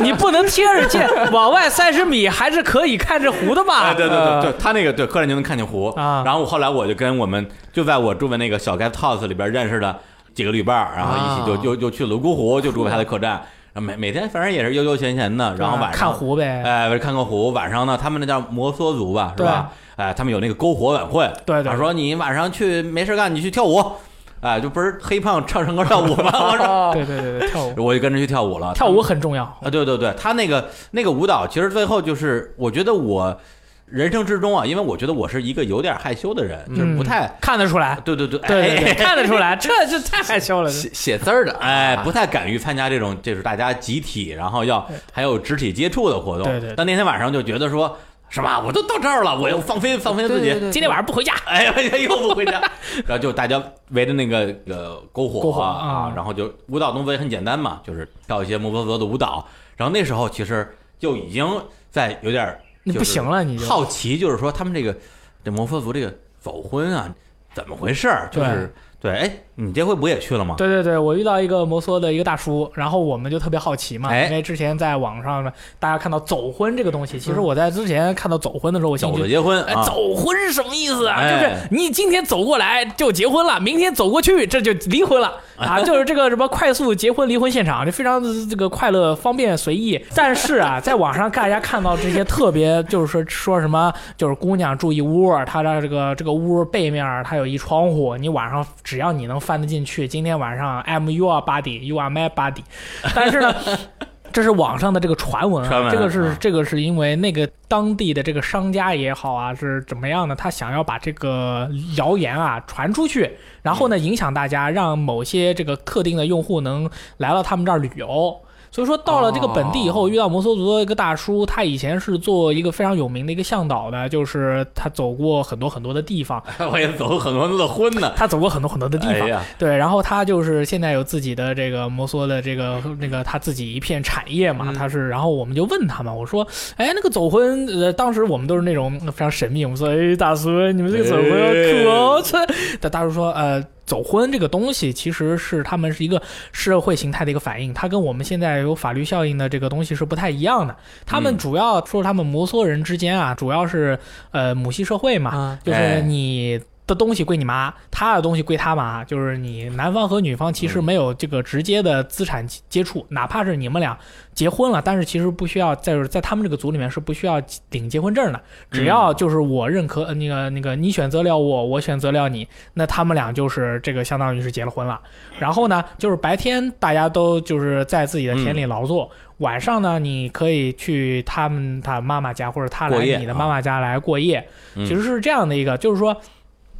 [SPEAKER 3] 你不能贴着 建，往外三十米还是可以看着湖的嘛。嗯
[SPEAKER 4] 哎，对对对对，他那个对客人就能看见湖
[SPEAKER 3] 呃啊
[SPEAKER 4] 然后我后来我就跟我们就在我住的那个小 guest house 里边认识的几个旅伴儿，然后一起就
[SPEAKER 2] 啊
[SPEAKER 4] 就就去泸沽湖，就住他的客栈，然后每每天反正也是悠悠闲闲的，然后晚上
[SPEAKER 3] 看湖呗
[SPEAKER 4] 哎，看个湖。晚上呢，他们那叫摩梭族吧，是吧？哎，他们有那个篝火晚会，
[SPEAKER 3] 对对
[SPEAKER 4] 他说你晚上去没事干，你去跳舞，哎，就不是黑胖唱唱歌跳舞吗？我
[SPEAKER 2] 哦
[SPEAKER 4] 说，
[SPEAKER 3] 对对对对，跳舞
[SPEAKER 4] 我就跟着去跳舞了，
[SPEAKER 3] 跳舞很重要。
[SPEAKER 4] 啊，对对对，他那个那个舞蹈，其实最后就是，我觉得我人生之中啊，因为我觉得我是一个有点害羞的人，就是不太，
[SPEAKER 3] 看得出来，
[SPEAKER 4] 对对对，
[SPEAKER 3] 嗯对对对，
[SPEAKER 4] 哎
[SPEAKER 3] 看得出来，这这太害羞了。
[SPEAKER 2] 写写字儿的， 啊
[SPEAKER 4] 哎，不太敢于参加这种就是大家集体，然后要还有肢体接触的活动。
[SPEAKER 3] 对对对
[SPEAKER 4] 但那天晚上就觉得说，是吧？我都到这儿了，我又放飞放飞自己。
[SPEAKER 3] 今天晚上不回家，
[SPEAKER 4] 哎呀，又不 回家，然后就大家围着那个呃篝火
[SPEAKER 3] 篝火
[SPEAKER 4] 啊
[SPEAKER 3] 啊，
[SPEAKER 4] 然后就舞蹈动作也很简单嘛，就是跳一些摩诃陀的舞蹈。然后那时候其实就已经在有点儿
[SPEAKER 3] 你
[SPEAKER 4] 就
[SPEAKER 3] 不
[SPEAKER 4] 是
[SPEAKER 3] 行了你就
[SPEAKER 4] 好奇就是说他们这个这摩诃族这个走婚啊，怎么回事儿？就是对，哎，你这回不也去了吗？
[SPEAKER 3] 对对对，我遇到一个摩梭的一个大叔，然后我们就特别好奇嘛，
[SPEAKER 4] 哎
[SPEAKER 3] 因为之前在网上呢，大家看到走婚这个东西，其实我在之前看到走婚的时候，我心
[SPEAKER 4] 嗯走
[SPEAKER 3] 里
[SPEAKER 4] 着
[SPEAKER 3] 就
[SPEAKER 4] 结婚
[SPEAKER 3] 哎
[SPEAKER 4] 啊，，
[SPEAKER 3] 走婚是什么意思啊？
[SPEAKER 4] 哎
[SPEAKER 3] 就是你今天走过来就结婚了，明天走过去这就离婚了 啊！就是这个什么快速结婚离婚现场，就非常这个快乐、方便、随意。但是 啊，在网上大家看到这些特别，就是说说什么，就是姑娘住一屋，她的这个这个屋背面它有一窗户，你晚上只要你能翻得进去，今天晚上 I'm your body, you are my body。但 是呢。这是网上的这个传闻、啊，
[SPEAKER 4] 传闻
[SPEAKER 3] 这个是
[SPEAKER 4] 啊
[SPEAKER 3] 这个是因为那个当地的这个商家也好啊，是怎么样呢？他想要把这个谣言啊传出去，
[SPEAKER 4] 嗯
[SPEAKER 3] 然后呢影响大家，让某些这个特定的用户能来到他们这儿旅游。所以说到了这个本地以
[SPEAKER 4] 哦
[SPEAKER 3] 后，遇到摩梭族的一个大叔，他以前是做一个非常有名的一个向导的，就是他走过很多很多的地方，
[SPEAKER 4] 我也走很多的婚呢。
[SPEAKER 3] 他走过很多很多的地
[SPEAKER 4] 哎
[SPEAKER 3] 方。
[SPEAKER 4] 呀，
[SPEAKER 3] 对，然后他就是现在有自己的这个摩梭的这个那个他自己一片产业嘛，
[SPEAKER 4] 嗯
[SPEAKER 3] 他是，然后我们就问他嘛，我说，哎，那个走婚，呃，当时我们都是那种非常神秘，我们说，哎，大叔，你们这个走
[SPEAKER 4] 哎
[SPEAKER 3] 婚要酷哦，这，但大叔说，呃。走婚这个东西其实是他们是一个社会形态的一个反应，它跟我们现在有法律效应的这个东西是不太一样的。他们
[SPEAKER 4] 嗯
[SPEAKER 3] 主要说他们摩梭人之间啊，主要是呃母系社会嘛，
[SPEAKER 2] 啊
[SPEAKER 3] 就是
[SPEAKER 4] 哎
[SPEAKER 3] 你的东西归你妈，她的东西归她妈，就是你男方和女方其实没有这个直接的资产接接触，哪怕是你们俩结婚了，但是其实不需要在就是在他们这个组里面是不需要领结婚证的，只要就是我认可、呃那个那个你选择了我，我选择了你，那他们俩就是这个相当于是结了婚了。然后呢，就是白天大家都就是在自己的田里劳作。晚上呢，你可以去他们他妈妈家，或者他
[SPEAKER 4] 过
[SPEAKER 3] 来
[SPEAKER 4] 夜
[SPEAKER 3] 你的
[SPEAKER 4] 啊
[SPEAKER 3] 妈妈家来过夜，
[SPEAKER 4] 嗯
[SPEAKER 3] 其实是这样的一个，就是说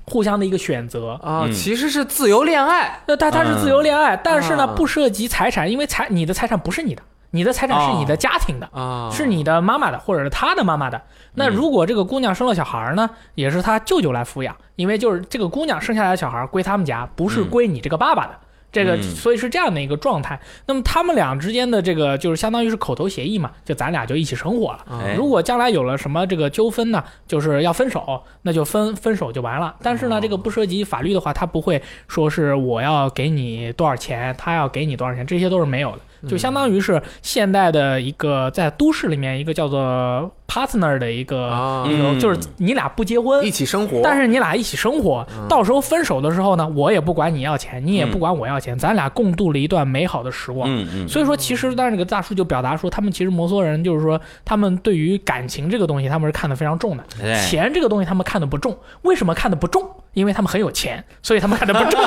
[SPEAKER 3] 互相的一个选择。
[SPEAKER 2] 啊，
[SPEAKER 4] 嗯
[SPEAKER 2] 其实是自由恋爱，
[SPEAKER 3] 那它它是自由恋爱，但是呢
[SPEAKER 2] 啊
[SPEAKER 3] 不涉及财产，因为财你的财产不是你的，你的财产是你的家庭的。
[SPEAKER 2] 啊，
[SPEAKER 3] 是你的妈妈的，或者是他的妈妈的。那如果这个姑娘生了小孩儿呢，也是他舅舅来抚养，因为就是这个姑娘生下来的小孩儿归他们家，不是
[SPEAKER 4] 嗯
[SPEAKER 3] 归你这个爸爸的。这个
[SPEAKER 4] 嗯
[SPEAKER 3] 所以是这样的一个状态。那么他们俩之间的这个就是相当于是口头协议嘛，就咱俩就一起生活了。
[SPEAKER 4] 哎
[SPEAKER 3] 如果将来有了什么这个纠纷呢，就是要分手，那就分分手就完了。但
[SPEAKER 2] 哦
[SPEAKER 3] 是呢，这个不涉及法律的话，他不会说是我要给你多少钱，他要给你多少钱，这些都是没有
[SPEAKER 2] 嗯
[SPEAKER 3] 的，就相当于是现代的一个在都市里面一个叫做 partner 的一个，
[SPEAKER 2] 啊
[SPEAKER 3] 一
[SPEAKER 4] 嗯
[SPEAKER 3] 种就是你俩不结婚
[SPEAKER 2] 一。起生活，嗯
[SPEAKER 3] 但是你俩一起生活，到时候分手的时候呢，我也不管你要钱，你也不管我要钱，咱俩共度了一段美好的时光。
[SPEAKER 4] 嗯嗯，
[SPEAKER 3] 所以说，其实但是这个大叔就表达说，他们其实摩梭人就是说，他们对于感情这个东西，他们是看得非常重的。
[SPEAKER 4] 哎
[SPEAKER 3] 钱这个东西他们看得不重，为什么看得不重？因为他们很有钱，所以他们看得不重。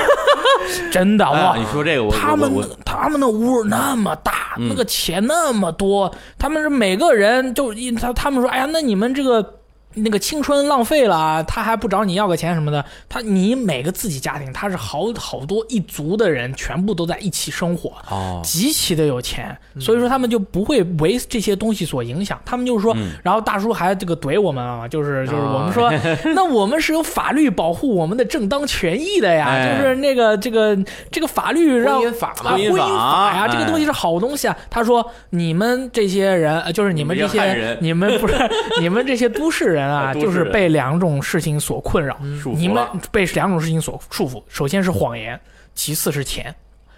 [SPEAKER 3] 真的
[SPEAKER 4] 啊
[SPEAKER 3] 哇
[SPEAKER 4] 你！说这个我
[SPEAKER 3] 他们
[SPEAKER 4] 我我
[SPEAKER 3] 他们的屋那么大，那个钱那么多，他们是每个人就一他他们说，哎呀，那你们这个。那个青春浪费了啊，他还不找你要个钱什么的。他你每个自己家庭，他是好好多一族的人，全部都在一起生活。
[SPEAKER 4] 哦，
[SPEAKER 3] 极其的有钱，所以说他们就不会为这些东西所影响。他们就是说，然后大叔还这个怼我们嘛，就是就是我们说，那我们是有法律保护我们的正当权益的呀，
[SPEAKER 4] 哎
[SPEAKER 3] 就是那个这个这个法律让
[SPEAKER 2] 婚姻法嘛
[SPEAKER 3] 啊婚姻法呀，
[SPEAKER 4] 哎
[SPEAKER 3] 这个东西是好东西啊。他说你们这些人，呃就是你们这
[SPEAKER 4] 你们这些
[SPEAKER 3] 些
[SPEAKER 4] 汉人
[SPEAKER 3] 你们不是你们这些都市人啊，
[SPEAKER 4] 都市人
[SPEAKER 3] 就是被两种事情所困扰，
[SPEAKER 4] 束
[SPEAKER 3] 你
[SPEAKER 4] 缚
[SPEAKER 3] 们
[SPEAKER 4] 了
[SPEAKER 3] 被两种事情所束缚，首先是谎言，其次是钱。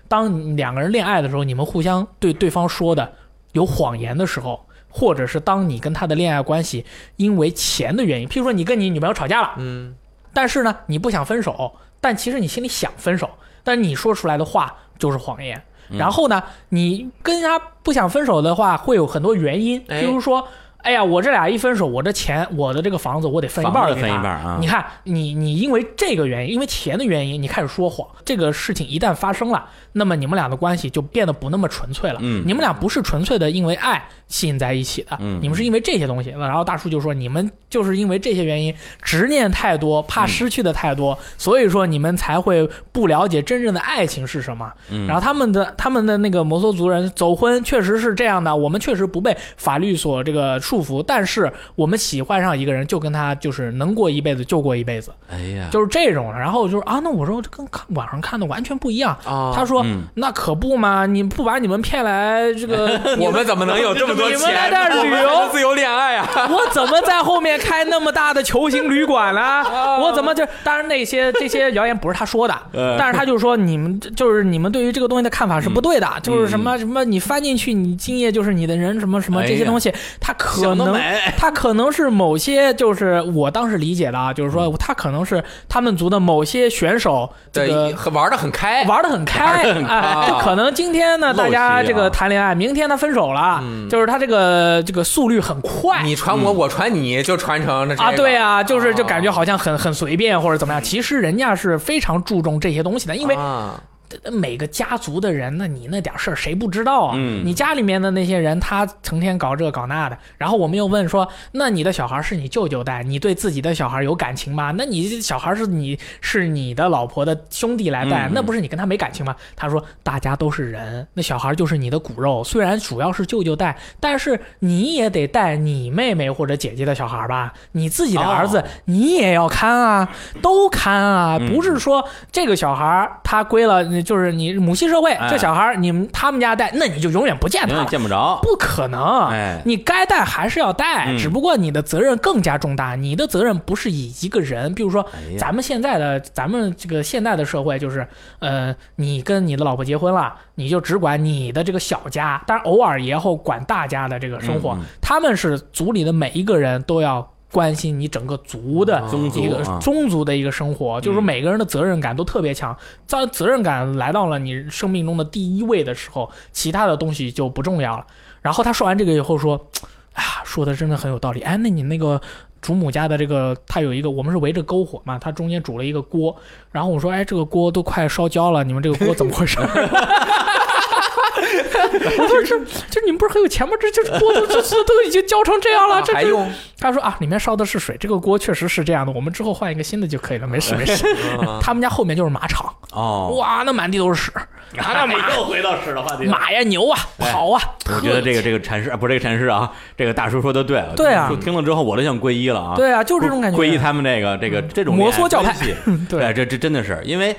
[SPEAKER 3] 当两个人恋爱的时候，你们互相对对方说的有谎言的时候，或者是当你跟他的恋爱关系因为钱的原因，譬如说你跟你女朋友吵架了，
[SPEAKER 2] 嗯，
[SPEAKER 3] 但是呢你不想分手，但其实你心里想分手，但你说出来的话就是谎言。
[SPEAKER 4] 嗯
[SPEAKER 3] 然后呢，你跟他不想分手的话，会有很多原因，
[SPEAKER 2] 哎
[SPEAKER 3] 譬如说。哎呀，我这俩一分手，我这钱，我的这个房子，我得分一半儿
[SPEAKER 4] 房
[SPEAKER 3] 给
[SPEAKER 4] 子
[SPEAKER 3] 他。
[SPEAKER 4] 分一半儿啊
[SPEAKER 3] 你看，你你因为这个原因，因为钱的原因，你开始说谎。这个事情一旦发生了，那么你们俩的关系就变得不那么纯粹了。
[SPEAKER 4] 嗯
[SPEAKER 3] 你们俩不是纯粹的因为爱吸引在一起的，
[SPEAKER 4] 嗯
[SPEAKER 3] 你们是因为这些东西。然后大叔就说，你们就是因为这些原因，执念太多，怕失去的太多，所以说你们才会不了解真正的爱情是什么。
[SPEAKER 4] 嗯
[SPEAKER 3] 然后他们的他们的那个摩梭族人走婚确实是这样的，我们确实不被法律所这个束缚，但是我们喜欢上一个人就跟他就是能过一辈子就过一辈子，
[SPEAKER 4] 哎呀，
[SPEAKER 3] 就是这种。然后就是啊，那我说这跟看网上看的完全不一样。
[SPEAKER 2] 啊，
[SPEAKER 3] 他说、
[SPEAKER 4] 嗯
[SPEAKER 3] 那可不嘛，你不把你们骗来 这个
[SPEAKER 2] 我们怎么能有这么多
[SPEAKER 3] 你
[SPEAKER 2] 钱？
[SPEAKER 3] 们来这儿旅游
[SPEAKER 2] 我们是自由恋爱啊！
[SPEAKER 3] 我怎么在后面开那么大的球形旅馆呢、我怎么就……当然那些这些谣言不是他说的，但是他就说你们就是你们对于这个东西的看法是不对的，就是什么什么你翻进去你今夜就是你的人什么什么这
[SPEAKER 4] 哎
[SPEAKER 3] 些
[SPEAKER 4] 呀
[SPEAKER 3] 东西，他可
[SPEAKER 4] 想得
[SPEAKER 3] 能
[SPEAKER 4] 美
[SPEAKER 3] 他可能是某些就是我当时理解的啊，就是说他可能是他们族的某些选手这个
[SPEAKER 2] 对，玩的很开，
[SPEAKER 3] 玩的很开，哎，就可能今天呢，
[SPEAKER 4] 露
[SPEAKER 3] 大
[SPEAKER 4] 西
[SPEAKER 3] 家这个
[SPEAKER 4] 啊
[SPEAKER 3] 谈恋爱，明天他分手了，就是他这个这个速率很快，
[SPEAKER 2] 你传我，我传你，就传成了这个
[SPEAKER 3] 啊，对啊，就是就感觉好像很很随便或者怎么样，其实人家是非常注重这些东西的，因为
[SPEAKER 2] 啊
[SPEAKER 3] 每个家族的人，那你那点事儿谁不知道啊？
[SPEAKER 4] 嗯
[SPEAKER 3] 你家里面的那些人，他成天搞这搞那的，然后我们又问说，那你的小孩是你舅舅带，你对自己的小孩有感情吗？那你小孩是你是你的老婆的兄弟来带，
[SPEAKER 4] 嗯
[SPEAKER 3] 那不是你跟他没感情吗？他说大家都是人，那小孩就是你的骨肉，虽然主要是舅舅带，但是你也得带你妹妹或者姐姐的小孩吧，你自
[SPEAKER 4] 哦
[SPEAKER 3] 己的儿子你也要看啊，都看啊，
[SPEAKER 4] 嗯
[SPEAKER 3] 不是说这个小孩儿他归了，就是你母系社会
[SPEAKER 4] 哎，
[SPEAKER 3] 这小孩儿你们他们家带，那你就永远不见
[SPEAKER 4] 永
[SPEAKER 3] 他
[SPEAKER 4] 远
[SPEAKER 3] 了。
[SPEAKER 4] 见不着。
[SPEAKER 3] 不可能，
[SPEAKER 4] 哎
[SPEAKER 3] 啊你该带还是要带，
[SPEAKER 4] 嗯
[SPEAKER 3] 只不过你的责任更加重大。你的责任不是以一个人，比如说
[SPEAKER 4] 哎呀
[SPEAKER 3] 咱们现在的咱们这个现代的社会，就是呃，你跟你的老婆结婚了，你就只管你的这个小家，但是偶尔也后管大家的这个生活。
[SPEAKER 4] 嗯嗯
[SPEAKER 3] 他们是族里的每一个人都要。关心你整个族的
[SPEAKER 4] 宗族嗯
[SPEAKER 3] 一个
[SPEAKER 4] 啊
[SPEAKER 3] 宗族的一个生活，就是说每个人的责任感都特别强。当责任感来到了你生命中的第一位的时候，其他的东西就不重要了。然后他说完这个以后说：“哎呀，说的真的很有道理。哎，那你那个祖母家的这个，他有一个，我们是围着篝火嘛，他中间煮了一个锅。然后我说：哎，这个锅都快烧焦了，你们这个锅怎么 回事？”我说是，就你们不是很有钱吗？这这锅都这这都已经焦成这
[SPEAKER 4] 啊
[SPEAKER 3] 样了，这
[SPEAKER 2] 还
[SPEAKER 3] 这
[SPEAKER 2] 用
[SPEAKER 3] 他说啊，里面烧的是水，这个锅确实是这样的，我们之后换一个新的就可以了，没事没 事。他们家后面就是马场，
[SPEAKER 4] 啊哦，
[SPEAKER 3] 哇，那满地都是屎，
[SPEAKER 4] 啊
[SPEAKER 3] 啊
[SPEAKER 4] 那 你又回到屎的话题
[SPEAKER 3] 马呀牛啊跑啊，
[SPEAKER 4] 我觉得这个这个禅师啊，不是这个禅师啊，这个大叔说的对啊，
[SPEAKER 3] 对啊
[SPEAKER 4] 就听了之后我都想皈依了啊，
[SPEAKER 3] 对啊，就是这种感觉。嗯
[SPEAKER 4] 皈依他们这个这个这种
[SPEAKER 3] 摩
[SPEAKER 4] 恋爱
[SPEAKER 3] 梭教派嗯
[SPEAKER 4] 关 系
[SPEAKER 3] 对
[SPEAKER 4] 对，这这真的是因为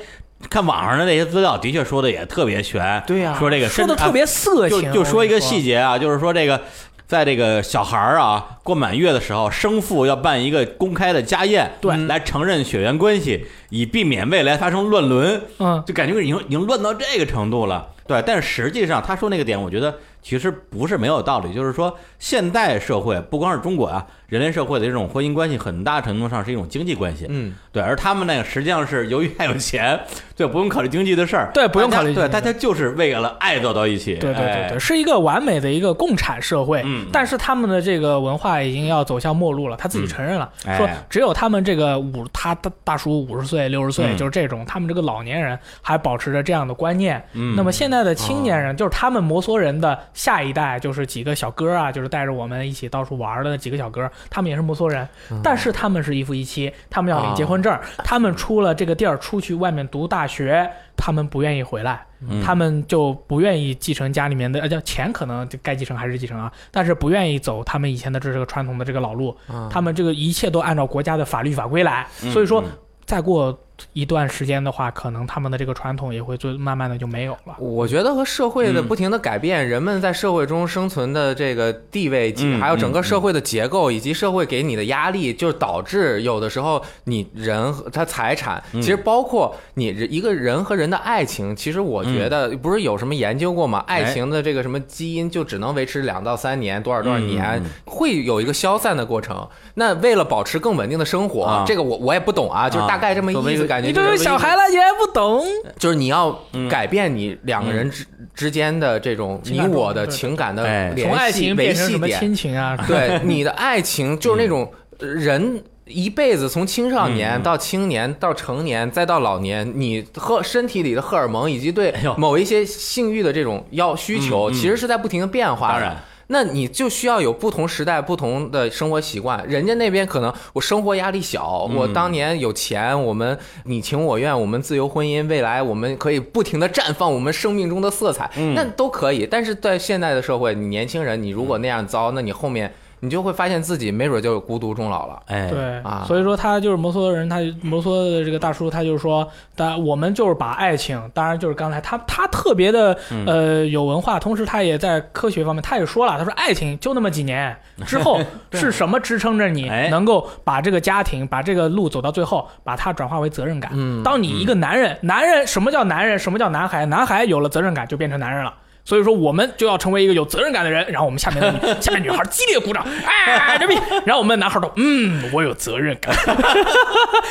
[SPEAKER 4] 看网上的那些资料，的确说的也特别悬，
[SPEAKER 2] 对呀
[SPEAKER 4] 说这个
[SPEAKER 3] 说
[SPEAKER 4] 甚
[SPEAKER 3] 的
[SPEAKER 4] 至啊
[SPEAKER 3] 特别色
[SPEAKER 4] 就
[SPEAKER 3] 情，
[SPEAKER 4] 就说一个
[SPEAKER 3] 戏。
[SPEAKER 4] 细节啊，就是说这个，在这个小孩儿啊过满月的时候，生父要办一个公开的家宴，
[SPEAKER 3] 对
[SPEAKER 4] 来承认血缘关系，以避免未来发生乱伦。
[SPEAKER 3] 嗯
[SPEAKER 4] 就感觉已经已经乱到这个程度了。对，但实际上他说那个点，我觉得其实不是没有道理。就是说，现代社会不光是中国啊，人类社会的这种婚姻关系，很大程度上是一种经济关系。
[SPEAKER 2] 嗯，
[SPEAKER 4] 对，而他们那个实际上是由于太有钱， 对，不用考虑经济的事儿，
[SPEAKER 3] 对不用
[SPEAKER 4] 大家
[SPEAKER 3] 考虑经济
[SPEAKER 4] 对，大家就是为了爱走到一起。
[SPEAKER 3] 对对对
[SPEAKER 4] 哎
[SPEAKER 3] 对，是一个完美的一个共产社会，
[SPEAKER 4] 嗯
[SPEAKER 3] 但是他们的这个文化已经要走向末路了。他自己承认了，
[SPEAKER 4] 嗯
[SPEAKER 3] 说
[SPEAKER 4] 哎
[SPEAKER 3] 只有他们这个五他大大叔五十岁六十岁、
[SPEAKER 4] 嗯
[SPEAKER 3] 就是这种，他们这个老年人还保持着这样的观念。
[SPEAKER 4] 嗯
[SPEAKER 3] 那么现在的青年人，就是他们摩梭人的下一代，就是几个小哥啊，就是带着我们一起到处玩的几个小哥，他们也是摩梭人，但是他们是一夫一妻，他们要领结婚证，他们出了这个地儿出去外面读大学，他们不愿意回来。
[SPEAKER 4] 嗯
[SPEAKER 3] 他们就不愿意继承家里面的，呃，叫钱可能就该继承还是继承啊，但是不愿意走他们以前的这这个传统的这个老路，
[SPEAKER 2] 啊
[SPEAKER 3] 他们这个一切都按照国家的法律法规来，
[SPEAKER 4] 嗯
[SPEAKER 3] 所以说
[SPEAKER 4] 嗯
[SPEAKER 3] 再过一段时间的话，可能他们的这个传统也会就慢慢的就没有了。
[SPEAKER 2] 我觉得和社会的
[SPEAKER 4] 嗯
[SPEAKER 2] 不停的改变，人们在社会中生存的这个地位，
[SPEAKER 4] 嗯
[SPEAKER 2] 还有整个社会的结构，以及社会给你的压力，就导致有的时候你人和他财产，
[SPEAKER 4] 嗯
[SPEAKER 2] 其实包括你人一个人和人的爱情，其实我觉得不是有什么研究过吗？
[SPEAKER 4] 嗯哎
[SPEAKER 2] 爱情的这个什么基因就只能维持两到三年，多少多少
[SPEAKER 4] 嗯
[SPEAKER 2] 年
[SPEAKER 4] 嗯嗯，
[SPEAKER 2] 会有一个消散的过程。那为了保持更稳定的生活
[SPEAKER 4] 啊，
[SPEAKER 2] 这个我我也不懂啊，就是大概这么
[SPEAKER 4] 作为
[SPEAKER 2] 意
[SPEAKER 4] 一
[SPEAKER 2] 思，
[SPEAKER 4] 个
[SPEAKER 2] 感觉
[SPEAKER 3] 你
[SPEAKER 2] 就
[SPEAKER 3] 这
[SPEAKER 2] 是
[SPEAKER 3] 是小孩了，你还不懂，
[SPEAKER 2] 就是你要
[SPEAKER 4] 嗯
[SPEAKER 2] 改变你两个人之之间的这种
[SPEAKER 3] 嗯情
[SPEAKER 2] 你
[SPEAKER 3] 感
[SPEAKER 2] 我
[SPEAKER 3] 状态
[SPEAKER 2] 的
[SPEAKER 3] 对
[SPEAKER 2] 情感的
[SPEAKER 4] 哎
[SPEAKER 2] 联系
[SPEAKER 3] 从爱情
[SPEAKER 2] 维
[SPEAKER 3] 变成
[SPEAKER 2] 系
[SPEAKER 3] 什么
[SPEAKER 2] 点，
[SPEAKER 3] 亲情 啊？
[SPEAKER 2] 对你的爱情就是那种呃
[SPEAKER 4] 嗯
[SPEAKER 2] 人。一辈子从青少年到青年到成年再到老年，你荷身体里的荷尔蒙以及对
[SPEAKER 4] 哎呦
[SPEAKER 2] 某一些性欲的这种要需求，
[SPEAKER 4] 嗯嗯
[SPEAKER 2] 其实是在不停的变化的。
[SPEAKER 4] 当然
[SPEAKER 2] 那你就需要有不同时代不同的生活习惯。人家那边可能我生活压力小，我当年有钱，我们你情我愿，我们自由婚姻，未来我们可以不停的绽放我们生命中的色彩，那都可以。但是在现在的社会，你年轻人，你如果那样糟，那你后面你就会发现自己没准就孤独终老了。
[SPEAKER 4] 哎，
[SPEAKER 3] 对
[SPEAKER 2] 啊
[SPEAKER 3] 所以说他就是摩梭人，他摩梭的这个大叔，他就是说，但我们就是把爱情，当然就是刚才他他特别的
[SPEAKER 2] 嗯
[SPEAKER 3] 呃有文化，同时他也在科学方面，他也说了，他说爱情就那么几年，之后是什么支撑着你
[SPEAKER 4] 哎
[SPEAKER 3] 能够把这个家庭、把这个路走到最后，把它转化为责任感？当你一个男人，男人什么叫男人？什么叫男孩？男孩有了责任感就变成男人了。所以说我们就要成为一个有责任感的人。然后我们下面的女下面女孩激烈鼓掌，哎，牛逼！然后我们男孩都嗯，我有责任感，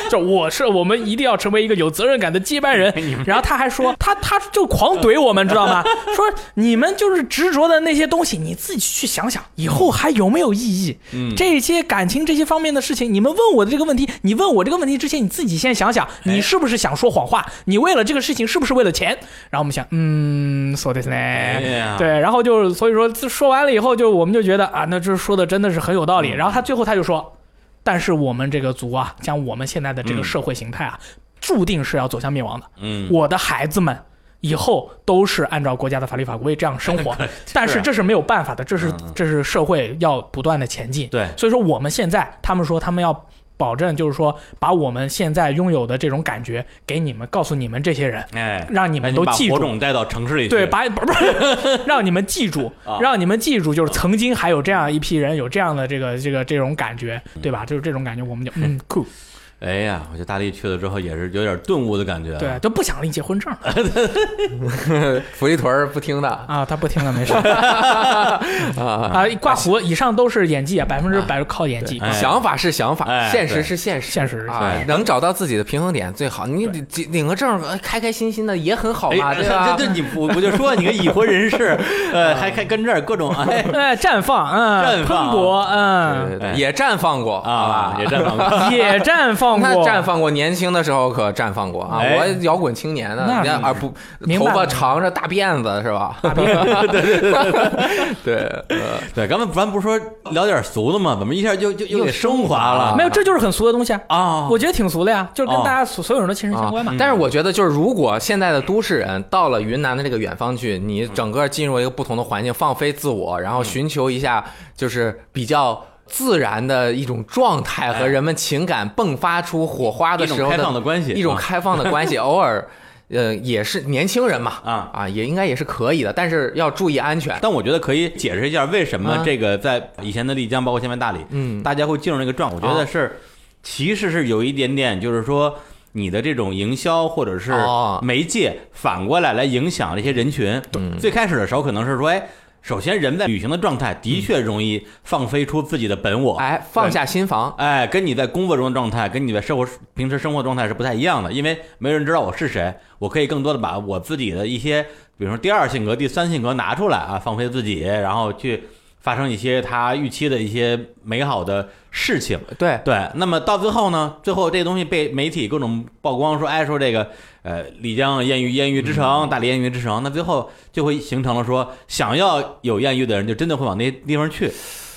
[SPEAKER 3] 就我是我们一定要成为一个有责任感的接班人。然后他还说他他就狂怼我们，知道吗？说你们就是执着的那些东西，你自己去想想以后还有没有意义。
[SPEAKER 4] 嗯
[SPEAKER 3] 这些感情这些方面的事情，你们问我的这个问题，你问我这个问题之前，你自己先想想，
[SPEAKER 4] 哎
[SPEAKER 3] 你是不是想说谎话？你为了这个事情是不是为了钱？然后我们想，嗯，そうです
[SPEAKER 4] 哎呀
[SPEAKER 3] ね，对，然后就是所以说这说完了以后，就我们就觉得啊，那这说的真的是很有道理。
[SPEAKER 4] 嗯
[SPEAKER 3] 然后他最后他就说，但是我们这个族啊，像我们现在的这个社会形态啊，注定是要走向灭亡的。
[SPEAKER 4] 嗯，
[SPEAKER 3] 我的孩子们以后都是按照国家的法律法规这样生 活，但是这是没有办法的，这是
[SPEAKER 4] 嗯
[SPEAKER 3] 这是社会要不断的前进。
[SPEAKER 4] 对
[SPEAKER 3] 所以说我们现在他们说他们要。保证就是说，把我们现在拥有的这种感觉给你们，告诉你们这些人，
[SPEAKER 4] 哎，
[SPEAKER 3] 让你
[SPEAKER 4] 哎
[SPEAKER 3] 们都
[SPEAKER 4] 把
[SPEAKER 3] 记
[SPEAKER 4] 火
[SPEAKER 3] 住。
[SPEAKER 4] 种带到城市里去，
[SPEAKER 3] 对，把 不是让你们记住，让你们记住，就是曾经还有这样一批人，有这样的这个这个这种感觉，对吧？就是这种感觉，我们就嗯酷，
[SPEAKER 4] 哎呀，我觉得大力去了之后也是有点顿悟的感觉。啊
[SPEAKER 3] 对，，都不想领结婚证了
[SPEAKER 2] 福利屯儿不听的，
[SPEAKER 3] 啊。他不听了，没事啊。挂糊，以上都是演技，啊，百分之百靠演技。
[SPEAKER 4] 哎
[SPEAKER 2] 想法是想
[SPEAKER 4] 哎
[SPEAKER 2] 法，现实是现实，
[SPEAKER 3] 现实是
[SPEAKER 2] 啊
[SPEAKER 4] 现实，
[SPEAKER 2] 能找到自己的平衡点最好。你领领个证，呃开开心心的也很好嘛，
[SPEAKER 4] 哎，
[SPEAKER 2] 对吧？
[SPEAKER 4] 这这你我我就说你个已婚人 士，呃，还还跟这儿各种 哎
[SPEAKER 3] 哎，绽放，嗯，
[SPEAKER 4] 绽放
[SPEAKER 3] 喷薄，嗯，
[SPEAKER 2] 对对对也绽放过
[SPEAKER 4] 啊，也绽放了。
[SPEAKER 3] 也绽 放
[SPEAKER 2] 那
[SPEAKER 3] 过，
[SPEAKER 2] 绽放过，年轻的时候可绽放过啊！
[SPEAKER 4] 哎
[SPEAKER 2] 我摇滚青年呢，人
[SPEAKER 3] 那
[SPEAKER 2] 家啊不，
[SPEAKER 3] 明
[SPEAKER 2] 头
[SPEAKER 3] 白
[SPEAKER 2] 发
[SPEAKER 3] 了
[SPEAKER 2] 长着大辫子是 吧？大辫子，对对， 呃
[SPEAKER 4] 对，刚才咱不是说聊点俗的吗？怎么一下就就又
[SPEAKER 2] 又
[SPEAKER 4] 给升华了
[SPEAKER 3] 没有，这就是很俗的东西啊。
[SPEAKER 4] 啊？嗯
[SPEAKER 3] 我觉得挺俗的呀，就是跟
[SPEAKER 4] 哦
[SPEAKER 3] 大家所所有人的切身相
[SPEAKER 2] 啊
[SPEAKER 3] 关嘛。
[SPEAKER 2] 但是我觉得，就是如果现在的都市人到了云南的这个远方去，你整个进入一个不同的环境，放飞自我，然后寻求一下就是比较自然的一种状态和人们情感迸发出火花的时候
[SPEAKER 4] 一种开放的关系啊
[SPEAKER 2] 一种开放的关系，偶尔。呃，也是年轻人嘛，
[SPEAKER 4] 啊
[SPEAKER 2] 啊，也应该也是可以的，但是要注意安全。
[SPEAKER 4] 但我觉得可以解释一下为什么
[SPEAKER 2] 啊
[SPEAKER 4] 这个在以前的丽江，包括现在大理，
[SPEAKER 2] 嗯
[SPEAKER 4] 大家会进入那个状态。我觉得
[SPEAKER 2] 啊
[SPEAKER 4] 是，其实是有一点点，就是说你的这种营销或者是
[SPEAKER 2] 哦嗯
[SPEAKER 4] 媒介反过来来影响这些人群。最开始的时候可能是说，哎，首先人在旅行的状态的确容易放飞出自己的本我，
[SPEAKER 2] 哎，放下心防，
[SPEAKER 4] 哎，跟你在工作中的状态，跟你在生活平时生活状态是不太一样的，因为没人知道我是谁，我可以更多的把我自己的一些，比如说第二性格、第三性格拿出来啊，放飞自己，然后去发生一些他预期的一些美好的事情。
[SPEAKER 2] 对，
[SPEAKER 4] 对，那么到最后呢，最后这东西被媒体各种曝光，说哎，说这个呃，丽江艳遇艳遇之城，大理艳遇之城，那最后就会形成了说，想要有艳遇的人，就真的会往那地方去。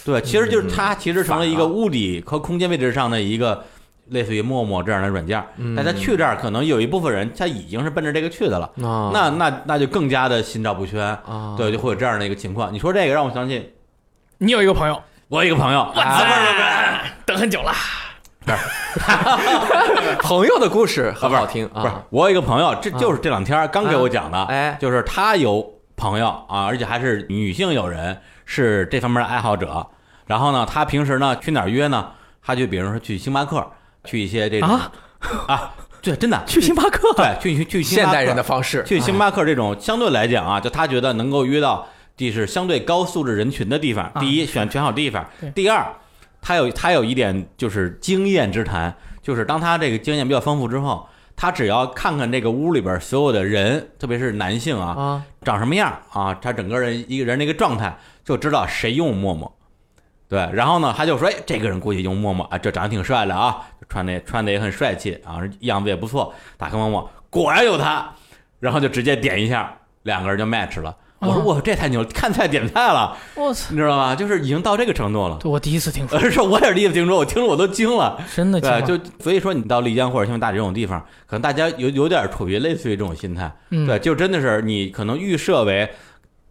[SPEAKER 4] 对，其实就是它其实嗯成了一个物理和空间位置上的一个类似于陌陌这样的软件儿，大家去这儿可能有一部分人他已经是奔着这个去的了，
[SPEAKER 2] 啊
[SPEAKER 4] 那那那就更加的心照不宣，
[SPEAKER 2] 啊
[SPEAKER 4] 对，就会有这样的一个情况。你说这个让我想起
[SPEAKER 3] 你有一个朋友，
[SPEAKER 4] 我有一个朋友，
[SPEAKER 3] 哎等很久了，
[SPEAKER 2] 朋友的故事很好听
[SPEAKER 4] 不是
[SPEAKER 2] 啊，，
[SPEAKER 4] 我有一个朋友，这就是这两天刚给我讲的，
[SPEAKER 2] 啊哎
[SPEAKER 4] 就是他有朋友啊，而且还是女性友人，是这方面的爱好者。然后呢，他平时呢去哪儿约呢？他就比如说去星巴克，去一些这种
[SPEAKER 3] 啊
[SPEAKER 4] 啊对，真的
[SPEAKER 3] 去星巴克。
[SPEAKER 4] 对，去去去星
[SPEAKER 2] 现
[SPEAKER 4] 巴克
[SPEAKER 2] 代人的方式，
[SPEAKER 4] 去星巴克这种相对来讲啊，就他觉得能够约到就是相对高素质人群的地方，
[SPEAKER 3] 啊
[SPEAKER 4] 第一选选好地方
[SPEAKER 3] 对，
[SPEAKER 4] 第二他有他有一点就是经验之谈，就是当他这个经验比较丰富之后，他只要看看这个屋里边所有的人，特别是男性啊，
[SPEAKER 2] 啊，
[SPEAKER 4] 长什么样啊，他整个人一个人的一个状态，就知道谁用陌陌。对，然后呢，他就说，哎，这个人估计用陌陌啊，这长得挺帅的啊，穿的穿的也很帅气啊，样子也不错，打开陌陌，果然有他，然后就直接点一下，两个人就 match 了。我说，
[SPEAKER 3] 哦
[SPEAKER 4] 哇，这太牛了，看菜点菜了，
[SPEAKER 3] 我操！
[SPEAKER 4] 你知道吗？就是已经到这个程度了。
[SPEAKER 3] 我第一次听说，
[SPEAKER 4] 而且我也是第一次听说，我听着我都惊了。
[SPEAKER 3] 真的
[SPEAKER 4] 哎对，
[SPEAKER 3] 听说
[SPEAKER 4] 就所以说你到丽江或者像大理这种地方，可能大家有有点处于类似于这种心态，
[SPEAKER 3] 嗯
[SPEAKER 4] 对，就真的是你可能预设为，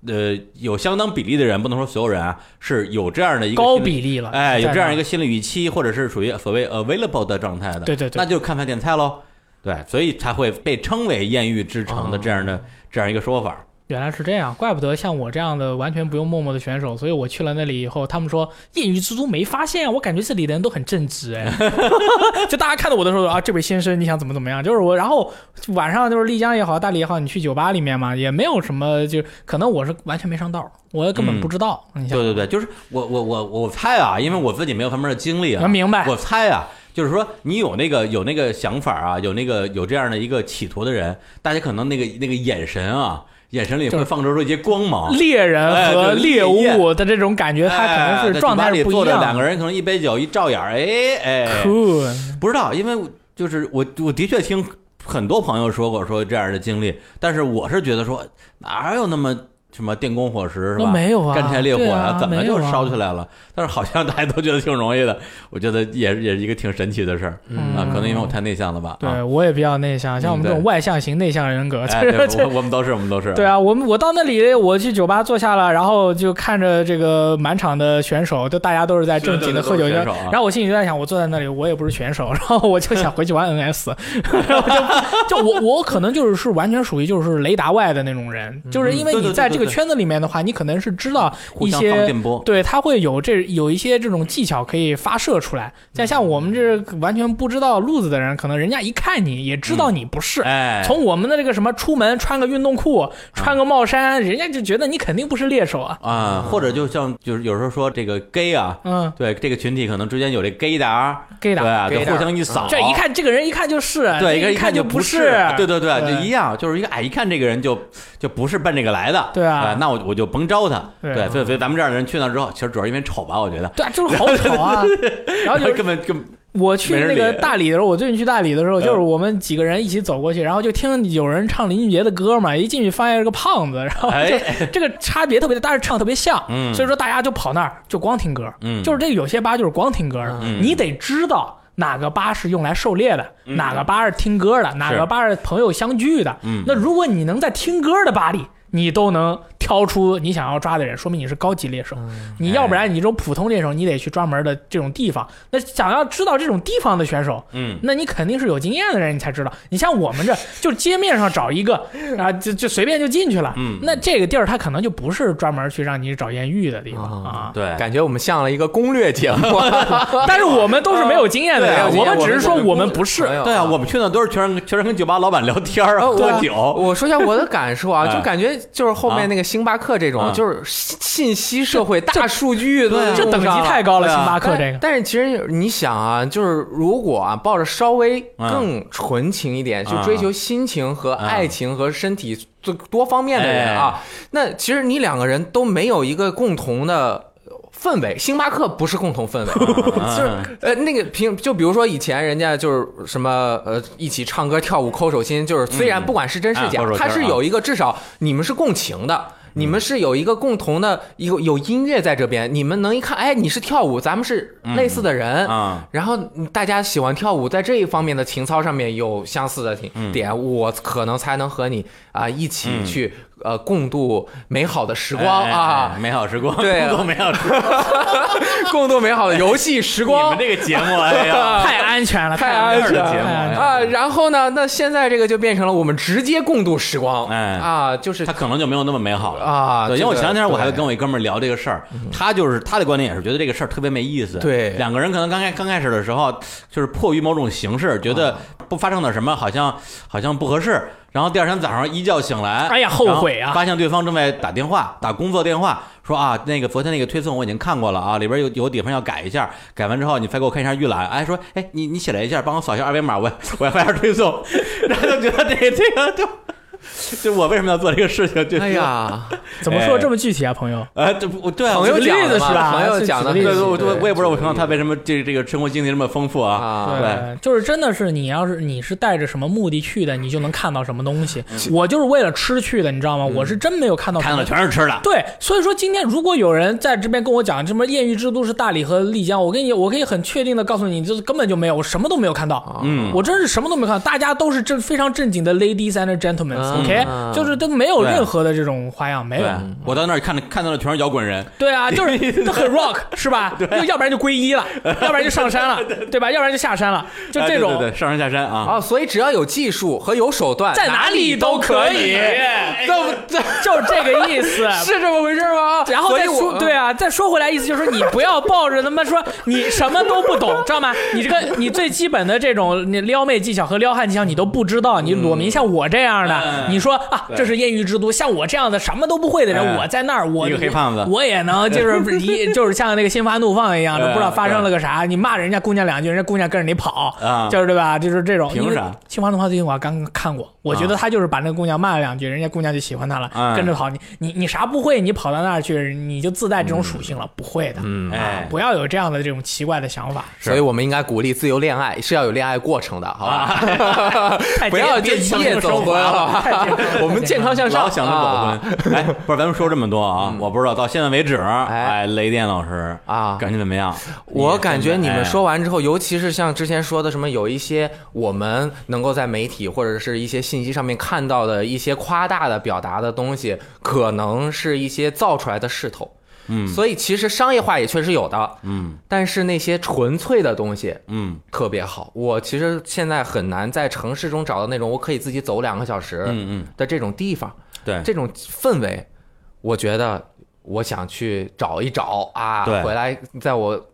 [SPEAKER 4] 呃，有相当比例的人，不能说所有人啊，是有这样的一个
[SPEAKER 3] 高
[SPEAKER 4] 心理。
[SPEAKER 3] 比例了，
[SPEAKER 4] 哎，有这样一
[SPEAKER 3] 个
[SPEAKER 4] 个心理预期，或者是属于所谓 available 的状态的，
[SPEAKER 3] 对对对
[SPEAKER 4] 那就是看饭
[SPEAKER 3] 哦
[SPEAKER 4] 点菜喽，对，所以才会被称为艳遇之城的这样的、这样一个说法。
[SPEAKER 3] 原来是这样，怪不得像我这样的完全不用陌陌的选手，所以我去了那里以后，他们说“业余之都”没发现，我感觉这里的人都很正直， 哎，就大家看到我的时候啊，这位先生你想怎么怎么样，就是我，然后晚上就是丽江也好，大理也好，你去酒吧里面嘛，也没有什么，就可能我是完全没上道，我根
[SPEAKER 4] 嗯
[SPEAKER 3] 本不知道，你想
[SPEAKER 4] 对对对，就是我我我我猜啊，因为我自己没有他们的经历啊，
[SPEAKER 3] 能明白
[SPEAKER 4] 我猜啊，就是说你有那个有那个想法啊，有那个有这样的一个企图的人，大家可能那个那个眼神啊，眼神里
[SPEAKER 3] 就
[SPEAKER 4] 会
[SPEAKER 3] 是
[SPEAKER 4] 放射出一些光芒。
[SPEAKER 3] 猎人和猎物的这种感觉，它可
[SPEAKER 4] 哎
[SPEAKER 3] 能
[SPEAKER 4] 在
[SPEAKER 3] 是状态
[SPEAKER 4] 酒吧
[SPEAKER 3] 是
[SPEAKER 4] 里
[SPEAKER 3] 不
[SPEAKER 4] 坐
[SPEAKER 3] 一
[SPEAKER 4] 着
[SPEAKER 3] 样
[SPEAKER 4] 两个
[SPEAKER 3] 的。
[SPEAKER 4] 人可能一杯酒一照眼儿，哎哎，
[SPEAKER 3] 酷，
[SPEAKER 4] 不知道，因为就是我我的确听很多朋友说过说这样的经历，但是我是觉得说哪有那么。什么电光火石是吧？
[SPEAKER 3] 那没有啊
[SPEAKER 4] 干柴烈火
[SPEAKER 3] 对啊
[SPEAKER 4] 怎么
[SPEAKER 3] 没有
[SPEAKER 4] 就
[SPEAKER 3] 啊
[SPEAKER 4] 烧起来了？但是好像大家都觉得挺容易的，我觉得也是也是一个挺神奇的事儿、啊。可能因为我太内向了吧？
[SPEAKER 3] 嗯对
[SPEAKER 4] 啊、
[SPEAKER 3] 我也比较内向，像我们这
[SPEAKER 4] 嗯
[SPEAKER 3] 种
[SPEAKER 4] 对
[SPEAKER 3] 外向型内向人格，
[SPEAKER 4] 哎，
[SPEAKER 3] 这
[SPEAKER 4] 对
[SPEAKER 3] 这
[SPEAKER 4] 我我们都是我们都是。
[SPEAKER 3] 对啊，我们我到那里，我去酒吧坐下了，然后就看着这个满场的选手，就大家都是在正经的喝酒，
[SPEAKER 4] 是的
[SPEAKER 3] 然
[SPEAKER 4] 都是选手啊
[SPEAKER 3] 后我心里就在想，我坐在那里，我也不是选手， 然后我就想回去玩 NS，就就我我可能就是是完全属于就是雷达外的那种人，就是因为
[SPEAKER 4] 嗯对对
[SPEAKER 3] 你
[SPEAKER 4] 对
[SPEAKER 3] 在这个
[SPEAKER 4] 对对
[SPEAKER 3] 圈子里面的话，你可能是知道
[SPEAKER 4] 互
[SPEAKER 3] 一
[SPEAKER 4] 相放
[SPEAKER 3] 些
[SPEAKER 4] 电波
[SPEAKER 3] 对，它会有这有一些这种技巧可以发射出来，但像我们这完全不知道路子的人，可能人家一看你也知道你不是，
[SPEAKER 4] 哎，嗯
[SPEAKER 3] 从我们的这个什么出门穿个运动裤、穿个帽衫，人家就觉得你肯定不是猎手啊。
[SPEAKER 4] 啊，或者就像就是有时候说这个 gay 啊，
[SPEAKER 3] 嗯，
[SPEAKER 4] 对这个群体可能之间有这 gay 达
[SPEAKER 3] gay 达
[SPEAKER 4] 对啊，就
[SPEAKER 2] gay 达
[SPEAKER 4] 互相一扫，
[SPEAKER 3] 这一看这个人一看就是，
[SPEAKER 4] 对，一
[SPEAKER 3] 这
[SPEAKER 4] 个
[SPEAKER 3] 一看
[SPEAKER 4] 就
[SPEAKER 3] 不
[SPEAKER 4] 是，对对对，
[SPEAKER 3] 对
[SPEAKER 4] 就一样，就是一个哎，一看这个人就就不是奔这个来的，
[SPEAKER 3] 对啊
[SPEAKER 4] 哎那我我就甭招他，
[SPEAKER 3] 对
[SPEAKER 4] 对，所以所以咱们这样的人去那之后，其实主要因为丑吧，我觉得，
[SPEAKER 3] 对啊，就是好 吵啊。然后就
[SPEAKER 4] 根本根本
[SPEAKER 3] 我去
[SPEAKER 4] 没人
[SPEAKER 3] 那
[SPEAKER 4] 理
[SPEAKER 3] 个大理的时候，我最近去大理的时候，
[SPEAKER 4] 嗯
[SPEAKER 3] 就是我们几个人一起走过去，然后就听有人唱林俊杰的歌嘛，一进去发现是个胖子，然后就
[SPEAKER 4] 哎
[SPEAKER 3] 这个差别特别大，但是唱特别像，
[SPEAKER 4] 嗯
[SPEAKER 3] 所以说大家就跑那儿就光听歌，
[SPEAKER 4] 嗯
[SPEAKER 3] 就是这有些吧就是光听歌的，
[SPEAKER 4] 嗯
[SPEAKER 3] 你得知道。哪个吧是用来狩猎的，哪个吧是听歌的，哪个吧是朋友相聚的。
[SPEAKER 4] 嗯
[SPEAKER 3] 那如果你能在听歌的吧里，你都能挑出你想要抓的人，说明你是高级猎手。
[SPEAKER 4] 嗯
[SPEAKER 3] 你要不然你这种普通猎手，你得去专门的这种地方。那想要知道这种地方的选手，
[SPEAKER 4] 嗯，
[SPEAKER 3] 那你肯定是有经验的人，你才知道。你像我们这，就街面上找一个啊，就就随便就进去了。
[SPEAKER 4] 嗯
[SPEAKER 3] 那这个地儿它可能就不是专门去让你找艳遇的地方啊。
[SPEAKER 4] 对，
[SPEAKER 2] 感觉我们像了一个攻略节目，
[SPEAKER 3] 但是我们都是没有经验的
[SPEAKER 2] 对啊
[SPEAKER 3] 人，
[SPEAKER 2] 我
[SPEAKER 3] 们只是说我们不
[SPEAKER 2] 我们
[SPEAKER 3] 是。
[SPEAKER 4] 对啊，我们去那都是全是全是跟酒吧老板聊天儿啊，
[SPEAKER 2] 呃我
[SPEAKER 4] 喝酒，
[SPEAKER 2] 我说一下我的感受啊，
[SPEAKER 4] 哎
[SPEAKER 2] 就感觉就是后面那个星巴克这
[SPEAKER 4] 啊
[SPEAKER 2] 种，就是信信息社会、大数据都
[SPEAKER 4] 对啊
[SPEAKER 2] 用
[SPEAKER 3] 这等级
[SPEAKER 2] 上了
[SPEAKER 3] 太高了，
[SPEAKER 4] 对啊
[SPEAKER 3] 星巴克
[SPEAKER 2] 但
[SPEAKER 3] 这个。
[SPEAKER 2] 但是其实你想啊，就是如果啊抱着稍微更纯情一点，
[SPEAKER 4] 嗯
[SPEAKER 2] 去追求心情和爱情和身体最多方面的人啊，
[SPEAKER 4] 哎
[SPEAKER 2] 那其实你两个人都没有一个共同的。氛围，星巴克不是共同氛 围，就是呃那个平，就比如说以前人家就是什么呃一起唱歌跳舞抠手心，就是虽然
[SPEAKER 4] 嗯
[SPEAKER 2] 不管是真是假
[SPEAKER 4] 啊抠手，心
[SPEAKER 2] 它
[SPEAKER 4] 儿
[SPEAKER 2] 是
[SPEAKER 4] 啊
[SPEAKER 2] 有一个至少你们是共情的，你
[SPEAKER 4] 嗯
[SPEAKER 2] 们是有一个共同的有有音乐在这边，你们能一看，哎，你是跳舞，咱们是
[SPEAKER 4] 嗯
[SPEAKER 2] 类似的人，
[SPEAKER 4] 啊
[SPEAKER 2] 然后大家喜欢跳舞，在这一方面的情操上面有相似的点，
[SPEAKER 4] 嗯
[SPEAKER 2] 点我可能才能和你啊、一起去、呃共度美好的时光
[SPEAKER 4] 哎
[SPEAKER 2] 啊，，
[SPEAKER 4] 哎美好时光，
[SPEAKER 2] 对啊
[SPEAKER 4] 都美好时光，
[SPEAKER 2] 共度美好的游戏时
[SPEAKER 4] 你
[SPEAKER 2] 光
[SPEAKER 4] 们。这个节目，哎呀，
[SPEAKER 3] 太安全了，
[SPEAKER 2] 太
[SPEAKER 3] 安
[SPEAKER 2] 安
[SPEAKER 3] 全
[SPEAKER 2] 全
[SPEAKER 3] 了，
[SPEAKER 2] 了
[SPEAKER 4] 太
[SPEAKER 3] 太
[SPEAKER 4] 安
[SPEAKER 3] 安
[SPEAKER 4] 全了
[SPEAKER 3] 全了。
[SPEAKER 2] 啊，然后呢？那现在这个就变成了我们直接共度时光，
[SPEAKER 4] 哎
[SPEAKER 2] 啊，就是
[SPEAKER 4] 他可能就没有那么美好了
[SPEAKER 2] 啊
[SPEAKER 4] 对，因为
[SPEAKER 2] 这
[SPEAKER 4] 我
[SPEAKER 2] 个
[SPEAKER 4] 前两天我还
[SPEAKER 2] 对嗯
[SPEAKER 4] 跟我一哥们儿聊这个事儿，他就是他的观点也是觉得这个事儿特别没意思。
[SPEAKER 2] 对
[SPEAKER 4] 两个人可能刚开刚开始的时候，就是迫于某种形式，觉
[SPEAKER 2] 啊
[SPEAKER 4] 得不发生点什么好像好像不合适。然后第二天早上一觉醒来，
[SPEAKER 3] 哎呀后悔啊
[SPEAKER 4] 然后发现对方正在打电话，打工作电话，说啊，那个昨天那个推送我已经看过了啊，里边有有地方要改一下，改完之后你再给我看一下预览，哎，说哎你你写了一下，帮我扫一下二维码，我我要发一下推送， 然后就觉得这这个就。就我为什么要做这个事情？就
[SPEAKER 2] 哎 呀，
[SPEAKER 3] 怎么说这么具体啊，朋友？
[SPEAKER 4] 哎，这不我对啊，
[SPEAKER 2] 朋
[SPEAKER 4] 我
[SPEAKER 2] 友
[SPEAKER 3] 举个
[SPEAKER 2] 讲
[SPEAKER 3] 例子
[SPEAKER 2] 的嘛
[SPEAKER 3] 是吧
[SPEAKER 2] 朋
[SPEAKER 3] 是
[SPEAKER 2] 友
[SPEAKER 3] 举
[SPEAKER 2] 讲
[SPEAKER 3] 个
[SPEAKER 2] 的
[SPEAKER 3] 例
[SPEAKER 2] 很，
[SPEAKER 3] 子
[SPEAKER 4] 对我我我也不知道我
[SPEAKER 2] 举
[SPEAKER 4] 朋友
[SPEAKER 2] 个
[SPEAKER 4] 他
[SPEAKER 2] 例
[SPEAKER 4] 为什么这这个生活经历这么丰富啊？
[SPEAKER 2] 啊
[SPEAKER 4] 对，
[SPEAKER 3] 就是真的是你要是你是带着什么目的去的，你就能看到什么东西。我就是为了吃去的，你知道吗？我是真没有
[SPEAKER 2] 啊
[SPEAKER 3] 看到
[SPEAKER 4] 嗯
[SPEAKER 3] 什
[SPEAKER 4] 看
[SPEAKER 3] 么
[SPEAKER 4] 到全是吃的。
[SPEAKER 3] 对，所以说今天如果有人在这边跟我讲什么艳遇之都是大理和丽江，我跟你，我可以很确定的告诉你，就是根本就没有，我什么都没有看到。
[SPEAKER 4] 嗯
[SPEAKER 3] 我真是什么都没有看到，大家都是正非常正经的 ladies and gentlemen，、
[SPEAKER 2] 啊嗯
[SPEAKER 3] OK，
[SPEAKER 2] 嗯
[SPEAKER 3] 就是都没有
[SPEAKER 4] 对
[SPEAKER 3] 任何的这种花样，没有
[SPEAKER 4] 对。，我到那儿看着看到的全是摇滚人，
[SPEAKER 3] 对 啊，就是都很 rock 是吧？就要不然就皈依了，要不然就上 山了，对吧？要不然就下山了，就
[SPEAKER 4] 哎
[SPEAKER 3] 这种
[SPEAKER 4] 对对对上山下山啊，
[SPEAKER 2] 啊，所以只要有技术和有手段，
[SPEAKER 3] 在
[SPEAKER 2] 哪
[SPEAKER 3] 哪里
[SPEAKER 2] 都
[SPEAKER 3] 都可以
[SPEAKER 4] 哎
[SPEAKER 2] 以， 这不这
[SPEAKER 3] 就是这个意思。
[SPEAKER 2] 是这么回事吗？
[SPEAKER 3] 然后
[SPEAKER 2] 所
[SPEAKER 3] 再
[SPEAKER 2] 以我嗯
[SPEAKER 3] 说，对，啊，再说回来，意思就是说你不要抱着他妈说你什么都不懂，知道吗？你这个你最基本的这种你撩妹技巧和撩汉技巧你都不知道，你裸
[SPEAKER 4] 嗯
[SPEAKER 3] 明像我这样的，
[SPEAKER 4] 哎
[SPEAKER 3] 你说啊，这是艳遇之都，像我这样的什么都不会的人，
[SPEAKER 4] 哎
[SPEAKER 3] 我在那儿，我
[SPEAKER 4] 一个黑胖子
[SPEAKER 3] 我也能 就是一就是像那个心花怒放一样的，
[SPEAKER 4] 哎
[SPEAKER 3] 不知道发生了个啥，你骂人家姑娘两句，人家姑娘跟着你跑
[SPEAKER 4] 啊，
[SPEAKER 3] 就是对吧？就是这种。
[SPEAKER 4] 凭
[SPEAKER 3] 因为
[SPEAKER 4] 啥啊
[SPEAKER 3] 心花怒放最近我刚看过，我觉得他就是把那个姑娘骂了两句，人家姑娘就喜欢他了，
[SPEAKER 4] 哎
[SPEAKER 3] 跟着跑。你你你啥不会，你跑到那儿去，你就自带
[SPEAKER 2] 嗯
[SPEAKER 3] 这种属性了，不会的。嗯
[SPEAKER 4] 哎，
[SPEAKER 3] 不要有这样的这种奇怪的想法，
[SPEAKER 2] 所以我们应该鼓励自由恋爱，是要有恋爱过程的，好 吧？
[SPEAKER 3] 太
[SPEAKER 2] 不要就
[SPEAKER 3] 健
[SPEAKER 2] 一
[SPEAKER 3] 健康
[SPEAKER 2] 夜
[SPEAKER 3] 的
[SPEAKER 2] 走
[SPEAKER 3] 生
[SPEAKER 2] 婚，
[SPEAKER 3] 活
[SPEAKER 2] 好
[SPEAKER 3] 了，
[SPEAKER 2] 吧？
[SPEAKER 3] 太健康了
[SPEAKER 2] 我们健康向上，
[SPEAKER 4] 老想着
[SPEAKER 2] 啊嗯
[SPEAKER 4] 裸婚。哎，不是，咱们说这么多啊，我不知道到现在为止，
[SPEAKER 2] 哎
[SPEAKER 4] 哎，雷电老师
[SPEAKER 2] 啊
[SPEAKER 4] 感觉怎么样？
[SPEAKER 2] 我感觉你
[SPEAKER 4] 哎
[SPEAKER 2] 们说完之后，尤其是像之前说的什么，有一些我们能够在媒体或者是一些信息上面看到的一些夸大的表达的东西，可能是一些造出来的势头。
[SPEAKER 4] 嗯
[SPEAKER 2] 所以其实商业化也确实有的，
[SPEAKER 4] 嗯
[SPEAKER 2] 但是那些纯粹的东西
[SPEAKER 4] 嗯
[SPEAKER 2] 特别好。我其实现在很难在城市中找到那种我可以自己走两个小时
[SPEAKER 4] 嗯嗯，
[SPEAKER 2] 的这种地方，
[SPEAKER 4] 对，
[SPEAKER 2] 这种氛围，我觉得我想去找一找啊，
[SPEAKER 4] 对
[SPEAKER 2] 回来在我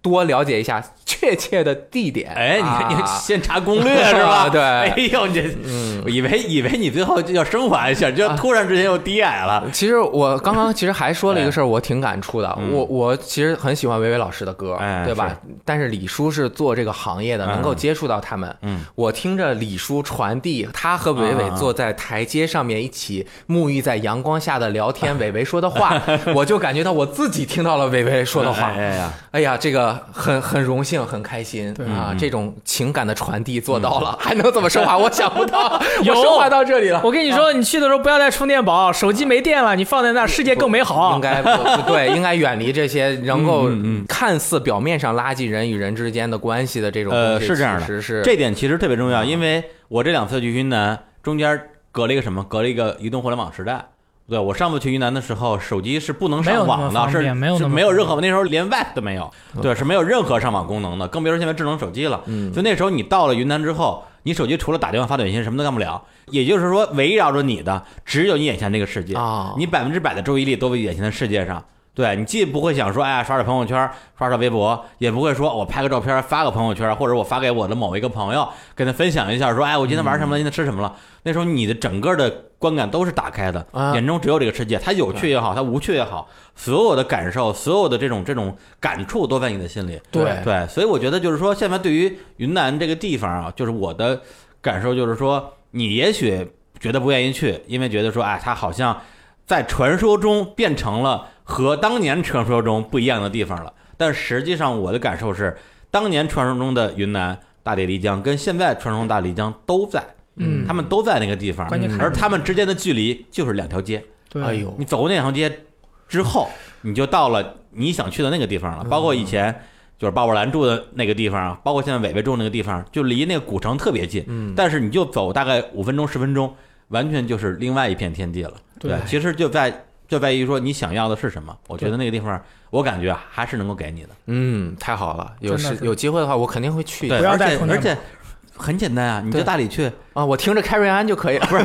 [SPEAKER 2] 多了解一下确切的地点。
[SPEAKER 4] 哎，你看你
[SPEAKER 2] 啊
[SPEAKER 4] 先查攻略是 吧？
[SPEAKER 2] 对嗯
[SPEAKER 4] 哎呦，你这，我以为以为你最后就要升华一下，
[SPEAKER 2] 啊
[SPEAKER 4] 就突然之间又低矮了。
[SPEAKER 2] 其实我刚刚其实还说了一
[SPEAKER 4] 哎
[SPEAKER 2] 个事儿，我挺感触的。我我其实很喜欢维维老师的歌，
[SPEAKER 4] 嗯哎
[SPEAKER 2] 对吧？但是李叔是做这个行业的，
[SPEAKER 4] 嗯
[SPEAKER 2] 能够接触到他们。
[SPEAKER 4] 嗯，
[SPEAKER 2] 我听着李叔传递他和维维
[SPEAKER 4] 啊
[SPEAKER 2] 坐在台阶上面一起沐浴在阳光下的聊天，维维说的 话，我就感觉到我自己听到了维维说的话。
[SPEAKER 4] 哎呀，
[SPEAKER 2] 哎呀，这个很很荣幸，很开心啊！
[SPEAKER 4] 嗯
[SPEAKER 2] 这种情感的传递做到了，还能怎么升华？我想不 到，我
[SPEAKER 3] 有
[SPEAKER 2] 升华到这里了。
[SPEAKER 3] 我跟你说，你去的时候不要带充电宝，手机没电了，你放在那儿，世界更美好
[SPEAKER 2] 应。该不不对，应该远离这 些能够
[SPEAKER 4] 啊嗯
[SPEAKER 2] 看似表面上拉近人与人之间的关系的这种
[SPEAKER 4] 呃，
[SPEAKER 2] 东西。
[SPEAKER 4] 是这样
[SPEAKER 2] 其
[SPEAKER 4] 的，
[SPEAKER 2] 实是啊
[SPEAKER 4] 这点其实特别重要，因为我这两次去云南，中间隔了一个什么？隔了一个移动互联网时代。对我上次去云南的时候，手机是不能上网
[SPEAKER 3] 没有那么
[SPEAKER 4] 的，
[SPEAKER 3] 方
[SPEAKER 4] 是
[SPEAKER 3] 便
[SPEAKER 4] 是
[SPEAKER 3] 没有那么
[SPEAKER 4] 没有任何那时候连 Wi-Fi 都没有，对，是没有任何上网功能的，更别说现在智能手机了。
[SPEAKER 2] 嗯
[SPEAKER 4] 就那时候你到了云南之后，你手机除了打电话、发短信什么都干不了，也就是说围绕着你的只有你眼前这个世界，
[SPEAKER 2] 啊
[SPEAKER 4] 你百分之百的注意力都在眼前的世界上。对你既不会想说，哎呀，刷刷朋友圈，刷刷微博，也不会说我拍个照片发个朋友圈，或者我发给我的某一个朋友，跟他分享一下，说，哎，我今天玩什
[SPEAKER 2] 嗯
[SPEAKER 4] 么了，今天吃什么了。那时候你的整个的观感都是打开的，
[SPEAKER 2] 啊
[SPEAKER 4] 眼中只有这个世界，它有趣也好，它无趣也好，所有的感受，所有的这种这种感触都在你的心里。
[SPEAKER 2] 对
[SPEAKER 4] 对，所以我觉得就是说，现在对于云南这个地方啊，就是我的感受就是说，你也许觉得不愿意去，因为觉得说，哎，它好像在传说中变成了和当年传说中不一样的地方了。但实际上，我的感受是，当年传说中的云南大理丽江跟现在传说中大理丽江都在，
[SPEAKER 3] 嗯
[SPEAKER 4] 他们都在那个地方
[SPEAKER 3] 关键，看
[SPEAKER 4] 而他们之间的距离就是两条街。
[SPEAKER 3] 对
[SPEAKER 2] 哎呦，
[SPEAKER 4] 你走过那两条街之后，你就到了你想去的那个地方了。包括以前就是鲍勃兰住的那个地方啊，包括现在伟伟住的那个地方，就离那个古城特别近。
[SPEAKER 2] 嗯
[SPEAKER 4] 但是你就走大概五分钟十分钟，完全就是另外一片天地了。
[SPEAKER 3] 对
[SPEAKER 4] 其实就在就在于说你想要的是什么。我觉得那个地方，我感觉啊还是能够给你的。
[SPEAKER 2] 嗯，太好了，有
[SPEAKER 3] 真的
[SPEAKER 2] 时
[SPEAKER 3] 是
[SPEAKER 2] 有机会的话，我肯定会去
[SPEAKER 4] 对，
[SPEAKER 3] 不要
[SPEAKER 4] 而
[SPEAKER 3] 带
[SPEAKER 4] 且
[SPEAKER 3] 充电
[SPEAKER 4] 而
[SPEAKER 3] 宝
[SPEAKER 4] 且很简单啊，你
[SPEAKER 2] 对
[SPEAKER 4] 就大理去，
[SPEAKER 2] 啊！我听着凯瑞安就 可以了，不是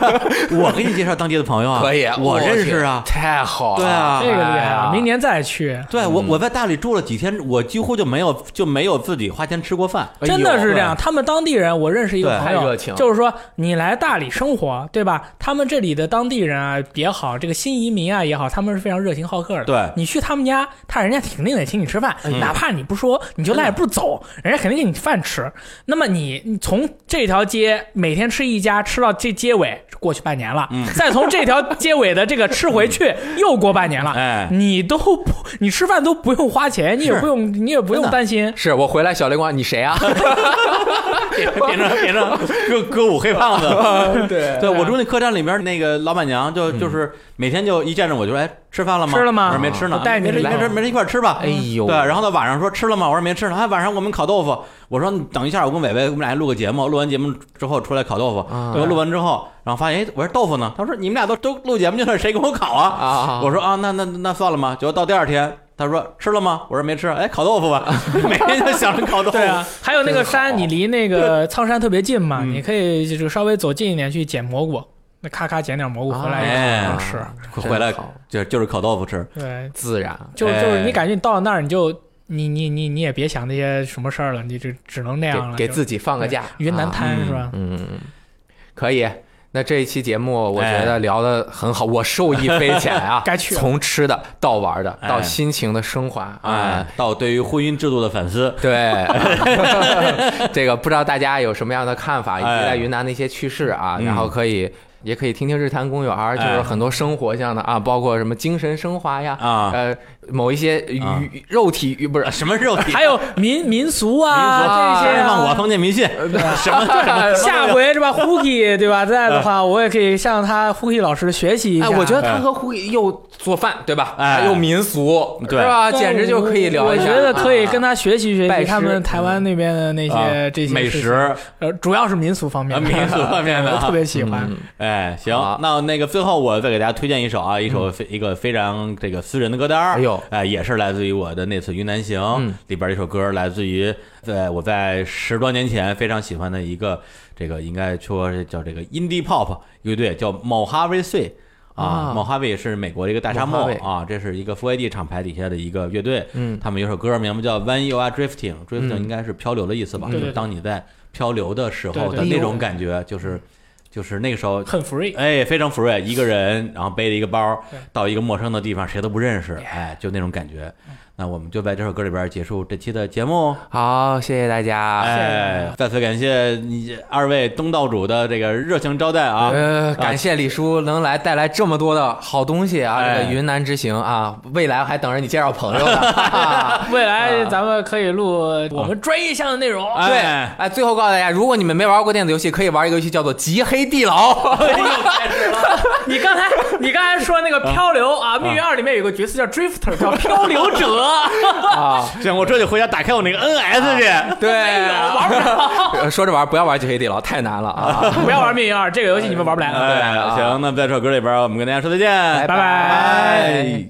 [SPEAKER 4] 我给你介绍当地的朋友啊，
[SPEAKER 2] 可以，
[SPEAKER 4] 我认识
[SPEAKER 2] 去
[SPEAKER 4] 啊。
[SPEAKER 2] 太好了，
[SPEAKER 4] 对啊
[SPEAKER 3] 这个厉害
[SPEAKER 2] 哎呀
[SPEAKER 3] 啊！明年再去，
[SPEAKER 4] 对我，我在大理住了几天，我几乎就没有就没有自己花钱吃过饭。
[SPEAKER 2] 哎呦
[SPEAKER 3] 真的是这样。
[SPEAKER 2] 对
[SPEAKER 3] 他们当地人，我认识一个
[SPEAKER 4] 对
[SPEAKER 3] 朋
[SPEAKER 2] 太热
[SPEAKER 3] 友
[SPEAKER 2] 情，
[SPEAKER 3] 就是说你来大理生活，对吧？他们这里的当地人啊也好，这个新移民啊也好，他们是非常热情好客的。
[SPEAKER 4] 对
[SPEAKER 3] 你去他们家，他人家肯定得请你吃饭，哪怕你不说，你就赖着不走，人家肯定给你饭吃。那么你你从这条街每天吃一家，吃到这街尾，过去半年了，再从这条街尾的这个吃回去，又过半年了，
[SPEAKER 4] 哎
[SPEAKER 3] 你都不你吃饭都不用花钱，你也
[SPEAKER 4] 是
[SPEAKER 3] 不用你也不用
[SPEAKER 4] 真的
[SPEAKER 3] 担心。
[SPEAKER 2] 是我回来，小雷光，你谁啊？
[SPEAKER 4] 变成变成歌歌舞黑胖子。
[SPEAKER 2] 对，
[SPEAKER 4] 对啊嗯我住那客栈里边，那个老板娘就就是每天就一见着我就说：“哎，吃饭了吗？”
[SPEAKER 3] 吃了吗
[SPEAKER 4] 我说没吃呢。
[SPEAKER 3] 我带你
[SPEAKER 4] 没事
[SPEAKER 3] 来
[SPEAKER 4] 没事没事，一块儿吃吧。
[SPEAKER 2] 哎呦
[SPEAKER 4] 对，然后他晚上说吃了吗？我说没吃呢。哎，晚上我们烤豆腐。我说你等一下，我跟伟伟我们俩还录个节目，录完节目之后出来烤豆腐。
[SPEAKER 3] 啊
[SPEAKER 4] 然后录完之后，然后发现哎，我说豆腐呢？他说你们俩都都录节目去了，谁给我烤啊？
[SPEAKER 2] 啊
[SPEAKER 4] 我说啊，那那那算了吧。结果到第二天，他说吃了吗？我说没吃。哎，烤豆腐吧， 每天就想 着烤豆腐。
[SPEAKER 3] 对啊， 还有那个山，你离那个苍山特别近嘛，
[SPEAKER 2] 嗯
[SPEAKER 3] 你可以就是稍微走近一点去捡蘑菇，那咔咔捡点蘑菇回来
[SPEAKER 4] 哎
[SPEAKER 3] 就吃。
[SPEAKER 2] 啊
[SPEAKER 4] 回来
[SPEAKER 2] 真好
[SPEAKER 4] 就就是烤豆腐吃。
[SPEAKER 3] 对，
[SPEAKER 2] 自然，
[SPEAKER 3] 就
[SPEAKER 4] 哎
[SPEAKER 3] 就是你感觉你到了那儿，你就你你你你也别想那些什么事儿了，你就只能那样了。
[SPEAKER 2] 给给
[SPEAKER 3] 就
[SPEAKER 2] 自己放个假。
[SPEAKER 3] 云南
[SPEAKER 2] 啊
[SPEAKER 3] 滩
[SPEAKER 4] 嗯
[SPEAKER 3] 是吧？。
[SPEAKER 2] 嗯，可以。那这一期节目，我觉得聊的很好，我受益匪浅 啊
[SPEAKER 3] 该去了
[SPEAKER 2] 从吃的到玩的，
[SPEAKER 4] 哎
[SPEAKER 2] 到心情的升华啊
[SPEAKER 4] 哎，，到对于婚姻制度的反思，
[SPEAKER 2] 对， 这个不知道大家有什么样的看法，以及在云南的一些趣事啊，
[SPEAKER 4] 哎嗯哎
[SPEAKER 2] 然后可以。也可以听听日坛公园儿，就是很多生活上的啊，包括什么精神升华呀，
[SPEAKER 4] 啊
[SPEAKER 2] 呃，某一些娱、
[SPEAKER 4] 啊
[SPEAKER 2] 肉体娱不 是
[SPEAKER 4] 什么肉体？
[SPEAKER 3] 哎还有民民俗
[SPEAKER 4] 民俗
[SPEAKER 3] 啊
[SPEAKER 2] 啊
[SPEAKER 3] 这些
[SPEAKER 4] 让我
[SPEAKER 3] 啊。
[SPEAKER 4] 封建迷信，什么都什么都
[SPEAKER 3] 下回 是吧 h o o k i 对吧？在的话，我也可以向他 h o o k i 老师学习一下。
[SPEAKER 2] 嗯哎，我觉得他和胡又做饭，对吧？
[SPEAKER 4] 哎
[SPEAKER 2] 还有民俗，
[SPEAKER 4] 对
[SPEAKER 2] 是吧？简直就可以聊
[SPEAKER 3] 我
[SPEAKER 2] 一下。
[SPEAKER 3] 觉得可以跟
[SPEAKER 2] 他
[SPEAKER 3] 他学习学
[SPEAKER 2] 拜
[SPEAKER 3] 习
[SPEAKER 2] 师
[SPEAKER 3] 他们台湾那边的那
[SPEAKER 4] 啊
[SPEAKER 3] 些这些
[SPEAKER 4] 美
[SPEAKER 3] 事情
[SPEAKER 4] 食，
[SPEAKER 3] 呃，主要是民俗方
[SPEAKER 4] 啊
[SPEAKER 3] 面的，
[SPEAKER 4] 民俗方面的
[SPEAKER 3] 我
[SPEAKER 4] 啊
[SPEAKER 3] 特别喜欢。
[SPEAKER 4] 哎，行
[SPEAKER 2] 好，嗯
[SPEAKER 4] 那那个最后我再给大家推荐一首啊，一首非一个非常这个私人的歌单儿，
[SPEAKER 2] 哎呦
[SPEAKER 4] 哎，也是来自于我的那次云南行
[SPEAKER 2] 嗯
[SPEAKER 4] 里边儿一首歌，来自于在我在十多年前非常喜欢的一个这个应该说是叫这个 indie pop 乐队，叫 Mojave Sea。啊
[SPEAKER 2] 啊，
[SPEAKER 4] 莫哈维是美国的一个大沙漠
[SPEAKER 2] Mojave
[SPEAKER 4] 啊，这是一个 4AD 厂牌底下的一个乐队，
[SPEAKER 2] 嗯
[SPEAKER 4] 他们有首歌名叫《When You Are Drifting》，drifting
[SPEAKER 2] 嗯
[SPEAKER 4] 应该是漂流的意思吧？
[SPEAKER 3] 对
[SPEAKER 4] 就
[SPEAKER 3] 对对
[SPEAKER 4] 当你在漂流的时候
[SPEAKER 3] 对
[SPEAKER 4] 的
[SPEAKER 3] 对
[SPEAKER 4] 那
[SPEAKER 2] 哎
[SPEAKER 4] 种感觉，就是就是那个时候
[SPEAKER 3] 很 free。
[SPEAKER 4] 哎，非常 free，一个人，然后背着一个包
[SPEAKER 3] 对，
[SPEAKER 4] 到一个陌生的地方，谁都不认识，哎，就那种感觉。那我们就在这首歌里边结束这期的节目。
[SPEAKER 2] 好，谢谢大家。
[SPEAKER 4] 哎，再次感谢你二位东道主的这个热情招待啊！
[SPEAKER 2] 呃，感谢李叔能来带来这么多的好东西啊！
[SPEAKER 4] 哎
[SPEAKER 2] 这个云南之行啊，未来还等着你介绍朋友呢。啊哈哈
[SPEAKER 3] 未来咱们可以录
[SPEAKER 4] 啊
[SPEAKER 3] 我们专业项的内容。
[SPEAKER 4] 哎
[SPEAKER 2] 对，哎，最后告诉大家，如果你们没玩过电子游戏，可以玩一个游戏叫做《极黑地牢》。
[SPEAKER 3] 你刚才你刚才说那个漂流啊，《命运二》里面有个角色叫 Drifter，叫漂流 者。
[SPEAKER 2] 啊，
[SPEAKER 4] 行，我这就回家打开我那个 NS 去。
[SPEAKER 2] 对，啊玩不了。 说着玩，不要玩《极黑地牢》，太难了啊！
[SPEAKER 3] 不要玩《命运二》这个游戏，你们玩不来了。
[SPEAKER 4] 哎，行，那在这首歌里边，我们跟大家说再见，拜
[SPEAKER 3] 拜
[SPEAKER 4] 拜。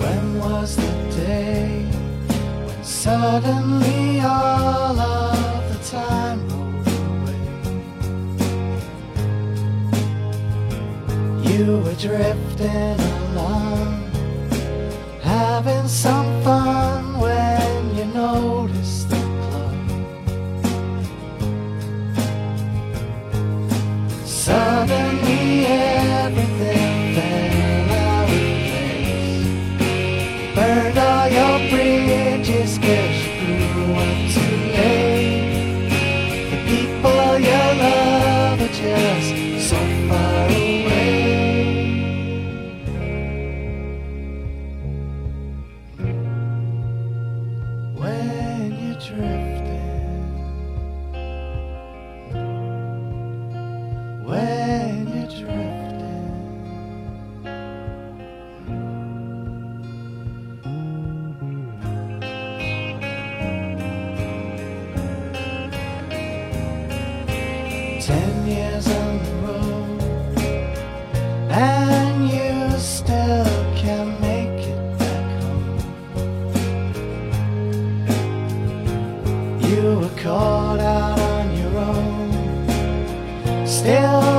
[SPEAKER 6] When was the day when suddenly all of the time rolled away? You were drifting along, having some fun when you noticed the clock. Suddenly everything fell out of place. Burned all your bridges cause you grew up too late The people you love are just so far away When you're drifting When you're drifting Ten years on the road, and you still can't make it back home. You were caught out on your own, still